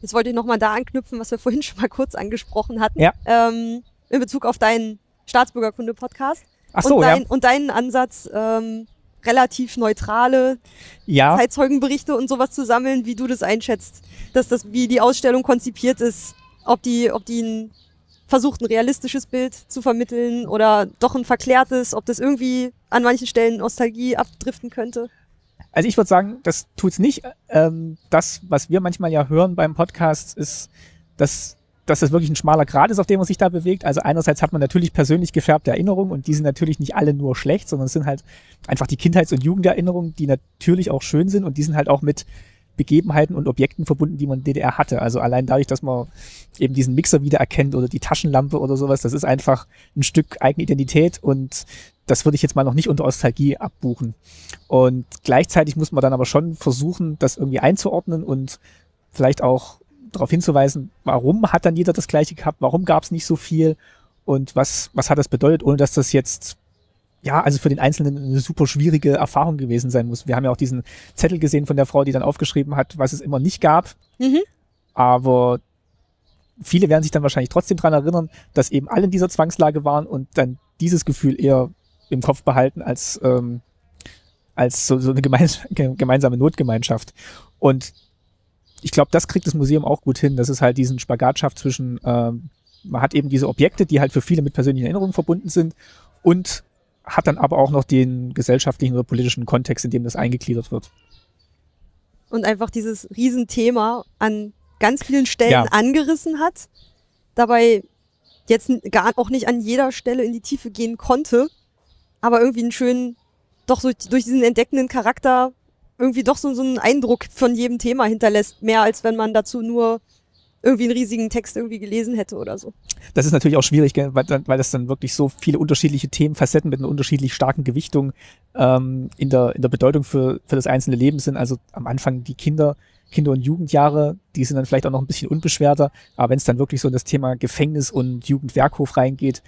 Speaker 1: Jetzt wollte ich nochmal da anknüpfen, was wir vorhin schon mal kurz angesprochen hatten.
Speaker 2: Ja.
Speaker 1: Ähm, in Bezug auf deinen Staatsbürgerkunde-Podcast
Speaker 2: Ach so,
Speaker 1: und,
Speaker 2: ja.
Speaker 1: dein, und deinen Ansatz, ähm, relativ neutrale
Speaker 2: Ja,
Speaker 1: Zeitzeugenberichte und sowas zu sammeln, wie du das einschätzt, dass das, wie die Ausstellung konzipiert ist, ob die, ob die ein, versucht, ein realistisches Bild zu vermitteln oder doch ein verklärtes, ob das irgendwie an manchen Stellen Nostalgie abdriften könnte.
Speaker 2: Also ich würde sagen, das tut's nicht. Ähm, das, was wir manchmal ja hören beim Podcast, ist, dass, dass das wirklich ein schmaler Grat ist, auf dem man sich da bewegt. Also einerseits hat man natürlich persönlich gefärbte Erinnerungen und die sind natürlich nicht alle nur schlecht, sondern es sind halt einfach die Kindheits- und Jugenderinnerungen, die natürlich auch schön sind und die sind halt auch mit Begebenheiten und Objekten verbunden, die man in DDR hatte. Also allein dadurch, dass man eben diesen Mixer wiedererkennt oder die Taschenlampe oder sowas, das ist einfach ein Stück eigene Identität und das würde ich jetzt mal noch nicht unter Nostalgie abbuchen. Und gleichzeitig muss man dann aber schon versuchen, das irgendwie einzuordnen und vielleicht auch darauf hinzuweisen, warum hat dann jeder das Gleiche gehabt, warum gab es nicht so viel und was, was hat das bedeutet, ohne dass das jetzt, ja, also für den Einzelnen eine super schwierige Erfahrung gewesen sein muss. Wir haben ja auch diesen Zettel gesehen von der Frau, die dann aufgeschrieben hat, was es immer nicht gab.
Speaker 1: Mhm.
Speaker 2: Aber viele werden sich dann wahrscheinlich trotzdem daran erinnern, dass eben alle in dieser Zwangslage waren und dann dieses Gefühl eher im Kopf behalten als ähm, als so, so eine gemeins ge- gemeinsame Notgemeinschaft. Und ich glaube, das kriegt das Museum auch gut hin, dass es halt diesen Spagat schafft zwischen, ähm, man hat eben diese Objekte, die halt für viele mit persönlichen Erinnerungen verbunden sind und hat dann aber auch noch den gesellschaftlichen oder politischen Kontext, in dem das eingegliedert wird.
Speaker 1: und einfach dieses Riesenthema an ganz vielen Stellen
Speaker 2: Ja.
Speaker 1: angerissen hat, dabei jetzt n- gar auch nicht an jeder Stelle in die Tiefe gehen konnte, aber irgendwie einen schönen, doch so, durch diesen entdeckenden Charakter irgendwie doch so, so einen Eindruck von jedem Thema hinterlässt, mehr als wenn man dazu nur irgendwie einen riesigen Text irgendwie gelesen hätte oder so.
Speaker 2: Das ist natürlich auch schwierig, gell, weil, dann- weil das dann wirklich so viele unterschiedliche Themenfacetten mit einer unterschiedlich starken Gewichtung ähm, in, der, in der Bedeutung für, für das einzelne Leben sind. Also am Anfang die Kinder, Kinder- und Jugendjahre, die sind dann vielleicht auch noch ein bisschen unbeschwerter. Aber wenn es dann wirklich so in das Thema Gefängnis und Jugendwerkhof reingeht,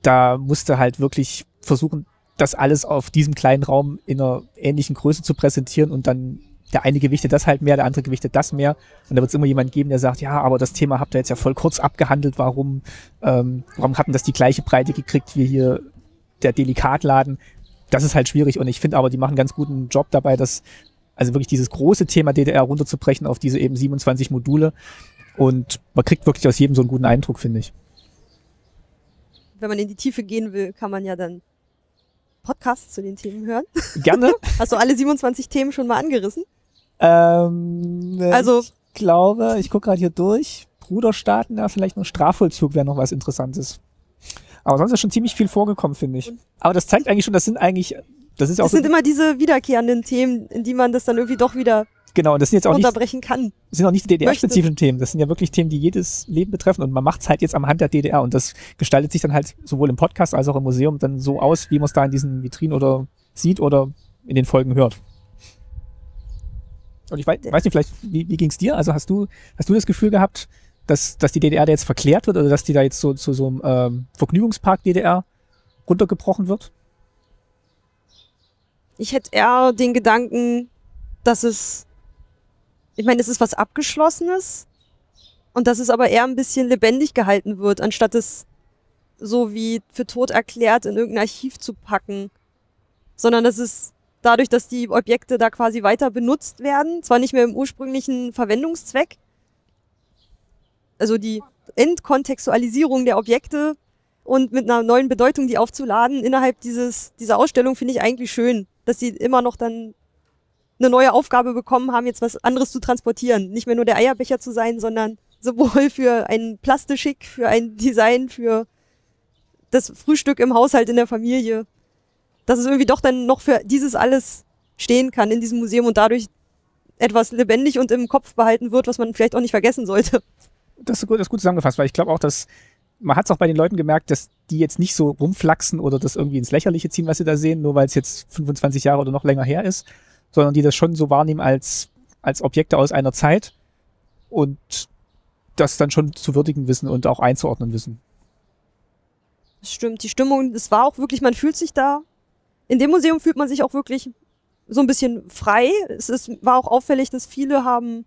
Speaker 2: da musste halt wirklich versuchen, das alles auf diesem kleinen Raum in einer ähnlichen Größe zu präsentieren und dann der eine gewichtet das halt mehr, der andere gewichtet das mehr. Und da wird es immer jemand geben, der sagt, ja, aber das Thema habt ihr jetzt ja voll kurz abgehandelt, warum, ähm, warum hatten das die gleiche Breite gekriegt wie hier der Delikatladen? Das ist halt schwierig und ich finde aber, die machen einen ganz guten Job dabei, dass also wirklich dieses große Thema DDR runterzubrechen auf diese eben 27 Module und man kriegt wirklich aus jedem so einen guten Eindruck, finde ich.
Speaker 1: Wenn man in die Tiefe gehen will, kann man ja dann Podcasts zu den Themen hören.
Speaker 2: Gerne.
Speaker 1: Hast du alle 27 Themen schon mal angerissen?
Speaker 2: ähm,
Speaker 1: Also
Speaker 2: ich glaube, ich gucke gerade hier durch. Bruderstaaten, ja, vielleicht noch Strafvollzug wäre noch was Interessantes. Aber sonst ist schon ziemlich viel vorgekommen, finde ich. Aber das zeigt eigentlich schon, das sind eigentlich, das ist ja auch,
Speaker 1: Es sind immer diese wiederkehrenden Themen, in die man das dann irgendwie doch wieder
Speaker 2: genau, und das sind jetzt auch nicht,
Speaker 1: unterbrechen kann.
Speaker 2: das sind auch nicht die DDR-spezifischen Themen. Das sind ja wirklich Themen, die jedes Leben betreffen und man macht es halt jetzt am Hand der DDR und das gestaltet sich dann halt sowohl im Podcast als auch im Museum dann so aus, wie man es da in diesen Vitrinen oder sieht oder in den Folgen hört. Und ich weiß, weiß nicht, vielleicht, wie, wie ging es dir? Also hast du, hast du das Gefühl gehabt, dass, dass die DDR da jetzt verklärt wird oder dass die da jetzt so zu so einem ähm, Vergnügungspark DDR runtergebrochen wird?
Speaker 1: Ich hätte eher den Gedanken, dass es, ich meine, es ist was Abgeschlossenes und dass es aber eher ein bisschen lebendig gehalten wird, anstatt es so wie für tot erklärt in irgendein Archiv zu packen, sondern dass es dadurch, dass die Objekte da quasi weiter benutzt werden, zwar nicht mehr im ursprünglichen Verwendungszweck, also die Entkontextualisierung der Objekte und mit einer neuen Bedeutung die aufzuladen innerhalb dieses, dieser Ausstellung finde ich eigentlich schön, dass sie immer noch dann eine neue Aufgabe bekommen haben, jetzt was anderes zu transportieren. Nicht mehr nur der Eierbecher zu sein, sondern sowohl für ein Plastischik, für ein Design, für das Frühstück im Haushalt, in der Familie. Dass es irgendwie doch dann noch für dieses alles stehen kann in diesem Museum und dadurch etwas lebendig und im Kopf behalten wird, was man vielleicht auch nicht vergessen sollte.
Speaker 2: Das ist gut, das ist gut zusammengefasst, weil ich glaube auch, dass man hat es auch bei den Leuten gemerkt, dass die jetzt nicht so rumflaxen oder das irgendwie ins Lächerliche ziehen, was sie da sehen, nur weil es jetzt 25 Jahre oder noch länger her ist, sondern die das schon so wahrnehmen als, als Objekte aus einer Zeit und das dann schon zu würdigen wissen und auch einzuordnen wissen.
Speaker 1: Das stimmt, die Stimmung, es war auch wirklich, man fühlt sich da, in dem Museum fühlt man sich auch wirklich so ein bisschen frei. Es ist, war auch auffällig, dass viele haben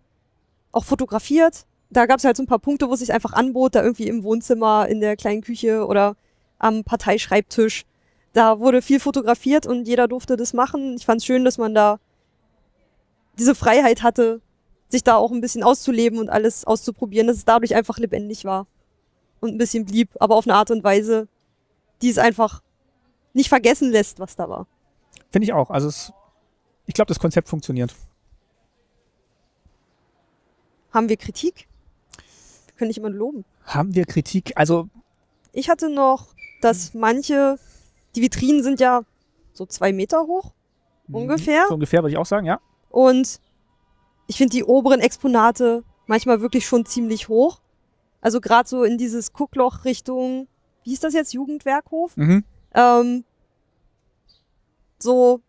Speaker 1: auch fotografiert. Da gab es halt so ein paar Punkte, wo es sich einfach anbot, da irgendwie im Wohnzimmer, in der kleinen Küche oder am Parteischreibtisch. Da wurde viel fotografiert und jeder durfte das machen. Ich fand es schön, dass man da diese Freiheit hatte, sich da auch ein bisschen auszuleben und alles auszuprobieren, dass es dadurch einfach lebendig war und ein bisschen blieb, aber auf eine Art und Weise, die es einfach nicht vergessen lässt, was da war.
Speaker 2: Finde ich auch. Also es, ich glaube, das Konzept funktioniert.
Speaker 1: Haben wir Kritik? Wir können nicht immer nur loben.
Speaker 2: Haben wir Kritik? Also
Speaker 1: Ich hatte noch, dass manche, die Vitrinen sind ja so zwei Meter hoch, ungefähr.
Speaker 2: so ungefähr würde ich auch sagen, ja.
Speaker 1: Und ich finde die oberen Exponate manchmal wirklich schon ziemlich hoch. Also gerade so in dieses Guckloch Richtung, wie hieß das jetzt, Jugendwerkhof?
Speaker 2: Mhm.
Speaker 1: Ähm, so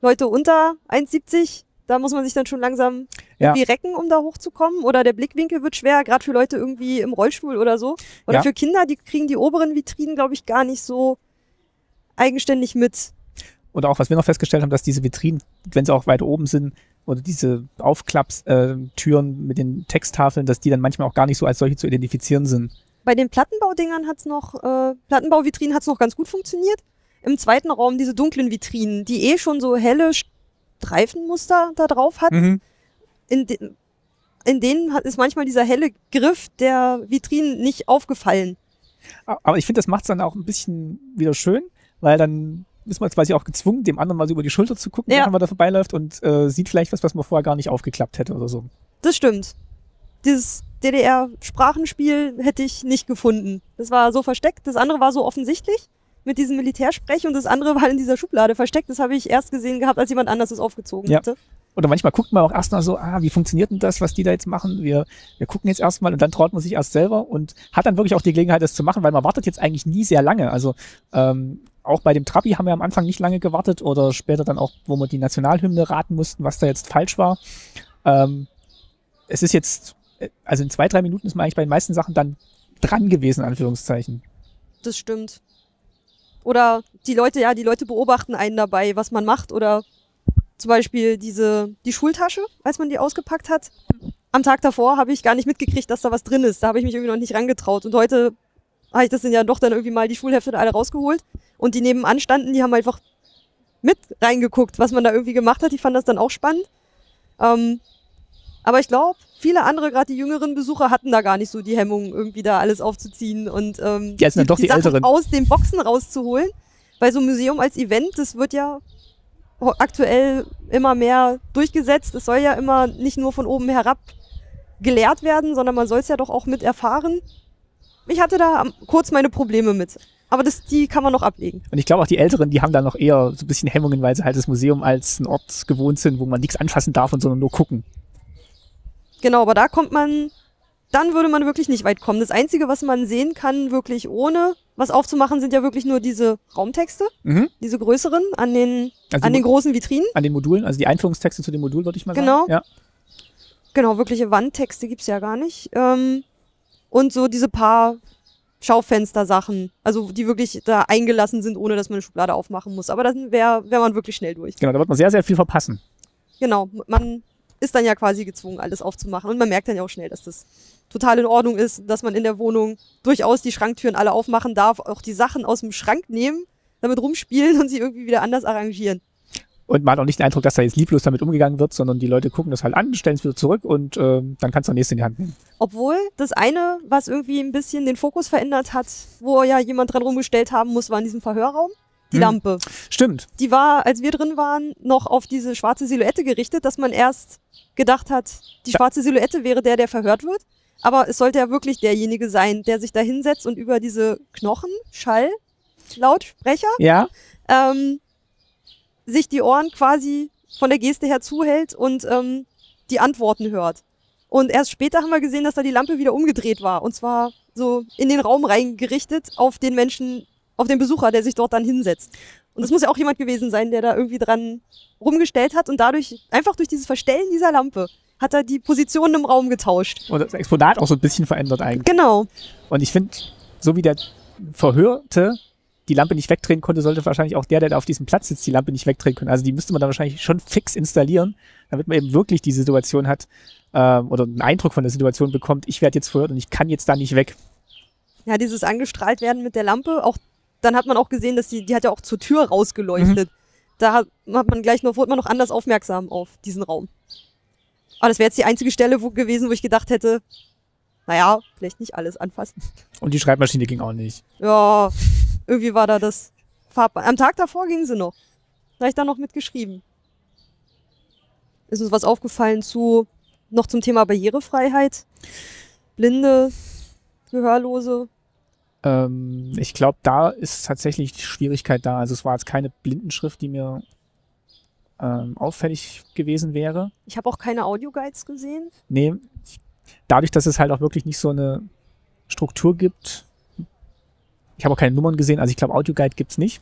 Speaker 1: Leute unter 1,70, da muss man sich dann schon langsam
Speaker 2: Ja.
Speaker 1: irgendwie recken, um da hochzukommen. Oder der Blickwinkel wird schwer, gerade für Leute irgendwie im Rollstuhl oder so. Oder
Speaker 2: Ja.
Speaker 1: für Kinder, die kriegen die oberen Vitrinen, glaube ich, gar nicht so eigenständig mit.
Speaker 2: Und auch, was wir noch festgestellt haben, dass diese Vitrinen, wenn sie auch weit oben sind, oder diese Aufklappstüren äh, Türen mit den Texttafeln, dass die dann manchmal auch gar nicht so als solche zu identifizieren sind.
Speaker 1: Bei den Plattenbaudingern hat's noch, äh, Plattenbauvitrinen hat's noch ganz gut funktioniert. Im zweiten Raum diese dunklen Vitrinen, die eh schon so helle Streifenmuster da drauf hatten.
Speaker 2: Mhm.
Speaker 1: in, de in denen hat, ist manchmal dieser helle Griff der Vitrinen nicht aufgefallen.
Speaker 2: Aber ich finde, das macht es dann auch ein bisschen wieder schön, weil dann ist man jetzt quasi auch gezwungen, dem anderen mal so über die Schulter zu gucken,
Speaker 1: Ja.
Speaker 2: wenn man da vorbeiläuft und äh, sieht vielleicht was, was man vorher gar nicht aufgeklappt hätte oder so.
Speaker 1: Das stimmt. Dieses DDR-Sprachenspiel hätte ich nicht gefunden. Das war so versteckt, das andere war so offensichtlich mit diesem Militärsprech und das andere war in dieser Schublade versteckt. Das habe ich erst gesehen gehabt, als jemand anders es aufgezogen
Speaker 2: Ja.
Speaker 1: hatte.
Speaker 2: Oder manchmal guckt man auch erst mal so, ah, wie funktioniert denn das, was die da jetzt machen? Wir, wir gucken jetzt erstmal und dann traut man sich erst selber und hat dann wirklich auch die Gelegenheit, das zu machen, weil man wartet jetzt eigentlich nie sehr lange. Also ähm, auch bei dem Trabi haben wir am Anfang nicht lange gewartet oder später dann auch, wo wir die Nationalhymne raten mussten, was da jetzt falsch war. Ähm, es ist jetzt, äh, also in zwei, drei Minuten ist man eigentlich bei den meisten Sachen dann dran gewesen, in Anführungszeichen.
Speaker 1: Das stimmt. Oder die Leute, ja, die Leute beobachten einen dabei, was man macht. Oder zum Beispiel diese, die Schultasche, als man die ausgepackt hat. Am Tag davor habe ich gar nicht mitgekriegt, dass da was drin ist. Da habe ich mich irgendwie noch nicht rangetraut. Und heute habe ich Ah, das dann ja doch dann irgendwie mal die Schulhefte da alle rausgeholt. Und die nebenan standen, die haben einfach mit reingeguckt, was man da irgendwie gemacht hat. Die fanden das dann auch spannend. Ähm, aber ich glaube, viele andere, gerade die jüngeren Besucher, hatten da gar nicht so die Hemmung, irgendwie da alles aufzuziehen und ähm,
Speaker 2: Ja, es sind dann doch die
Speaker 1: Sachen
Speaker 2: Älteren.
Speaker 1: aus den Boxen rauszuholen. Weil so ein Museum als Event, das wird ja ho- aktuell immer mehr durchgesetzt. Es soll ja immer nicht nur von oben herab gelehrt werden, sondern man soll es ja doch auch mit erfahren. Ich hatte da am- kurz meine Probleme mit. Aber das, die kann man noch ablegen.
Speaker 2: Und ich glaube auch die Älteren, die haben da noch eher so ein bisschen Hemmungen, weil sie halt das Museum als einen Ort gewohnt sind, wo man nichts anfassen darf und sondern nur gucken.
Speaker 1: Genau, aber da kommt man, dann würde man wirklich nicht weit kommen. Das Einzige, was man sehen kann, wirklich ohne Was aufzumachen sind ja wirklich nur diese Raumtexte,
Speaker 2: Mhm.
Speaker 1: diese größeren an den,
Speaker 2: Also
Speaker 1: an
Speaker 2: die
Speaker 1: den großen Vitrinen.
Speaker 2: An den Modulen, also die Einführungstexte zu dem Modul, würde ich mal
Speaker 1: Genau.
Speaker 2: sagen. Ja.
Speaker 1: Genau, wirkliche Wandtexte gibt's ja gar nicht. Ähm, und so diese paar Schaufenstersachen, also die wirklich da eingelassen sind, ohne dass man eine Schublade aufmachen muss. Aber dann wäre wär man wirklich schnell durch.
Speaker 2: Genau, da wird man sehr, sehr viel verpassen.
Speaker 1: Genau, man ist dann ja quasi gezwungen, alles aufzumachen. Und man merkt dann ja auch schnell, dass das total in Ordnung ist, dass man in der Wohnung durchaus die Schranktüren alle aufmachen darf, auch die Sachen aus dem Schrank nehmen, damit rumspielen und sie irgendwie wieder anders arrangieren.
Speaker 2: Und man hat auch nicht den Eindruck, dass da jetzt lieblos damit umgegangen wird, sondern die Leute gucken das halt an, stellen es wieder zurück und ähm, dann kannst du das nächste in die Hand nehmen.
Speaker 1: Obwohl das eine, was irgendwie ein bisschen den Fokus verändert hat, wo ja jemand dran rumgestellt haben muss, war in diesem Verhörraum. Die
Speaker 2: Hm.
Speaker 1: Lampe.
Speaker 2: Stimmt.
Speaker 1: Die war, als wir drin waren, noch auf diese schwarze Silhouette gerichtet, dass man erst gedacht hat, die schwarze Silhouette wäre der, der verhört wird. Aber es sollte ja wirklich derjenige sein, der sich da hinsetzt und über diese Knochen, Schall, Lautsprecher,
Speaker 2: Ja.
Speaker 1: ähm, sich die Ohren quasi von der Geste her zuhält und ähm, die Antworten hört. Und erst später haben wir gesehen, dass da die Lampe wieder umgedreht war. Und zwar so in den Raum reingerichtet auf den Menschen, auf den Besucher, der sich dort dann hinsetzt. Und das muss ja auch jemand gewesen sein, der da irgendwie dran rumgestellt hat und dadurch, einfach durch dieses Verstellen dieser Lampe, hat er die Positionen im Raum getauscht.
Speaker 2: Und das Exponat auch so ein bisschen verändert eigentlich.
Speaker 1: Genau.
Speaker 2: Und ich finde, so wie der Verhörte die Lampe nicht wegdrehen konnte, sollte wahrscheinlich auch der, der da auf diesem Platz sitzt, die Lampe nicht wegdrehen können. Also die müsste man dann wahrscheinlich schon fix installieren, damit man eben wirklich die Situation hat ähm, oder einen Eindruck von der Situation bekommt, ich werde jetzt verhört und ich kann jetzt da nicht weg.
Speaker 1: Ja, dieses angestrahlt werden mit der Lampe, auch dann hat man auch gesehen, dass die, die hat ja auch zur Tür rausgeleuchtet. Da hat, hat man gleich noch, wurde man noch anders aufmerksam auf diesen Raum. Aber das wäre jetzt die einzige Stelle wo, gewesen, wo ich gedacht hätte, naja, vielleicht nicht alles anfassen.
Speaker 2: Und die Schreibmaschine ging auch nicht.
Speaker 1: Ja, irgendwie war da das Farb. Am Tag davor ging sie noch. Da hab ich da noch mitgeschrieben. Ist uns was aufgefallen zu, noch zum Thema Barrierefreiheit? Blinde, Gehörlose,
Speaker 2: Ähm, ich glaube, da ist tatsächlich die Schwierigkeit da. Also es war jetzt keine Blindenschrift, die mir ähm, auffällig gewesen wäre.
Speaker 1: Ich habe auch keine Audioguides gesehen.
Speaker 2: Nee, ich- dadurch, dass es halt auch wirklich nicht so eine Struktur gibt. Ich habe auch keine Nummern gesehen, also ich glaube, Audioguide gibt's nicht.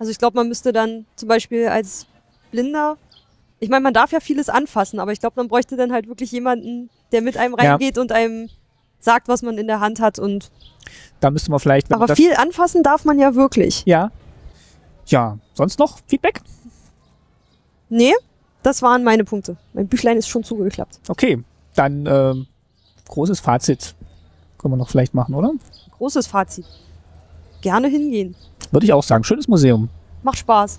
Speaker 1: Also ich glaube, man müsste dann zum Beispiel als Blinder, ich meine, man darf ja vieles anfassen, aber ich glaube, man bräuchte dann halt wirklich jemanden, der mit einem
Speaker 2: Ja.
Speaker 1: reingeht und einem sagt, was man in der Hand hat. Und
Speaker 2: Da müsste man vielleicht. wenn man
Speaker 1: aber
Speaker 2: das,
Speaker 1: viel anfassen darf man ja wirklich.
Speaker 2: ja. Ja, sonst noch Feedback?
Speaker 1: Nee, das waren meine Punkte. Mein Büchlein ist schon zugeklappt.
Speaker 2: Okay, dann ähm, großes Fazit können wir noch vielleicht machen, oder?
Speaker 1: Großes Fazit. Gerne hingehen.
Speaker 2: Würde ich auch sagen, schönes Museum.
Speaker 1: Macht Spaß.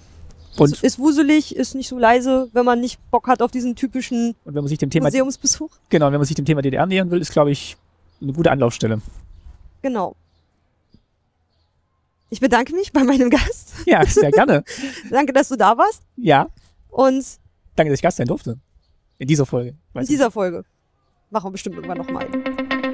Speaker 2: Und-
Speaker 1: ist, ist wuselig, ist nicht so leise, wenn man nicht Bock hat auf diesen typischen
Speaker 2: Und wenn man sich dem Thema
Speaker 1: Museumsbesuch.
Speaker 2: genau, wenn man sich dem Thema DDR nähern will, ist glaube ich eine gute Anlaufstelle.
Speaker 1: Genau. Ich bedanke mich bei meinem Gast.
Speaker 2: Ja, sehr gerne.
Speaker 1: Danke, dass du da warst.
Speaker 2: Ja,
Speaker 1: Und
Speaker 2: danke, dass ich Gast sein durfte in dieser Folge.
Speaker 1: in
Speaker 2: Weiß
Speaker 1: dieser Folge machen wir bestimmt irgendwann nochmal.